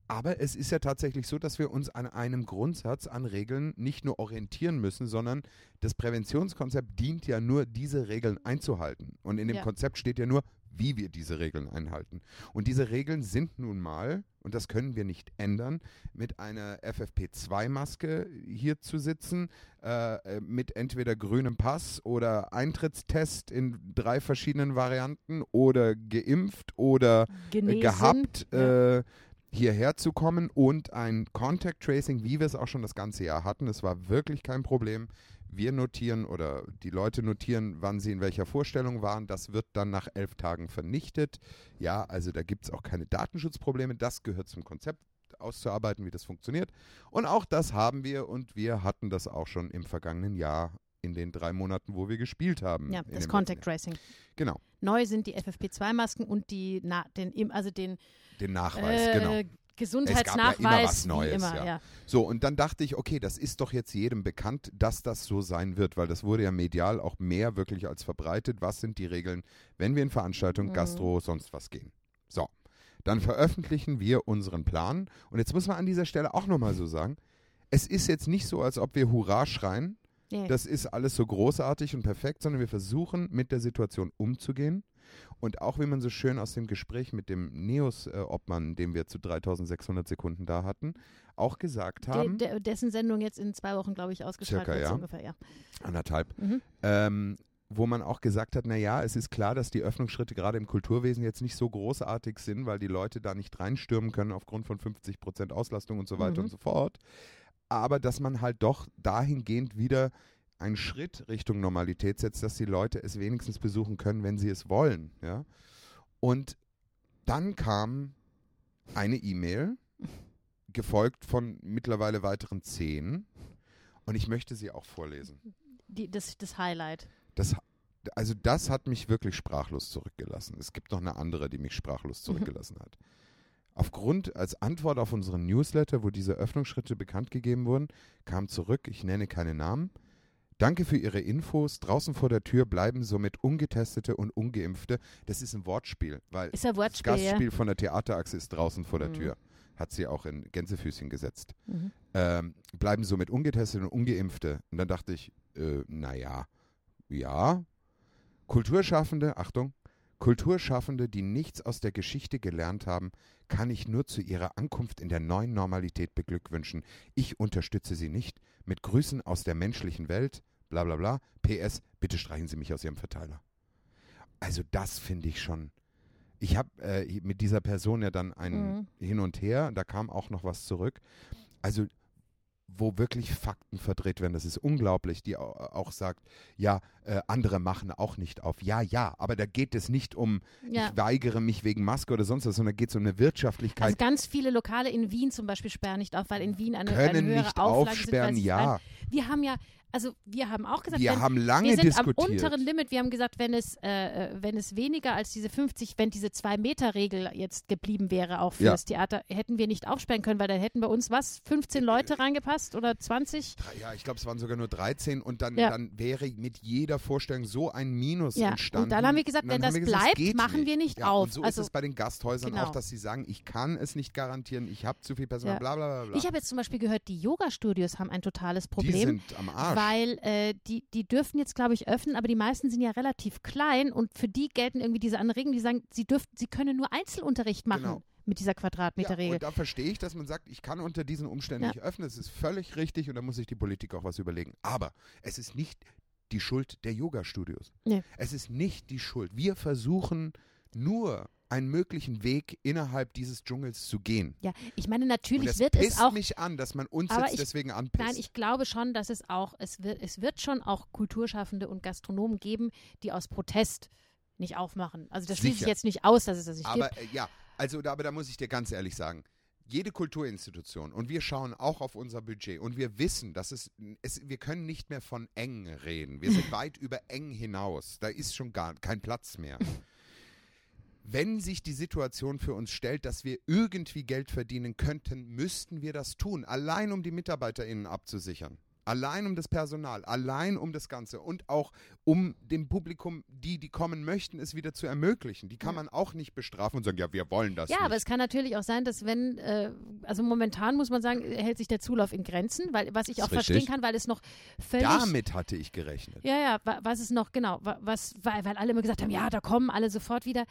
[SPEAKER 3] Aber es ist ja tatsächlich so, dass wir uns an einem Grundsatz an Regeln nicht nur orientieren müssen, sondern das Präventionskonzept dient ja nur, diese Regeln einzuhalten. Und in dem
[SPEAKER 2] Ja.
[SPEAKER 3] Konzept steht ja nur, wie wir diese Regeln einhalten. Und diese Regeln sind nun mal, und das können wir nicht ändern, mit einer FFP2-Maske hier zu sitzen, äh, äh, mit entweder grünem Pass oder Eintrittstest in drei verschiedenen Varianten oder geimpft oder äh,
[SPEAKER 2] Genesen.
[SPEAKER 3] gehabt,
[SPEAKER 2] Ja.
[SPEAKER 3] äh, hierher zu kommen und ein Contact Tracing, wie wir es auch schon das ganze Jahr hatten. Es war wirklich kein Problem. wir notieren oder die Leute notieren, wann sie in welcher Vorstellung waren. Das wird dann nach elf Tagen vernichtet. Ja, also da gibt es auch keine Datenschutzprobleme. Das gehört zum Konzept auszuarbeiten, wie das funktioniert. Und auch das haben wir und wir hatten das auch schon im vergangenen Jahr in den drei Monaten, wo wir gespielt haben.
[SPEAKER 2] Ja,
[SPEAKER 3] In
[SPEAKER 2] das
[SPEAKER 3] dem
[SPEAKER 2] Contact Tracing.
[SPEAKER 3] letzten Jahr. Genau,
[SPEAKER 2] Neu sind die FFP2-Masken und die, na, den, im- also den
[SPEAKER 3] den Nachweis, genau.
[SPEAKER 2] äh,
[SPEAKER 3] Es gab ja immer was
[SPEAKER 2] Gesundheitsnachweis.
[SPEAKER 3] Neues,
[SPEAKER 2] wie immer,
[SPEAKER 3] ja.
[SPEAKER 2] ja.
[SPEAKER 3] So, und dann dachte ich, okay, das ist doch jetzt jedem bekannt, dass das so sein wird, weil das wurde ja medial auch mehr wirklich als verbreitet. Was sind die Regeln, wenn wir in Veranstaltungen,
[SPEAKER 2] Mhm.
[SPEAKER 3] Gastro, sonst was gehen? So, dann veröffentlichen wir unseren Plan. Und jetzt muss man an dieser Stelle auch nochmal so sagen, es ist jetzt nicht so, als ob wir Hurra schreien,
[SPEAKER 2] Nee.
[SPEAKER 3] das ist alles so großartig und perfekt, sondern wir versuchen, mit der Situation umzugehen. Und auch, wie man so schön aus dem Gespräch mit dem Neos-Obmann, den wir zu 3600 Sekunden da hatten, auch gesagt
[SPEAKER 2] De,
[SPEAKER 3] haben,
[SPEAKER 2] de, dessen Sendung jetzt in zwei Wochen, glaube ich, ausgestrahlt
[SPEAKER 3] Circa,
[SPEAKER 2] wird,
[SPEAKER 3] ja.
[SPEAKER 2] so ungefähr, ja.
[SPEAKER 3] anderthalb,
[SPEAKER 2] Mhm.
[SPEAKER 3] ähm, wo man auch gesagt hat, naja, es ist klar, dass die Öffnungsschritte gerade im Kulturwesen jetzt nicht so großartig sind, weil die Leute da nicht reinstürmen können aufgrund von 50 Prozent Auslastung und so weiter
[SPEAKER 2] Mhm.
[SPEAKER 3] und so fort. Aber dass man halt doch dahingehend wieder einen Schritt Richtung Normalität setzt, dass die Leute es wenigstens besuchen können, wenn sie es wollen. Ja? Und dann kam eine E-Mail, gefolgt von mittlerweile weiteren zehn. Und ich möchte sie auch vorlesen.
[SPEAKER 2] Die, das, das Highlight.
[SPEAKER 3] Das, also das hat mich wirklich sprachlos zurückgelassen. Es gibt noch eine andere, die mich
[SPEAKER 2] Mhm.
[SPEAKER 3] sprachlos zurückgelassen hat. Aufgrund, als Antwort auf unseren Newsletter, wo diese Öffnungsschritte bekannt gegeben wurden, kam zurück, ich nenne keine Namen. Danke für Ihre Infos. Draußen vor der Tür bleiben somit Ungetestete und Ungeimpfte. Das ist ein Wortspiel, weil
[SPEAKER 2] Ist ja
[SPEAKER 3] das
[SPEAKER 2] Wortspiel, ja.
[SPEAKER 3] Gastspiel von der Theaterachse ist draußen vor der
[SPEAKER 2] Mhm.
[SPEAKER 3] Tür. Hat sie auch in Gänsefüßchen gesetzt
[SPEAKER 2] Mhm.
[SPEAKER 3] ähm, bleiben somit Ungetestete und Ungeimpfte. Und dann dachte ich, äh, naja, ja. Kulturschaffende, Achtung, Kulturschaffende, die nichts aus der Geschichte gelernt haben, kann ich nur zu ihrer Ankunft in der neuen Normalität beglückwünschen. Ich unterstütze sie nicht. Mit Grüßen aus der menschlichen Welt, bla bla bla. PS, bitte streichen Sie mich aus Ihrem Verteiler. Also das finde ich schon. Ich habe äh, mit dieser Person ja dann ein
[SPEAKER 2] Mhm.
[SPEAKER 3] Hin und Her, da kam auch noch was zurück also wo wirklich Fakten verdreht werden, das ist unglaublich, die au- äh, auch sagt, ja, äh, andere machen auch nicht auf. Ja, ja, aber da geht es nicht um,
[SPEAKER 2] Ja.
[SPEAKER 3] ich weigere mich wegen Maske oder sonst was, sondern geht es um eine Wirtschaftlichkeit.
[SPEAKER 2] Also ganz viele Lokale in Wien zum Beispiel sperren nicht auf, weil in Wien eine, eine
[SPEAKER 3] können
[SPEAKER 2] höhere
[SPEAKER 3] nicht
[SPEAKER 2] Auflage
[SPEAKER 3] aufsperren,
[SPEAKER 2] sind, weil es
[SPEAKER 3] ja.
[SPEAKER 2] ein- Wir haben ja, also wir haben auch gesagt,
[SPEAKER 3] Wir
[SPEAKER 2] wenn,
[SPEAKER 3] haben lange
[SPEAKER 2] wir sind am
[SPEAKER 3] diskutiert.
[SPEAKER 2] unteren Limit. Wir haben gesagt, wenn es, äh, äh, wenn es weniger als diese 50, wenn diese 2-Meter-Regel jetzt geblieben wäre, auch für
[SPEAKER 3] Ja.
[SPEAKER 2] das Theater, hätten wir nicht aufsperren können, weil dann hätten bei uns was, 15 Leute reingepasst oder 20?
[SPEAKER 3] Drei- Ja, ich glaube, es waren sogar nur 13 und dann,
[SPEAKER 2] Ja.
[SPEAKER 3] dann wäre mit jeder Vorstellung so ein Minus
[SPEAKER 2] Ja,
[SPEAKER 3] entstanden.
[SPEAKER 2] und dann haben wir gesagt,
[SPEAKER 3] Und
[SPEAKER 2] wenn
[SPEAKER 3] dann
[SPEAKER 2] das
[SPEAKER 3] haben wir gesagt,
[SPEAKER 2] bleibt,
[SPEAKER 3] geht
[SPEAKER 2] machen wir nicht
[SPEAKER 3] ja,
[SPEAKER 2] auf.
[SPEAKER 3] Und so
[SPEAKER 2] Also-
[SPEAKER 3] ist es bei den Gasthäusern
[SPEAKER 2] Genau.
[SPEAKER 3] auch, dass sie sagen, ich kann es nicht garantieren, ich habe zu viel Personal,
[SPEAKER 2] Ja.
[SPEAKER 3] bla bla bla. bla.
[SPEAKER 2] Ich habe jetzt zum Beispiel gehört, die Yoga-Studios haben ein totales Problem.
[SPEAKER 3] die sind am Arsch.
[SPEAKER 2] Weil äh, die, die dürfen jetzt, glaube ich, öffnen, aber die meisten sind ja relativ klein und für die gelten irgendwie diese anderen Regeln, die sagen, sie dürfen, sie können nur Einzelunterricht machen
[SPEAKER 3] Genau.
[SPEAKER 2] mit dieser
[SPEAKER 3] Ja,
[SPEAKER 2] Quadratmeterregel.
[SPEAKER 3] und da verstehe ich, dass man sagt, ich kann unter diesen Umständen
[SPEAKER 2] Ja.
[SPEAKER 3] nicht öffnen. Das ist völlig richtig und da muss sich die Politik auch was überlegen. Aber es ist nicht die Schuld der Yoga-Studios.
[SPEAKER 2] Nee.
[SPEAKER 3] Es ist nicht die Schuld. Wir versuchen nur einen möglichen Weg innerhalb dieses Dschungels zu gehen.
[SPEAKER 2] Ja, ich meine,
[SPEAKER 3] Und
[SPEAKER 2] natürlich
[SPEAKER 3] das
[SPEAKER 2] wird
[SPEAKER 3] pisst
[SPEAKER 2] es auch.
[SPEAKER 3] mich an, dass man uns
[SPEAKER 2] Aber
[SPEAKER 3] jetzt
[SPEAKER 2] ich-
[SPEAKER 3] deswegen anpisst.
[SPEAKER 2] Nein, ich glaube schon, dass es auch, es wird, es wird schon auch Kulturschaffende und Gastronomen geben, die aus Protest nicht aufmachen. Also das schließe ich
[SPEAKER 3] Sicher.
[SPEAKER 2] jetzt nicht aus, dass es das nicht
[SPEAKER 3] aber
[SPEAKER 2] gibt.
[SPEAKER 3] äh, ja, also da, aber da muss ich dir ganz ehrlich sagen, jede Kulturinstitution und wir schauen auch auf unser Budget und wir wissen, dass es, es wir können nicht mehr von eng reden. Wir sind weit über eng hinaus. Da ist schon gar kein Platz mehr. Wenn sich die Situation für uns stellt, dass wir irgendwie Geld verdienen könnten, müssten wir das tun, allein um die MitarbeiterInnen abzusichern. Allein um das Personal, allein um das Ganze und auch um dem Publikum, die, die kommen möchten, es wieder zu ermöglichen. Die kann man auch nicht bestrafen und sagen, ja, wir wollen das
[SPEAKER 2] Ja,
[SPEAKER 3] nicht.
[SPEAKER 2] aber es kann natürlich auch sein, dass wenn, äh, also momentan muss man sagen, hält sich der Zulauf in Grenzen, weil was ich
[SPEAKER 3] Ist
[SPEAKER 2] auch verstehen
[SPEAKER 3] richtig.
[SPEAKER 2] kann, weil es noch völlig
[SPEAKER 3] Damit hatte ich gerechnet.
[SPEAKER 2] Ja, ja, wa- was ist noch, genau, wa- was, weil, weil alle immer gesagt haben, ja, da kommen alle sofort wieder.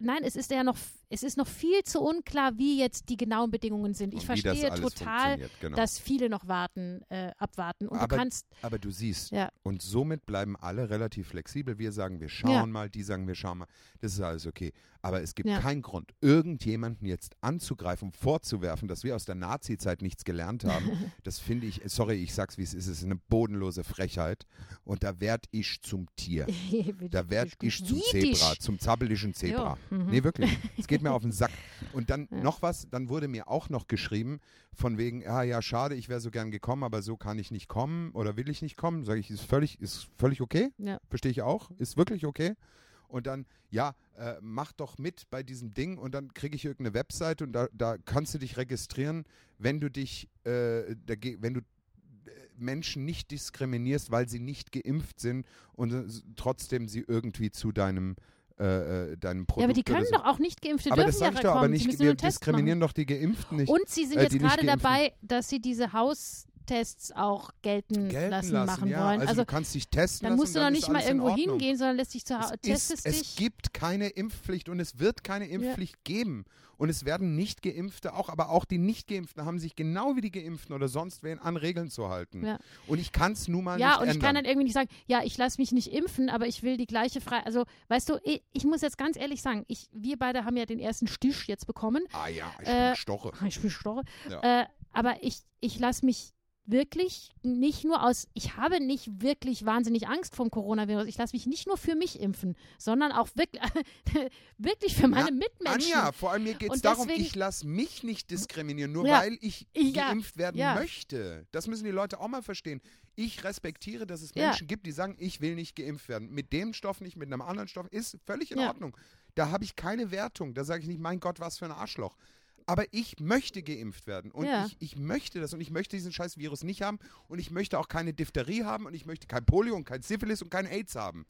[SPEAKER 2] Nein, es ist ja noch, es ist noch viel zu unklar, wie jetzt die genauen Bedingungen sind. Ich
[SPEAKER 3] Und wie das
[SPEAKER 2] verstehe
[SPEAKER 3] alles
[SPEAKER 2] total,
[SPEAKER 3] funktioniert, genau.
[SPEAKER 2] dass viele noch warten, äh, abwarten. Und
[SPEAKER 3] Aber-
[SPEAKER 2] du kannst,
[SPEAKER 3] Aber du siehst,
[SPEAKER 2] ja,
[SPEAKER 3] und somit bleiben alle relativ flexibel. Wir sagen, wir schauen
[SPEAKER 2] Ja.
[SPEAKER 3] mal, die sagen, wir schauen mal. Das ist alles okay. Aber es gibt
[SPEAKER 2] Ja.
[SPEAKER 3] keinen Grund, irgendjemanden jetzt anzugreifen, vorzuwerfen, dass wir aus der Nazi-Zeit nichts gelernt haben. das finde ich, sorry, ich sag's wie es ist, es ist eine bodenlose Frechheit. Und da werd ich zum Tier. Da werd ich zum Zebra, zum zappelischen Zebra. Nee, wirklich. Es geht mir auf den Sack. Und dann noch was, dann wurde mir auch noch geschrieben, von wegen, ah ja, schade, ich wäre so gern gekommen, aber so kann ich nicht kommen oder will ich nicht kommen. Sage ich, ist völlig, ist völlig okay.
[SPEAKER 2] Ja.
[SPEAKER 3] Verstehe ich auch. Ist wirklich okay. Und dann, ja, äh, mach doch mit bei diesem Ding und dann kriege ich irgendeine Website und da, da kannst du dich registrieren, wenn du dich, äh, dage- wenn du äh, Menschen nicht diskriminierst, weil sie nicht geimpft sind und äh, s- trotzdem sie irgendwie zu deinem, äh, äh, deinem Produkt
[SPEAKER 2] Ja, aber die
[SPEAKER 3] oder
[SPEAKER 2] können
[SPEAKER 3] so.
[SPEAKER 2] doch auch nicht Geimpfte
[SPEAKER 3] aber
[SPEAKER 2] dürfen
[SPEAKER 3] das
[SPEAKER 2] ja
[SPEAKER 3] sag ich doch,
[SPEAKER 2] kommen.
[SPEAKER 3] aber
[SPEAKER 2] sie
[SPEAKER 3] nicht,
[SPEAKER 2] müssen nur
[SPEAKER 3] wir
[SPEAKER 2] einen Test machen.
[SPEAKER 3] diskriminieren doch die Geimpften nicht.
[SPEAKER 2] Und sie sind
[SPEAKER 3] äh, die
[SPEAKER 2] jetzt
[SPEAKER 3] nicht
[SPEAKER 2] gerade
[SPEAKER 3] geimpften.
[SPEAKER 2] dabei, dass sie diese Haustests auch gelten,
[SPEAKER 3] gelten
[SPEAKER 2] lassen,
[SPEAKER 3] lassen,
[SPEAKER 2] machen
[SPEAKER 3] ja.
[SPEAKER 2] wollen.
[SPEAKER 3] Also,
[SPEAKER 2] Also,
[SPEAKER 3] du kannst dich testen
[SPEAKER 2] dann
[SPEAKER 3] lassen
[SPEAKER 2] musst
[SPEAKER 3] und
[SPEAKER 2] du doch
[SPEAKER 3] dann ist
[SPEAKER 2] nicht mal
[SPEAKER 3] alles in
[SPEAKER 2] irgendwo
[SPEAKER 3] Ordnung.
[SPEAKER 2] hingehen, sondern lässt dich zu Hau-
[SPEAKER 3] Es,
[SPEAKER 2] testest
[SPEAKER 3] ist, es
[SPEAKER 2] dich.
[SPEAKER 3] gibt keine Impfpflicht und es wird keine Impfpflicht geben. Und es werden Nicht-Geimpfte auch, aber auch die Nicht-Geimpften haben sich genau wie die Geimpften oder sonst wen an Regeln zu halten.
[SPEAKER 2] Ja.
[SPEAKER 3] Und ich kann es nun mal
[SPEAKER 2] Ja,
[SPEAKER 3] nicht
[SPEAKER 2] und ich kann dann
[SPEAKER 3] ändern.
[SPEAKER 2] irgendwie nicht sagen, ja, ich lasse mich nicht impfen, aber ich will die gleiche Freiheit. Also, weißt du, ich, ich muss jetzt ganz ehrlich sagen, ich, wir beide haben ja den ersten Stich jetzt bekommen.
[SPEAKER 3] ah ja, ich
[SPEAKER 2] Äh,
[SPEAKER 3] bin Stoche.
[SPEAKER 2] Ich bin Storre.
[SPEAKER 3] Ja.
[SPEAKER 2] Äh, aber ich, ich lasse mich wirklich nicht nur aus, ich habe nicht wirklich wahnsinnig Angst vom Coronavirus. Ich lasse mich nicht nur für mich impfen, sondern auch wirklich, wirklich für meine Mitmenschen.
[SPEAKER 3] Anja, vor allem mir geht es
[SPEAKER 2] Und
[SPEAKER 3] darum,
[SPEAKER 2] deswegen-
[SPEAKER 3] ich lasse mich nicht diskriminieren, nur
[SPEAKER 2] Ja.
[SPEAKER 3] weil ich
[SPEAKER 2] Ja.
[SPEAKER 3] geimpft werden
[SPEAKER 2] Ja.
[SPEAKER 3] möchte. Das müssen die Leute auch mal verstehen. Ich respektiere, dass es
[SPEAKER 2] Ja.
[SPEAKER 3] Menschen gibt, die sagen, ich will nicht geimpft werden. Mit dem Stoff nicht, mit einem anderen Stoff. Ist völlig in
[SPEAKER 2] Ja.
[SPEAKER 3] Ordnung. Da habe ich keine Wertung. Da sage ich nicht, mein Gott, was für ein Arschloch. Aber ich möchte geimpft werden und
[SPEAKER 2] Ja.
[SPEAKER 3] ich, ich möchte das und ich möchte diesen scheiß Virus nicht haben und ich möchte auch keine Diphtherie haben und ich möchte kein Polio und kein Syphilis und kein Aids haben.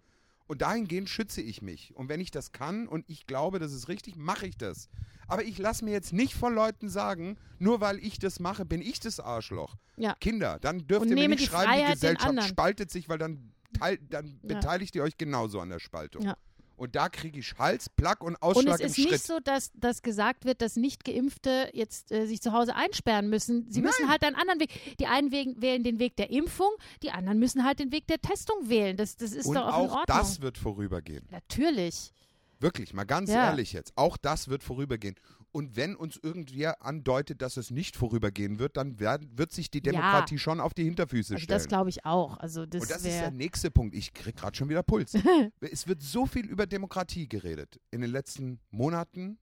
[SPEAKER 3] Und dahingehend schütze ich mich. Und wenn ich das kann und ich glaube, das ist richtig, mache ich das. Aber ich lasse mir jetzt nicht von Leuten sagen, nur weil ich das mache, bin ich das Arschloch.
[SPEAKER 2] Ja.
[SPEAKER 3] Kinder, dann dürft
[SPEAKER 2] Und
[SPEAKER 3] ihr mir
[SPEAKER 2] nehme
[SPEAKER 3] nicht
[SPEAKER 2] die
[SPEAKER 3] schreiben, die
[SPEAKER 2] Freiheit den
[SPEAKER 3] Gesellschaft
[SPEAKER 2] anderen.
[SPEAKER 3] spaltet sich, weil dann, teil, dann
[SPEAKER 2] Ja.
[SPEAKER 3] beteiligt ihr euch genauso an der Spaltung.
[SPEAKER 2] Ja.
[SPEAKER 3] Und da kriege ich Hals, Plack und Ausschlag
[SPEAKER 2] Und es
[SPEAKER 3] im
[SPEAKER 2] ist
[SPEAKER 3] Schritt.
[SPEAKER 2] nicht so, dass, dass gesagt wird, dass Nicht-Geimpfte jetzt äh, sich zu Hause einsperren müssen. Sie müssen halt einen anderen Weg. Die einen wählen, wählen den Weg der Impfung, die anderen müssen halt den Weg der Testung wählen. Das, das ist
[SPEAKER 3] und
[SPEAKER 2] doch auch, in
[SPEAKER 3] auch
[SPEAKER 2] Ordnung.
[SPEAKER 3] das wird vorübergehen.
[SPEAKER 2] Natürlich.
[SPEAKER 3] Wirklich, mal ganz
[SPEAKER 2] Ja.
[SPEAKER 3] ehrlich jetzt. Auch das wird vorübergehen. Und wenn uns irgendwer andeutet, dass es nicht vorübergehen wird, dann werden, wird sich die
[SPEAKER 2] Ja.
[SPEAKER 3] Demokratie schon auf die Hinterfüße
[SPEAKER 2] Also
[SPEAKER 3] stellen.
[SPEAKER 2] das glaube ich auch. Also das,
[SPEAKER 3] Und das ist
[SPEAKER 2] wär,
[SPEAKER 3] der nächste Punkt. Ich krieg gerade schon wieder Puls. es wird so viel über Demokratie geredet in den letzten Monaten,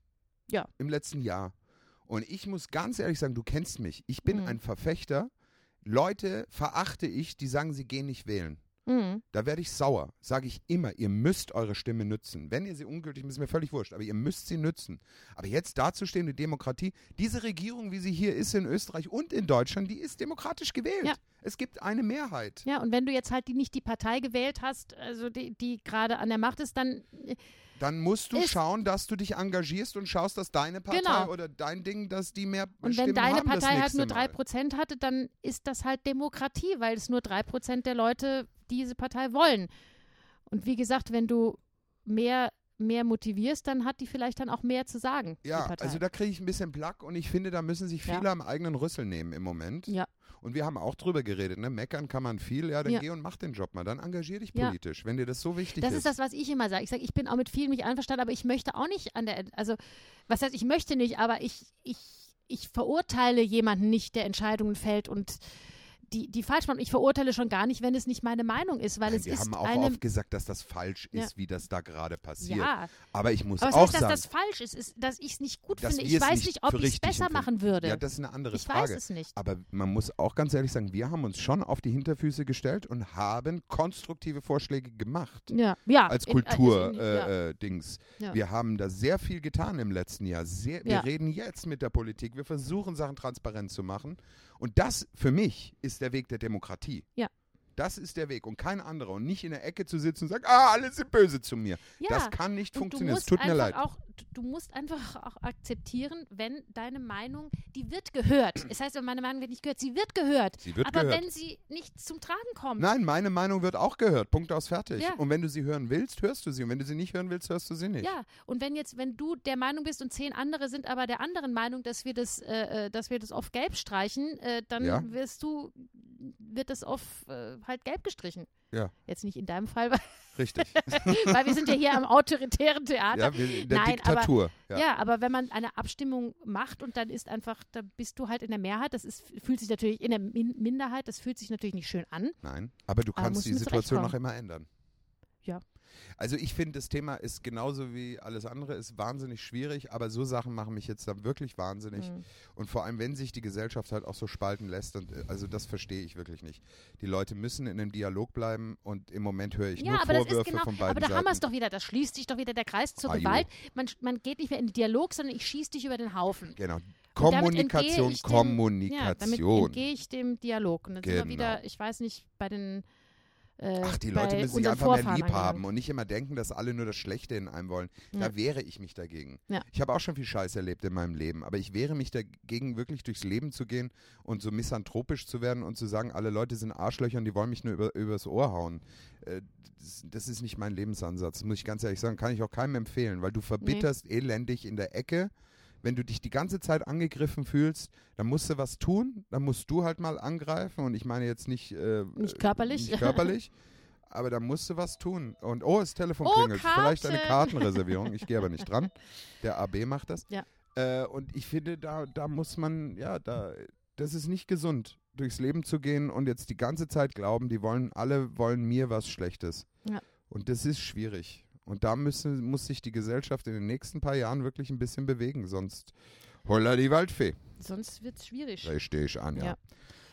[SPEAKER 2] Ja.
[SPEAKER 3] im letzten Jahr. Und ich muss ganz ehrlich sagen, du kennst mich. Ich bin
[SPEAKER 2] Mhm.
[SPEAKER 3] ein Verfechter. Leute verachte ich, die sagen, sie gehen nicht wählen.
[SPEAKER 2] Mhm.
[SPEAKER 3] Da werde ich sauer. Sage ich immer, ihr müsst eure Stimme nützen. Wenn ihr sie ungültig macht, ist mir völlig wurscht, aber ihr müsst sie nützen. Aber jetzt dazustehende Demokratie, diese Regierung, wie sie hier ist in Österreich und in Deutschland, die ist demokratisch gewählt.
[SPEAKER 2] Ja.
[SPEAKER 3] Es gibt eine Mehrheit.
[SPEAKER 2] Ja, und wenn du jetzt halt die, nicht die Partei gewählt hast, also die, die gerade an der Macht ist, dann
[SPEAKER 3] Dann musst du
[SPEAKER 2] Ist-
[SPEAKER 3] schauen, dass du dich engagierst und schaust, dass deine Partei
[SPEAKER 2] Genau.
[SPEAKER 3] oder dein Ding, dass die mehr
[SPEAKER 2] und wenn
[SPEAKER 3] Stimmen
[SPEAKER 2] deine
[SPEAKER 3] haben das
[SPEAKER 2] Partei halt
[SPEAKER 3] nächste
[SPEAKER 2] nur
[SPEAKER 3] Mal.
[SPEAKER 2] 3% hatte, dann ist das halt Demokratie, weil es nur 3% der Leute diese Partei wollen. Und wie gesagt, wenn du mehr, mehr motivierst, dann hat die vielleicht dann auch mehr zu sagen.
[SPEAKER 3] Ja,
[SPEAKER 2] die Partei.
[SPEAKER 3] also da kriege ich ein bisschen Plack und ich finde, da müssen sich
[SPEAKER 2] Ja.
[SPEAKER 3] viele am eigenen Rüssel nehmen im Moment.
[SPEAKER 2] Ja.
[SPEAKER 3] Und wir haben auch drüber geredet, ne? Meckern kann man viel, ja, dann
[SPEAKER 2] Ja.
[SPEAKER 3] geh und mach den Job mal, dann engagier dich
[SPEAKER 2] Ja.
[SPEAKER 3] politisch, wenn dir das so wichtig
[SPEAKER 2] das ist das, was ich immer sage. Ich sage, ich bin auch mit vielen nicht einverstanden, aber ich möchte auch nicht an der, also was heißt, ich möchte nicht, aber ich, ich, ich verurteile jemanden nicht, der Entscheidungen fällt und die, die falsch machen. Ich verurteile schon gar nicht, wenn es nicht meine Meinung ist, weil
[SPEAKER 3] Nein,
[SPEAKER 2] es
[SPEAKER 3] wir
[SPEAKER 2] ist
[SPEAKER 3] haben auch
[SPEAKER 2] eine,
[SPEAKER 3] oft gesagt, dass das falsch
[SPEAKER 2] Ja.
[SPEAKER 3] ist, wie das da gerade passiert.
[SPEAKER 2] ja.
[SPEAKER 3] Aber ich muss
[SPEAKER 2] Aber was
[SPEAKER 3] auch
[SPEAKER 2] heißt, dass
[SPEAKER 3] sagen,
[SPEAKER 2] das falsch ist, ist dass ich es nicht gut
[SPEAKER 3] Dass
[SPEAKER 2] finde.
[SPEAKER 3] wir
[SPEAKER 2] Ich
[SPEAKER 3] es
[SPEAKER 2] weiß
[SPEAKER 3] nicht
[SPEAKER 2] nicht, ob
[SPEAKER 3] für
[SPEAKER 2] ich es
[SPEAKER 3] richtig
[SPEAKER 2] besser
[SPEAKER 3] empfinden.
[SPEAKER 2] machen würde.
[SPEAKER 3] ja, das ist eine andere
[SPEAKER 2] ich
[SPEAKER 3] Frage.
[SPEAKER 2] weiß es nicht.
[SPEAKER 3] Aber man muss auch ganz ehrlich sagen, wir haben uns schon auf die Hinterfüße gestellt und haben konstruktive Vorschläge gemacht.
[SPEAKER 2] Ja, ja.
[SPEAKER 3] Als
[SPEAKER 2] in- also
[SPEAKER 3] Kultur-Dings.
[SPEAKER 2] in- ja.
[SPEAKER 3] Äh, äh, Dings.
[SPEAKER 2] Ja.
[SPEAKER 3] Wir haben da sehr viel getan im letzten Jahr. Sehr, wir
[SPEAKER 2] Ja.
[SPEAKER 3] reden jetzt mit der Politik. Wir versuchen, Sachen transparent zu machen. Und das für mich ist der Weg der Demokratie.
[SPEAKER 2] Ja.
[SPEAKER 3] Das ist der Weg und kein anderer. Und nicht in der Ecke zu sitzen und sagen, ah, alle sind böse zu mir.
[SPEAKER 2] ja.
[SPEAKER 3] Das kann nicht
[SPEAKER 2] Und
[SPEAKER 3] funktionieren.
[SPEAKER 2] Du
[SPEAKER 3] Es
[SPEAKER 2] musst
[SPEAKER 3] tut mir
[SPEAKER 2] einfach
[SPEAKER 3] leid.
[SPEAKER 2] Auch, du- du musst einfach auch akzeptieren, wenn deine Meinung, die wird gehört. Es heißt, meine Meinung wird nicht gehört, sie wird gehört.
[SPEAKER 3] Sie wird
[SPEAKER 2] aber
[SPEAKER 3] gehört.
[SPEAKER 2] wenn sie nicht zum Tragen kommt,
[SPEAKER 3] Nein, meine Meinung wird auch gehört. Punkt aus fertig.
[SPEAKER 2] Ja.
[SPEAKER 3] Und wenn du sie hören willst, hörst du sie. Und wenn du sie nicht hören willst, hörst du sie nicht.
[SPEAKER 2] ja. Und wenn jetzt, wenn du der Meinung bist und zehn andere sind aber der anderen Meinung, dass wir das, äh, äh, dass wir das auf Gelb streichen, äh, dann
[SPEAKER 3] Ja.
[SPEAKER 2] wirst du, wird das auf äh, halt Gelb gestrichen.
[SPEAKER 3] Ja.
[SPEAKER 2] Jetzt nicht in deinem Fall, weil,
[SPEAKER 3] Richtig.
[SPEAKER 2] weil wir sind ja hier am autoritären Theater.
[SPEAKER 3] ja, wir, in der
[SPEAKER 2] Nein, aber-
[SPEAKER 3] Diktatur.
[SPEAKER 2] Ja. aber wenn man eine Abstimmung macht und dann ist einfach, da bist du halt in der Mehrheit, das ist, fühlt sich natürlich in der Min Minderheit, das fühlt sich natürlich nicht schön an.
[SPEAKER 3] Nein, aber du
[SPEAKER 2] Aber
[SPEAKER 3] kannst
[SPEAKER 2] muss
[SPEAKER 3] die
[SPEAKER 2] man
[SPEAKER 3] Situation noch
[SPEAKER 2] zurechtkommen.
[SPEAKER 3] immer ändern.
[SPEAKER 2] Ja.
[SPEAKER 3] Also ich finde, das Thema ist genauso wie alles andere, ist wahnsinnig schwierig, aber so Sachen machen mich jetzt dann wirklich wahnsinnig.
[SPEAKER 2] Mhm.
[SPEAKER 3] Und vor allem, wenn sich die Gesellschaft halt auch so spalten lässt, und, äh, also das verstehe ich wirklich nicht. Die Leute müssen in einem Dialog bleiben und im Moment höre ich
[SPEAKER 2] ja,
[SPEAKER 3] nur
[SPEAKER 2] aber
[SPEAKER 3] Vorwürfe
[SPEAKER 2] das ist genau,
[SPEAKER 3] von beiden
[SPEAKER 2] aber da haben wir es
[SPEAKER 3] Seiten.
[SPEAKER 2] doch wieder, da schließt sich doch wieder der Kreis zur
[SPEAKER 3] Ah, jo.
[SPEAKER 2] Gewalt. Man, sch- man geht nicht mehr in den Dialog, sondern ich schieß dich über den Haufen.
[SPEAKER 3] Genau.
[SPEAKER 2] Und damit entgehe
[SPEAKER 3] Kommunikation,
[SPEAKER 2] ich dem- Ja, damit
[SPEAKER 3] Kommunikation.
[SPEAKER 2] entgehe ich dem Dialog. Und dann sind
[SPEAKER 3] Genau.
[SPEAKER 2] wir wieder, ich weiß nicht, bei den äh,
[SPEAKER 3] Ach, die
[SPEAKER 2] bei
[SPEAKER 3] Leute müssen sich
[SPEAKER 2] unseren
[SPEAKER 3] einfach
[SPEAKER 2] Vorfahren ne?
[SPEAKER 3] mehr lieb haben
[SPEAKER 2] angelangt.
[SPEAKER 3] und nicht immer denken, dass alle nur das Schlechte in einem wollen.
[SPEAKER 2] Ja.
[SPEAKER 3] Da wehre ich mich dagegen.
[SPEAKER 2] Ja.
[SPEAKER 3] Ich habe auch schon viel Scheiß erlebt in meinem Leben, aber ich wehre mich dagegen, wirklich durchs Leben zu gehen und so misanthropisch zu werden und zu sagen, alle Leute sind Arschlöcher und die wollen mich nur über, übers Ohr hauen. Äh, Das, das ist nicht mein Lebensansatz, muss ich ganz ehrlich sagen. Kann ich auch keinem empfehlen, weil du verbitterst elendig in der Ecke. Wenn du dich die ganze Zeit angegriffen fühlst, dann musst du was tun, dann musst du halt mal angreifen und ich meine jetzt nicht, äh,
[SPEAKER 2] Nicht körperlich.
[SPEAKER 3] nicht körperlich, aber da musst du was tun. Und oh, das Telefon
[SPEAKER 2] Oh,
[SPEAKER 3] klingelt. Vielleicht eine
[SPEAKER 2] Karten.
[SPEAKER 3] Kartenreservierung. Ich gehe aber nicht dran. Der AB macht das.
[SPEAKER 2] Ja.
[SPEAKER 3] Äh, und ich finde, da, da muss man, ja, da, das ist nicht gesund, durchs Leben zu gehen und jetzt die ganze Zeit glauben, die wollen, alle wollen mir was Schlechtes.
[SPEAKER 2] Ja.
[SPEAKER 3] Und das ist schwierig. Und da müssen, muss sich die Gesellschaft in den nächsten paar Jahren wirklich ein bisschen bewegen, sonst holla die Waldfee.
[SPEAKER 2] Sonst wird es schwierig.
[SPEAKER 3] Da stehe ich an, ja.
[SPEAKER 2] Ja.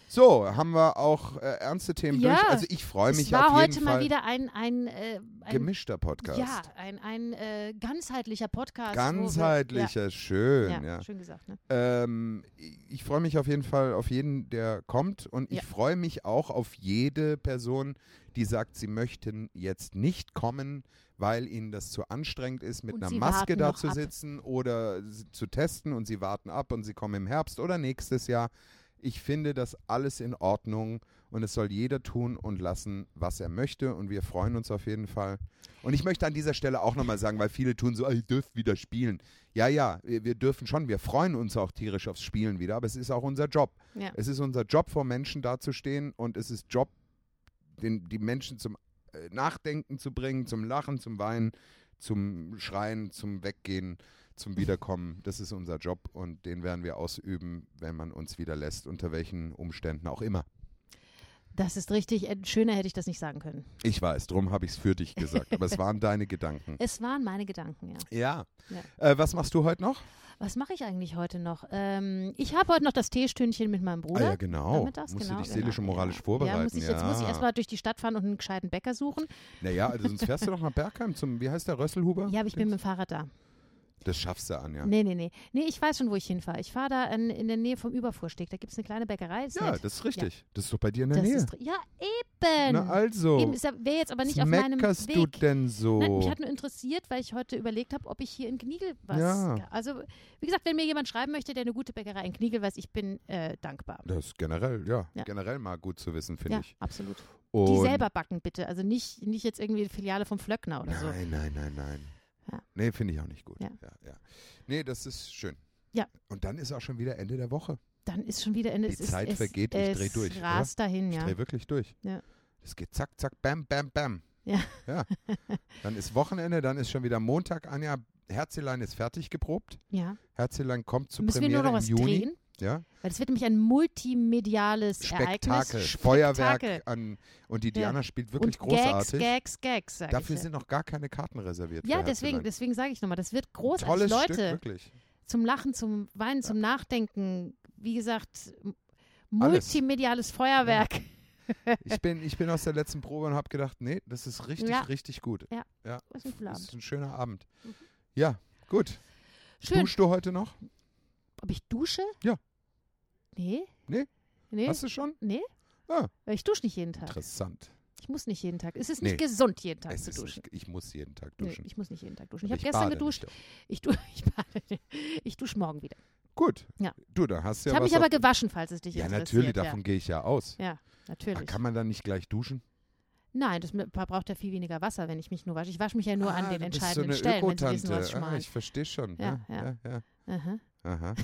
[SPEAKER 3] So, haben wir auch äh, ernste Themen
[SPEAKER 2] Ja.
[SPEAKER 3] durch. Also ich freue mich
[SPEAKER 2] es war
[SPEAKER 3] auf
[SPEAKER 2] heute
[SPEAKER 3] jeden
[SPEAKER 2] mal
[SPEAKER 3] Fall.
[SPEAKER 2] wieder ein, ein, äh, ein
[SPEAKER 3] Gemischter Podcast.
[SPEAKER 2] ja, ein, ein äh, ganzheitlicher Podcast. wo wir-
[SPEAKER 3] Ganzheitlicher, schön,
[SPEAKER 2] Ja,
[SPEAKER 3] ja.
[SPEAKER 2] ja, schön gesagt. Ne?
[SPEAKER 3] Ähm, ich ich freue mich auf jeden Fall auf jeden, der kommt und ich
[SPEAKER 2] Ja.
[SPEAKER 3] freue mich auch auf jede Person, die sagt, sie möchten jetzt nicht kommen, weil ihnen das zu anstrengend ist, mit
[SPEAKER 2] Und
[SPEAKER 3] einer
[SPEAKER 2] sie
[SPEAKER 3] Maske
[SPEAKER 2] warten
[SPEAKER 3] da
[SPEAKER 2] noch
[SPEAKER 3] zu
[SPEAKER 2] ab.
[SPEAKER 3] sitzen oder s- zu testen und sie warten ab und sie kommen im Herbst oder nächstes Jahr. Ich finde das alles in Ordnung und es soll jeder tun und lassen, was er möchte und wir freuen uns auf jeden Fall. Und ich möchte an dieser Stelle auch nochmal sagen, weil viele tun so, "Ah, ihr dürft wieder spielen. Ja, ja, wir, wir dürfen schon, wir freuen uns auch tierisch aufs Spielen wieder, aber es ist auch unser Job.
[SPEAKER 2] Ja.
[SPEAKER 3] Es ist unser Job, vor Menschen dazustehen und es ist Job, den, die Menschen zum äh, Nachdenken zu bringen, zum Lachen, zum Weinen, zum Schreien, zum Weggehen, zum Wiederkommen. Das ist unser Job und den werden wir ausüben, wenn man uns wieder lässt, unter welchen Umständen auch immer.
[SPEAKER 2] Das ist richtig. Äh, Schöner hätte ich das nicht sagen können.
[SPEAKER 3] Ich weiß, drum habe ich es für dich gesagt, aber es waren deine Gedanken.
[SPEAKER 2] Es waren meine Gedanken, ja.
[SPEAKER 3] Ja.
[SPEAKER 2] Ja.
[SPEAKER 3] Äh, was machst du heute noch?
[SPEAKER 2] Was mache ich eigentlich heute noch? Ähm, ich habe heute noch das Teestündchen mit meinem Bruder.
[SPEAKER 3] Ah ja, genau.
[SPEAKER 2] Nachmittags,
[SPEAKER 3] Musst
[SPEAKER 2] genau,
[SPEAKER 3] du dich
[SPEAKER 2] genau,
[SPEAKER 3] seelisch und moralisch
[SPEAKER 2] genau.
[SPEAKER 3] vorbereiten.
[SPEAKER 2] Ja, muss ich, Jetzt muss ich erstmal durch die Stadt fahren und einen gescheiten Bäcker suchen.
[SPEAKER 3] Naja, also sonst fährst du doch nach Bergheim zum, wie heißt der, Rösselhuber?
[SPEAKER 2] Ja, aber ich bin mit dem Fahrrad da.
[SPEAKER 3] Das schaffst du an, ja.
[SPEAKER 2] Nee, nee, nee. Nee, ich weiß schon, wo ich hinfahre. Ich fahre da in, in der Nähe vom Überfuhrsteg. Da gibt es eine kleine Bäckerei. Ist
[SPEAKER 3] Ja,
[SPEAKER 2] nett.
[SPEAKER 3] das ist richtig. Das ist doch bei dir in der
[SPEAKER 2] Das
[SPEAKER 3] Nähe.
[SPEAKER 2] ist dr- ja, eben.
[SPEAKER 3] Na also,
[SPEAKER 2] eben ist ja- wäre jetzt aber nicht
[SPEAKER 3] was
[SPEAKER 2] auf meinem
[SPEAKER 3] meckerst
[SPEAKER 2] Weg.
[SPEAKER 3] du denn so?
[SPEAKER 2] Nein, mich hat nur interessiert, weil ich heute überlegt habe, ob ich hier in Kniegel was.
[SPEAKER 3] Ja.
[SPEAKER 2] Also, wie gesagt, wenn mir jemand schreiben möchte, der eine gute Bäckerei in Kniegel weiß, ich bin äh, dankbar.
[SPEAKER 3] das ist generell, ja,
[SPEAKER 2] Ja.
[SPEAKER 3] generell mal gut zu wissen, finde
[SPEAKER 2] Ja,
[SPEAKER 3] ich.
[SPEAKER 2] absolut.
[SPEAKER 3] Und
[SPEAKER 2] Die selber backen, bitte. Also nicht, nicht jetzt irgendwie eine Filiale vom Flöckner oder so.
[SPEAKER 3] Nein, nein, nein, nein.
[SPEAKER 2] Ja.
[SPEAKER 3] Nee, finde ich auch nicht gut.
[SPEAKER 2] Ja.
[SPEAKER 3] Ja, ja. Nee, das ist schön.
[SPEAKER 2] Ja.
[SPEAKER 3] Und dann ist auch schon wieder Ende der Woche.
[SPEAKER 2] Dann ist schon wieder Ende.
[SPEAKER 3] Die
[SPEAKER 2] es ist,
[SPEAKER 3] Zeit
[SPEAKER 2] es,
[SPEAKER 3] vergeht, ich
[SPEAKER 2] es
[SPEAKER 3] dreh durch, oder?
[SPEAKER 2] Rast dahin,
[SPEAKER 3] Ich
[SPEAKER 2] ja.
[SPEAKER 3] drehe wirklich durch.
[SPEAKER 2] Ja.
[SPEAKER 3] Es geht zack, zack, bam, bam, bam.
[SPEAKER 2] Ja.
[SPEAKER 3] ja. Dann ist Wochenende, dann ist schon wieder Montag, Anja. Herzelein ist fertig geprobt.
[SPEAKER 2] ja.
[SPEAKER 3] Herzelein kommt zur
[SPEAKER 2] Müssen wir
[SPEAKER 3] Premiere
[SPEAKER 2] nur noch was
[SPEAKER 3] im Juni.
[SPEAKER 2] drehen?
[SPEAKER 3] Ja.
[SPEAKER 2] Weil das wird nämlich ein multimediales
[SPEAKER 3] Spektakel,
[SPEAKER 2] Ereignis. Spektakel.
[SPEAKER 3] Feuerwerk an und die
[SPEAKER 2] Ja.
[SPEAKER 3] Diana spielt wirklich
[SPEAKER 2] Und
[SPEAKER 3] großartig.
[SPEAKER 2] Gags, Gags, Gags. Sag
[SPEAKER 3] Dafür
[SPEAKER 2] ich ja.
[SPEAKER 3] sind noch gar keine Karten reserviert.
[SPEAKER 2] ja,
[SPEAKER 3] für
[SPEAKER 2] deswegen,
[SPEAKER 3] Herzelein.
[SPEAKER 2] deswegen sage ich nochmal, das wird großartig.
[SPEAKER 3] Tolles
[SPEAKER 2] Leute,
[SPEAKER 3] Stück, wirklich.
[SPEAKER 2] zum Lachen, zum Weinen, zum Nachdenken. Wie gesagt, m-
[SPEAKER 3] Alles.
[SPEAKER 2] multimediales Feuerwerk.
[SPEAKER 3] Ich bin, ich bin aus der letzten Probe und habe gedacht, nee, das ist richtig,
[SPEAKER 2] Ja.
[SPEAKER 3] richtig gut.
[SPEAKER 2] Ja.
[SPEAKER 3] ja.
[SPEAKER 2] Was ein cooler
[SPEAKER 3] Das
[SPEAKER 2] Abend.
[SPEAKER 3] ist ein schöner Abend. Ja, gut.
[SPEAKER 2] Schön.
[SPEAKER 3] Duschst du heute noch?
[SPEAKER 2] Ob ich dusche?
[SPEAKER 3] Ja.
[SPEAKER 2] Nee?
[SPEAKER 3] Nee.
[SPEAKER 2] Nee?
[SPEAKER 3] Hast du schon?
[SPEAKER 2] Nee?
[SPEAKER 3] Ah.
[SPEAKER 2] Weil ich dusche nicht jeden Tag.
[SPEAKER 3] Interessant.
[SPEAKER 2] Ich muss nicht jeden Tag. Es ist
[SPEAKER 3] Nee.
[SPEAKER 2] nicht gesund, jeden Tag
[SPEAKER 3] Es
[SPEAKER 2] zu
[SPEAKER 3] ist
[SPEAKER 2] duschen.
[SPEAKER 3] nicht, ich muss jeden Tag
[SPEAKER 2] Nee,
[SPEAKER 3] duschen.
[SPEAKER 2] ich muss nicht jeden Tag duschen. Ich
[SPEAKER 3] Aber
[SPEAKER 2] habe gestern
[SPEAKER 3] bade
[SPEAKER 2] geduscht.
[SPEAKER 3] nicht.
[SPEAKER 2] Ich, du ich, bade- ich dusche morgen wieder.
[SPEAKER 3] Gut.
[SPEAKER 2] Ja.
[SPEAKER 3] Du, da hast du
[SPEAKER 2] ich
[SPEAKER 3] ja
[SPEAKER 2] habe
[SPEAKER 3] was
[SPEAKER 2] mich aber
[SPEAKER 3] auf-
[SPEAKER 2] gewaschen, falls es dich
[SPEAKER 3] Ja,
[SPEAKER 2] interessiert.
[SPEAKER 3] natürlich, davon gehe ich ja aus.
[SPEAKER 2] Ja, ja natürlich.
[SPEAKER 3] Kann man dann nicht gleich duschen?
[SPEAKER 2] Nein, das mit- braucht ja viel weniger Wasser, wenn ich mich nur wasche. Ich wasche mich ja nur
[SPEAKER 3] Ah,
[SPEAKER 2] an den
[SPEAKER 3] du bist
[SPEAKER 2] entscheidenden
[SPEAKER 3] so eine
[SPEAKER 2] Stellen, wenn Sie wissen, was ich
[SPEAKER 3] Ökotante. ah,
[SPEAKER 2] meine.
[SPEAKER 3] ich ne? verstehe schon.
[SPEAKER 2] Ja,
[SPEAKER 3] ja, ja.
[SPEAKER 2] Aha.
[SPEAKER 3] Aha.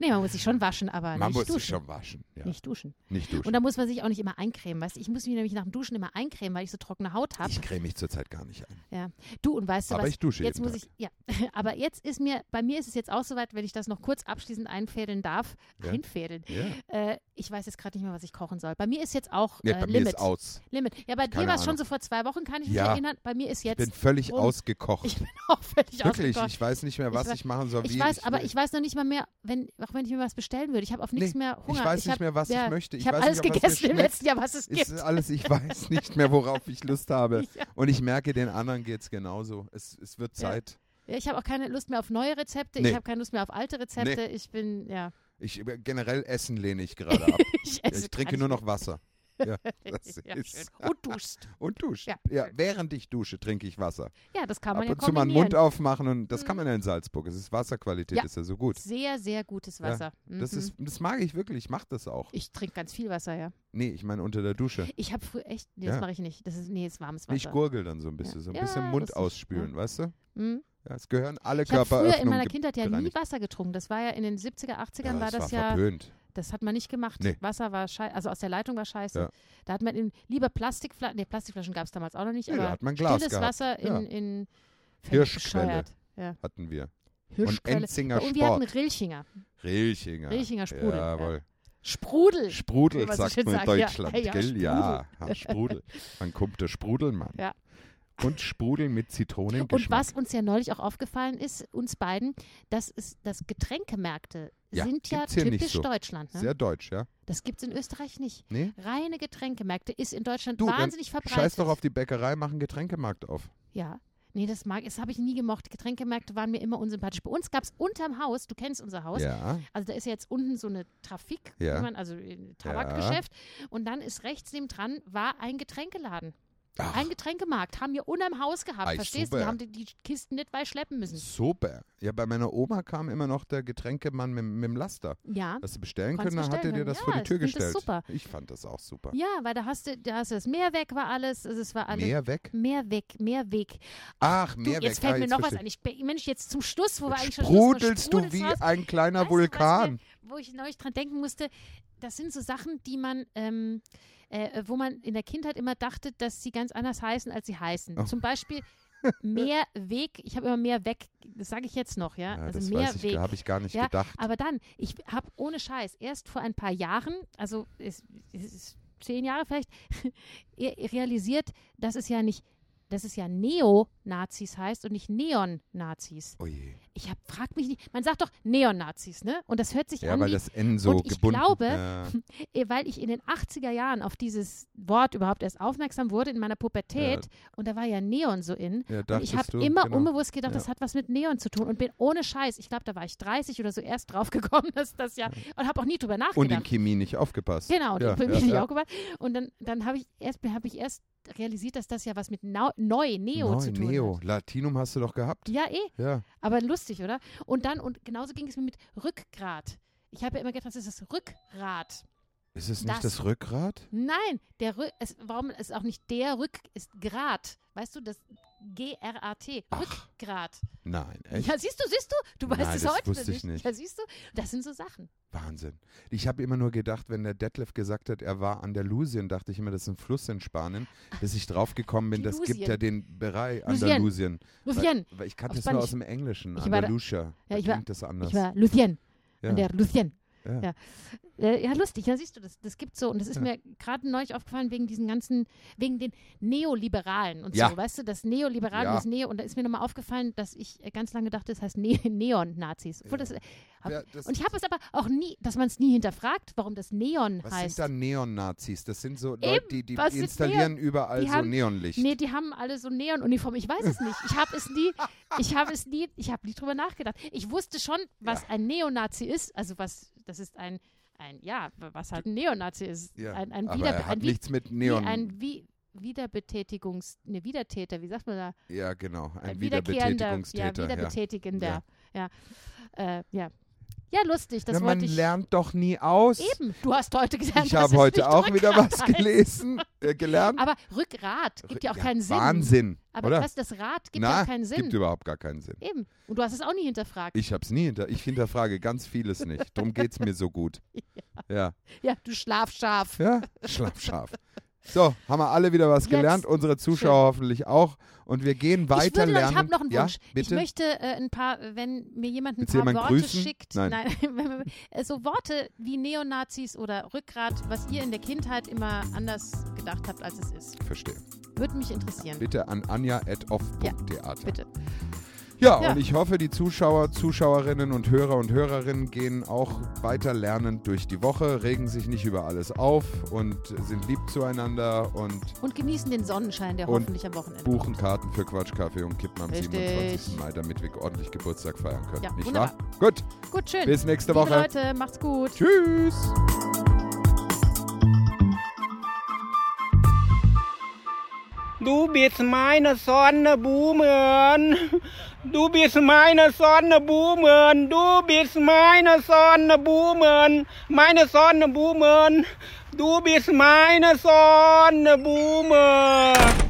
[SPEAKER 2] Nee, man muss sich schon waschen, aber
[SPEAKER 3] Man
[SPEAKER 2] nicht
[SPEAKER 3] muss
[SPEAKER 2] duschen.
[SPEAKER 3] sich schon waschen. Ja.
[SPEAKER 2] Nicht duschen.
[SPEAKER 3] Nicht duschen.
[SPEAKER 2] Und da muss man sich auch nicht immer eincremen, weißt du? Ich muss mich nämlich nach dem Duschen immer eincremen, weil ich so trockene Haut habe.
[SPEAKER 3] ich creme mich zurzeit gar nicht ein.
[SPEAKER 2] Ja. Du, und weißt du
[SPEAKER 3] Aber
[SPEAKER 2] was?
[SPEAKER 3] ich dusche
[SPEAKER 2] jetzt
[SPEAKER 3] jeden
[SPEAKER 2] muss ich, ja. Aber jetzt ist mir, bei mir ist es jetzt auch soweit, wenn ich das noch kurz abschließend einfädeln darf.
[SPEAKER 3] Ja.
[SPEAKER 2] Einfädeln.
[SPEAKER 3] Ja,
[SPEAKER 2] Äh, ich weiß jetzt gerade nicht mehr, was ich kochen soll. Bei mir ist jetzt auch
[SPEAKER 3] ja
[SPEAKER 2] äh,
[SPEAKER 3] bei mir
[SPEAKER 2] Limit.
[SPEAKER 3] ist aus.
[SPEAKER 2] Limit. Ja, bei dir
[SPEAKER 3] Keine
[SPEAKER 2] war es schon
[SPEAKER 3] Ahnung.
[SPEAKER 2] so vor zwei Wochen, kann ich mich
[SPEAKER 3] Ja.
[SPEAKER 2] erinnern. Bei mir ist
[SPEAKER 3] Ich bin
[SPEAKER 2] jetzt
[SPEAKER 3] völlig
[SPEAKER 2] rum.
[SPEAKER 3] ausgekocht.
[SPEAKER 2] Ich bin auch völlig
[SPEAKER 3] Wirklich,
[SPEAKER 2] ausgekocht.
[SPEAKER 3] ich weiß nicht mehr,
[SPEAKER 2] Ich
[SPEAKER 3] was ich,
[SPEAKER 2] weiß-
[SPEAKER 3] machen soll.
[SPEAKER 2] Ich
[SPEAKER 3] wie
[SPEAKER 2] weiß, aber
[SPEAKER 3] will.
[SPEAKER 2] ich weiß noch nicht mal mehr, wenn, auch wenn ich mir was bestellen würde. Ich habe auf nichts
[SPEAKER 3] Nee,
[SPEAKER 2] mehr Hunger.
[SPEAKER 3] Ich weiß nicht
[SPEAKER 2] hab,
[SPEAKER 3] mehr, was
[SPEAKER 2] ja,
[SPEAKER 3] ich möchte. Ich,
[SPEAKER 2] habe
[SPEAKER 3] weiß
[SPEAKER 2] alles
[SPEAKER 3] nicht, ob was
[SPEAKER 2] gegessen
[SPEAKER 3] mir
[SPEAKER 2] im
[SPEAKER 3] schmeckt.
[SPEAKER 2] letzten Jahr, was es
[SPEAKER 3] Es
[SPEAKER 2] gibt.
[SPEAKER 3] ist alles, ich weiß nicht mehr, worauf ich Lust habe.
[SPEAKER 2] Ja.
[SPEAKER 3] Und ich merke, den anderen geht es genauso. Es, es wird
[SPEAKER 2] Ja.
[SPEAKER 3] Zeit.
[SPEAKER 2] Ja, ich habe auch keine Lust mehr auf neue Rezepte.
[SPEAKER 3] äh, Nee.
[SPEAKER 2] Ich habe keine Lust mehr auf alte Rezepte. Ich bin, ja.
[SPEAKER 3] Ich äh, generell Essen lehne ich gerade ab.
[SPEAKER 2] Ich,
[SPEAKER 3] Ja,
[SPEAKER 2] esse
[SPEAKER 3] ich trinke
[SPEAKER 2] gar
[SPEAKER 3] nur noch Wasser. Ja, das
[SPEAKER 2] nicht. Ja, schön.
[SPEAKER 3] ist.
[SPEAKER 2] Und duschst.
[SPEAKER 3] Und dusche.
[SPEAKER 2] Ja,
[SPEAKER 3] Ja,
[SPEAKER 2] schön.
[SPEAKER 3] während ich dusche, trinke ich Wasser.
[SPEAKER 2] Ja, das kann man
[SPEAKER 3] Ab
[SPEAKER 2] ja
[SPEAKER 3] und zu mal
[SPEAKER 2] kombinieren. Mhm.
[SPEAKER 3] den Mund aufmachen und das kann man ja in Salzburg. Es ist Wasserqualität,
[SPEAKER 2] Ja.
[SPEAKER 3] ist ja so gut.
[SPEAKER 2] Sehr, sehr gutes
[SPEAKER 3] Ja,
[SPEAKER 2] Wasser.
[SPEAKER 3] Das,
[SPEAKER 2] Mhm.
[SPEAKER 3] ist, das mag ich wirklich, ich mache das auch.
[SPEAKER 2] Ich trinke ganz viel Wasser, ja.
[SPEAKER 3] Nee, ich meine unter der Dusche.
[SPEAKER 2] Ich habe früher echt, nee, das
[SPEAKER 3] Ja.
[SPEAKER 2] mache ich nicht. Das ist, nee, ist warmes
[SPEAKER 3] Nee, Ich
[SPEAKER 2] Wasser.
[SPEAKER 3] gurgel dann so ein bisschen, so ein
[SPEAKER 2] Ja,
[SPEAKER 3] bisschen
[SPEAKER 2] ja,
[SPEAKER 3] Mund
[SPEAKER 2] lustig,
[SPEAKER 3] ausspülen, weißt du?
[SPEAKER 2] Mhm.
[SPEAKER 3] Ja, es gehören alle
[SPEAKER 2] Ich habe früher in meiner
[SPEAKER 3] Körperöffnungen. ge-
[SPEAKER 2] Kindheit ja nie
[SPEAKER 3] gereinigt.
[SPEAKER 2] Wasser getrunken. Das war ja in den 70er, 80ern
[SPEAKER 3] ja,
[SPEAKER 2] war das
[SPEAKER 3] war
[SPEAKER 2] ja,
[SPEAKER 3] verpönt.
[SPEAKER 2] das hat man nicht gemacht.
[SPEAKER 3] Nee.
[SPEAKER 2] Wasser war scheiße, also aus der Leitung war scheiße.
[SPEAKER 3] Ja.
[SPEAKER 2] Da hat man in, lieber Plastikflaschen, nee, Plastikflaschen gab es damals auch noch nicht,
[SPEAKER 3] Nee, da
[SPEAKER 2] aber
[SPEAKER 3] hat man Glas
[SPEAKER 2] stilles
[SPEAKER 3] gehabt.
[SPEAKER 2] Wasser in,
[SPEAKER 3] Ja.
[SPEAKER 2] in völlig
[SPEAKER 3] Hirschquelle.
[SPEAKER 2] bescheuert. Ja.
[SPEAKER 3] Hatten wir. Und
[SPEAKER 2] Hirschquelle.
[SPEAKER 3] Enzinger
[SPEAKER 2] Und wir hatten
[SPEAKER 3] Sport.
[SPEAKER 2] Rilchinger.
[SPEAKER 3] Rilchinger.
[SPEAKER 2] Rilchinger Sprudel, ja.
[SPEAKER 3] Jawohl.
[SPEAKER 2] Sprudel.
[SPEAKER 3] Sprudel
[SPEAKER 2] Wie man so
[SPEAKER 3] sagt
[SPEAKER 2] schön
[SPEAKER 3] man in
[SPEAKER 2] sagt, ja.
[SPEAKER 3] Deutschland,
[SPEAKER 2] Ja, ja,
[SPEAKER 3] gell? Ja, ha, Sprudel. Dann kommt der Sprudelmann.
[SPEAKER 2] Ja.
[SPEAKER 3] Und Sprudel mit
[SPEAKER 2] Und
[SPEAKER 3] Zitronengeschmack.
[SPEAKER 2] was uns ja neulich auch aufgefallen ist, uns beiden, das ist, dass Getränkemärkte
[SPEAKER 3] Ja,
[SPEAKER 2] sind ja
[SPEAKER 3] gibt's hier nicht
[SPEAKER 2] typisch
[SPEAKER 3] so.
[SPEAKER 2] Deutschland. Ne?
[SPEAKER 3] Sehr deutsch, ja?
[SPEAKER 2] Das gibt es in Österreich nicht.
[SPEAKER 3] Nee?
[SPEAKER 2] Reine Getränkemärkte ist in Deutschland
[SPEAKER 3] Du, dann
[SPEAKER 2] wahnsinnig verbreitet.
[SPEAKER 3] Scheiß doch auf die Bäckerei, mach einen Getränkemarkt auf.
[SPEAKER 2] Ja. Nee, das mag, das habe ich nie gemocht. Getränkemärkte waren mir immer unsympathisch. Bei uns gab es unterm Haus, du kennst unser Haus,
[SPEAKER 3] Ja.
[SPEAKER 2] also da ist ja jetzt unten so eine Trafik,
[SPEAKER 3] Ja.
[SPEAKER 2] wie man- also ein Tabakgeschäft. Und dann ist rechts neben dran war ein Getränkeladen.
[SPEAKER 3] Ach,
[SPEAKER 2] Ein Getränkemarkt. Haben wir unterm Haus gehabt,
[SPEAKER 3] Ei,
[SPEAKER 2] verstehst du?
[SPEAKER 3] super.
[SPEAKER 2] Wir haben die, die Kisten nicht weit schleppen müssen.
[SPEAKER 3] super. Ja, bei meiner Oma kam immer noch der Getränkemann mit, mit dem Laster.
[SPEAKER 2] Ja.
[SPEAKER 3] Hast du bestellen
[SPEAKER 2] Konntest
[SPEAKER 3] können, dann hat er
[SPEAKER 2] bestellen
[SPEAKER 3] dir
[SPEAKER 2] können.
[SPEAKER 3] das vor
[SPEAKER 2] Ja,
[SPEAKER 3] die Tür
[SPEAKER 2] ich find das
[SPEAKER 3] gestellt.
[SPEAKER 2] super.
[SPEAKER 3] Ich fand das auch super.
[SPEAKER 2] Ja, weil da hast du, da hast du das Meer weg, war alles. Also es war alles.
[SPEAKER 3] Mehr weg?
[SPEAKER 2] Mehr weg, mehr weg.
[SPEAKER 3] Ach,
[SPEAKER 2] Du,
[SPEAKER 3] mehr weg.
[SPEAKER 2] jetzt fällt
[SPEAKER 3] ah,
[SPEAKER 2] mir noch was
[SPEAKER 3] verstehe
[SPEAKER 2] ein. Ich, bin- Mensch, jetzt zum Schluss, wo wir eigentlich schon
[SPEAKER 3] Jetzt
[SPEAKER 2] Schluss machen,
[SPEAKER 3] Sprudelst du
[SPEAKER 2] sprudelt's
[SPEAKER 3] wie
[SPEAKER 2] raus.
[SPEAKER 3] ein kleiner
[SPEAKER 2] Weißt du, was
[SPEAKER 3] Vulkan.
[SPEAKER 2] mir- wo ich neulich dran denken musste, das sind so Sachen, die man, ähm, äh, wo man in der Kindheit immer dachte, dass sie ganz anders heißen, als sie heißen.
[SPEAKER 3] Oh.
[SPEAKER 2] Zum Beispiel mehr Weg, ich habe immer mehr weg, das sage ich jetzt noch, ja.
[SPEAKER 3] Ja,
[SPEAKER 2] also
[SPEAKER 3] das
[SPEAKER 2] mehr
[SPEAKER 3] weiß ich,
[SPEAKER 2] Weg.
[SPEAKER 3] habe ich gar nicht
[SPEAKER 2] Ja,
[SPEAKER 3] gedacht.
[SPEAKER 2] Aber dann, ich habe ohne Scheiß erst vor ein paar Jahren, also es, es ist zehn Jahre vielleicht, re- realisiert, dass es ja nicht, dass es ja Neonazis heißt und nicht Neon-Nazis.
[SPEAKER 3] Oh je.
[SPEAKER 2] Ich hab, frag mich nicht, man sagt doch Neonazis, ne? Und das hört sich
[SPEAKER 3] Ja,
[SPEAKER 2] an
[SPEAKER 3] weil
[SPEAKER 2] wie,
[SPEAKER 3] das N so
[SPEAKER 2] und ich
[SPEAKER 3] gebunden
[SPEAKER 2] glaube,
[SPEAKER 3] Ja.
[SPEAKER 2] eh, weil ich in den 80er Jahren auf dieses Wort überhaupt erst aufmerksam wurde in meiner Pubertät und da war ja Neon so in.
[SPEAKER 3] Ja,
[SPEAKER 2] Und ich
[SPEAKER 3] dachtest
[SPEAKER 2] habe
[SPEAKER 3] du,
[SPEAKER 2] immer
[SPEAKER 3] genau.
[SPEAKER 2] unbewusst gedacht,
[SPEAKER 3] Ja.
[SPEAKER 2] das hat was mit Neon zu tun und bin ohne Scheiß, ich glaube, da war ich 30 oder so erst drauf gekommen, dass das ja, und habe auch nie drüber nachgedacht.
[SPEAKER 3] Und in Chemie nicht aufgepasst.
[SPEAKER 2] Genau, und
[SPEAKER 3] ja,
[SPEAKER 2] ich bin
[SPEAKER 3] ja,
[SPEAKER 2] mich
[SPEAKER 3] ja.
[SPEAKER 2] auch gemacht. Und dann, dann habe ich erst, habe ich erst realisiert, dass das ja was mit Nau neu, Neo
[SPEAKER 3] Neu,
[SPEAKER 2] zu tun
[SPEAKER 3] Neo.
[SPEAKER 2] hat.
[SPEAKER 3] Latinum hast du doch gehabt.
[SPEAKER 2] Ja, eh,
[SPEAKER 3] Ja.
[SPEAKER 2] aber lustig, oder? Und dann, und genauso ging es mir mit Rückgrat. Ich habe ja immer gedacht, das ist das Rückgrat.
[SPEAKER 3] Ist es
[SPEAKER 2] Das-
[SPEAKER 3] nicht das Rückgrat?
[SPEAKER 2] Nein, der Rück, es, warum ist auch nicht der Rück, ist Grad. Weißt du, das G-R-A-T,
[SPEAKER 3] Ach.
[SPEAKER 2] Rückgrat.
[SPEAKER 3] Nein, echt?
[SPEAKER 2] Ja, siehst du, siehst du, du weißt
[SPEAKER 3] Nein,
[SPEAKER 2] es
[SPEAKER 3] das
[SPEAKER 2] heute
[SPEAKER 3] wusste ich
[SPEAKER 2] nicht.
[SPEAKER 3] nicht.
[SPEAKER 2] Ja, siehst du, das sind so Sachen.
[SPEAKER 3] Wahnsinn. Ich habe immer nur gedacht, wenn der Detlef gesagt hat, er war Andalusien, dachte ich immer, das ist ein Fluss in Spanien, bis ich draufgekommen bin, das gibt
[SPEAKER 2] Lusien.
[SPEAKER 3] ja den Bereich
[SPEAKER 2] Lusien.
[SPEAKER 3] Andalusien.
[SPEAKER 2] Lucien.
[SPEAKER 3] Weil, weil ich kannte
[SPEAKER 2] Auf
[SPEAKER 3] es nur aus dem
[SPEAKER 2] Spanisch.
[SPEAKER 3] Englischen.
[SPEAKER 2] Ich war da-
[SPEAKER 3] Andalusia.
[SPEAKER 2] Ja, ich
[SPEAKER 3] da
[SPEAKER 2] war-
[SPEAKER 3] klingt das anders.
[SPEAKER 2] Ich war Lucien.
[SPEAKER 3] Ja.
[SPEAKER 2] Und der Lucien.
[SPEAKER 3] Ja.
[SPEAKER 2] Ja. Äh, Ja, lustig, ja, siehst du, das, das gibt so. Und das ist
[SPEAKER 3] Ja.
[SPEAKER 2] mir gerade neulich aufgefallen wegen diesen ganzen, wegen den Neoliberalen und
[SPEAKER 3] Ja.
[SPEAKER 2] so, weißt du, das Neoliberal
[SPEAKER 3] Ja.
[SPEAKER 2] und das Neo. Und da ist mir nochmal aufgefallen, dass ich äh, ganz lange dachte, das heißt ne Neon-Nazis. Obwohl
[SPEAKER 3] Ja.
[SPEAKER 2] das, äh, hab,
[SPEAKER 3] Ja, das-
[SPEAKER 2] und ich habe es aber auch nie, dass man es nie hinterfragt, warum das Neon
[SPEAKER 3] Was
[SPEAKER 2] heißt.
[SPEAKER 3] sind da Neonazis? Das sind so Leute, die, die
[SPEAKER 2] was sind
[SPEAKER 3] installieren überall
[SPEAKER 2] Die
[SPEAKER 3] so
[SPEAKER 2] haben-
[SPEAKER 3] Neonlicht.
[SPEAKER 2] Nee, die haben alle so Neonuniform. Ich weiß es nicht. Ich habe es nie, ich habe es nie, ich habe nie drüber nachgedacht. Ich wusste schon, was ein Neonazi ist. Also was, das ist ein, ein ja, was halt ein Neonazi ist.
[SPEAKER 3] ja.
[SPEAKER 2] Ein, ein,
[SPEAKER 3] Aber
[SPEAKER 2] Wiederbe-
[SPEAKER 3] er hat
[SPEAKER 2] ein, Wi-
[SPEAKER 3] nichts mit
[SPEAKER 2] wie
[SPEAKER 3] Neon.
[SPEAKER 2] ein wie, Wiederbetätigungs, ne, Wiedertäter, wie sagt man da?
[SPEAKER 3] ja, genau.
[SPEAKER 2] wiederkehrender, ja,
[SPEAKER 3] Ein, Wiederbetätigungstäter. Ja,
[SPEAKER 2] Wiederbetätigender. Ja, ja. Äh, ja. Ja, lustig, das
[SPEAKER 3] Na, man
[SPEAKER 2] wollte ich.
[SPEAKER 3] lernt doch nie aus.
[SPEAKER 2] Eben, du hast heute gelernt,
[SPEAKER 3] Ich
[SPEAKER 2] dass
[SPEAKER 3] habe
[SPEAKER 2] es
[SPEAKER 3] heute
[SPEAKER 2] nicht
[SPEAKER 3] auch wieder was
[SPEAKER 2] Rückgrat heißt.
[SPEAKER 3] gelesen, äh, gelernt.
[SPEAKER 2] Aber Rückgrat gibt ja auch keinen Sinn.
[SPEAKER 3] Wahnsinn,
[SPEAKER 2] Aber
[SPEAKER 3] oder?
[SPEAKER 2] was, das Rad gibt
[SPEAKER 3] Na,
[SPEAKER 2] ja auch keinen Sinn.
[SPEAKER 3] Gibt überhaupt gar keinen Sinn.
[SPEAKER 2] Eben. Und du hast es auch nie hinterfragt.
[SPEAKER 3] Ich hab's nie hinter. Ich hinterfrage ganz vieles nicht. Drum geht's mir so gut. Ja.
[SPEAKER 2] ja, du Schlafschaf.
[SPEAKER 3] Ja. Schlappscharf. So, haben wir alle wieder was
[SPEAKER 2] Jetzt.
[SPEAKER 3] gelernt, unsere Zuschauer hoffentlich auch. Und wir gehen weiter
[SPEAKER 2] ich würde noch,
[SPEAKER 3] lernen.
[SPEAKER 2] ich habe noch einen
[SPEAKER 3] ja,
[SPEAKER 2] Wunsch. Ich
[SPEAKER 3] bitte.
[SPEAKER 2] möchte äh, ein paar, äh, wenn mir jemand ein
[SPEAKER 3] Willst du
[SPEAKER 2] paar
[SPEAKER 3] jemanden
[SPEAKER 2] Worte
[SPEAKER 3] grüßen?
[SPEAKER 2] schickt,
[SPEAKER 3] Nein.
[SPEAKER 2] wenn wir- äh, so Worte wie Neonazis oder Rückgrat, was ihr in der Kindheit immer anders gedacht habt, als es ist.
[SPEAKER 3] Verstehe.
[SPEAKER 2] Würde mich interessieren.
[SPEAKER 3] Bitte an anja.off.theater.
[SPEAKER 2] Bitte.
[SPEAKER 3] Ja,
[SPEAKER 2] Ja.
[SPEAKER 3] und ich hoffe, die Zuschauer, Zuschauerinnen und Hörer und Hörerinnen gehen auch weiter lernend durch die Woche, regen sich nicht über alles auf und sind lieb zueinander und
[SPEAKER 2] Und genießen den Sonnenschein, der
[SPEAKER 3] Und
[SPEAKER 2] hoffentlich am Wochenende.
[SPEAKER 3] buchen Karten für Quatschkaffee und kippen am
[SPEAKER 2] Richtig.
[SPEAKER 3] 27. Mai, damit wir ordentlich Geburtstag feiern können.
[SPEAKER 2] Ja,
[SPEAKER 3] nicht
[SPEAKER 2] wunderbar.
[SPEAKER 3] wahr? Gut,
[SPEAKER 2] Gut, schön.
[SPEAKER 3] bis nächste
[SPEAKER 2] Liebe
[SPEAKER 3] Woche.
[SPEAKER 2] Leute, macht's gut.
[SPEAKER 3] Tschüss.
[SPEAKER 1] Du bist meine Sonne, Blumen. Du bist meine Sonne, Blumen. Du bist meine Sonne, Blumen. Meine Sonne, Blumen. Du bist meine Sonne, Blumen.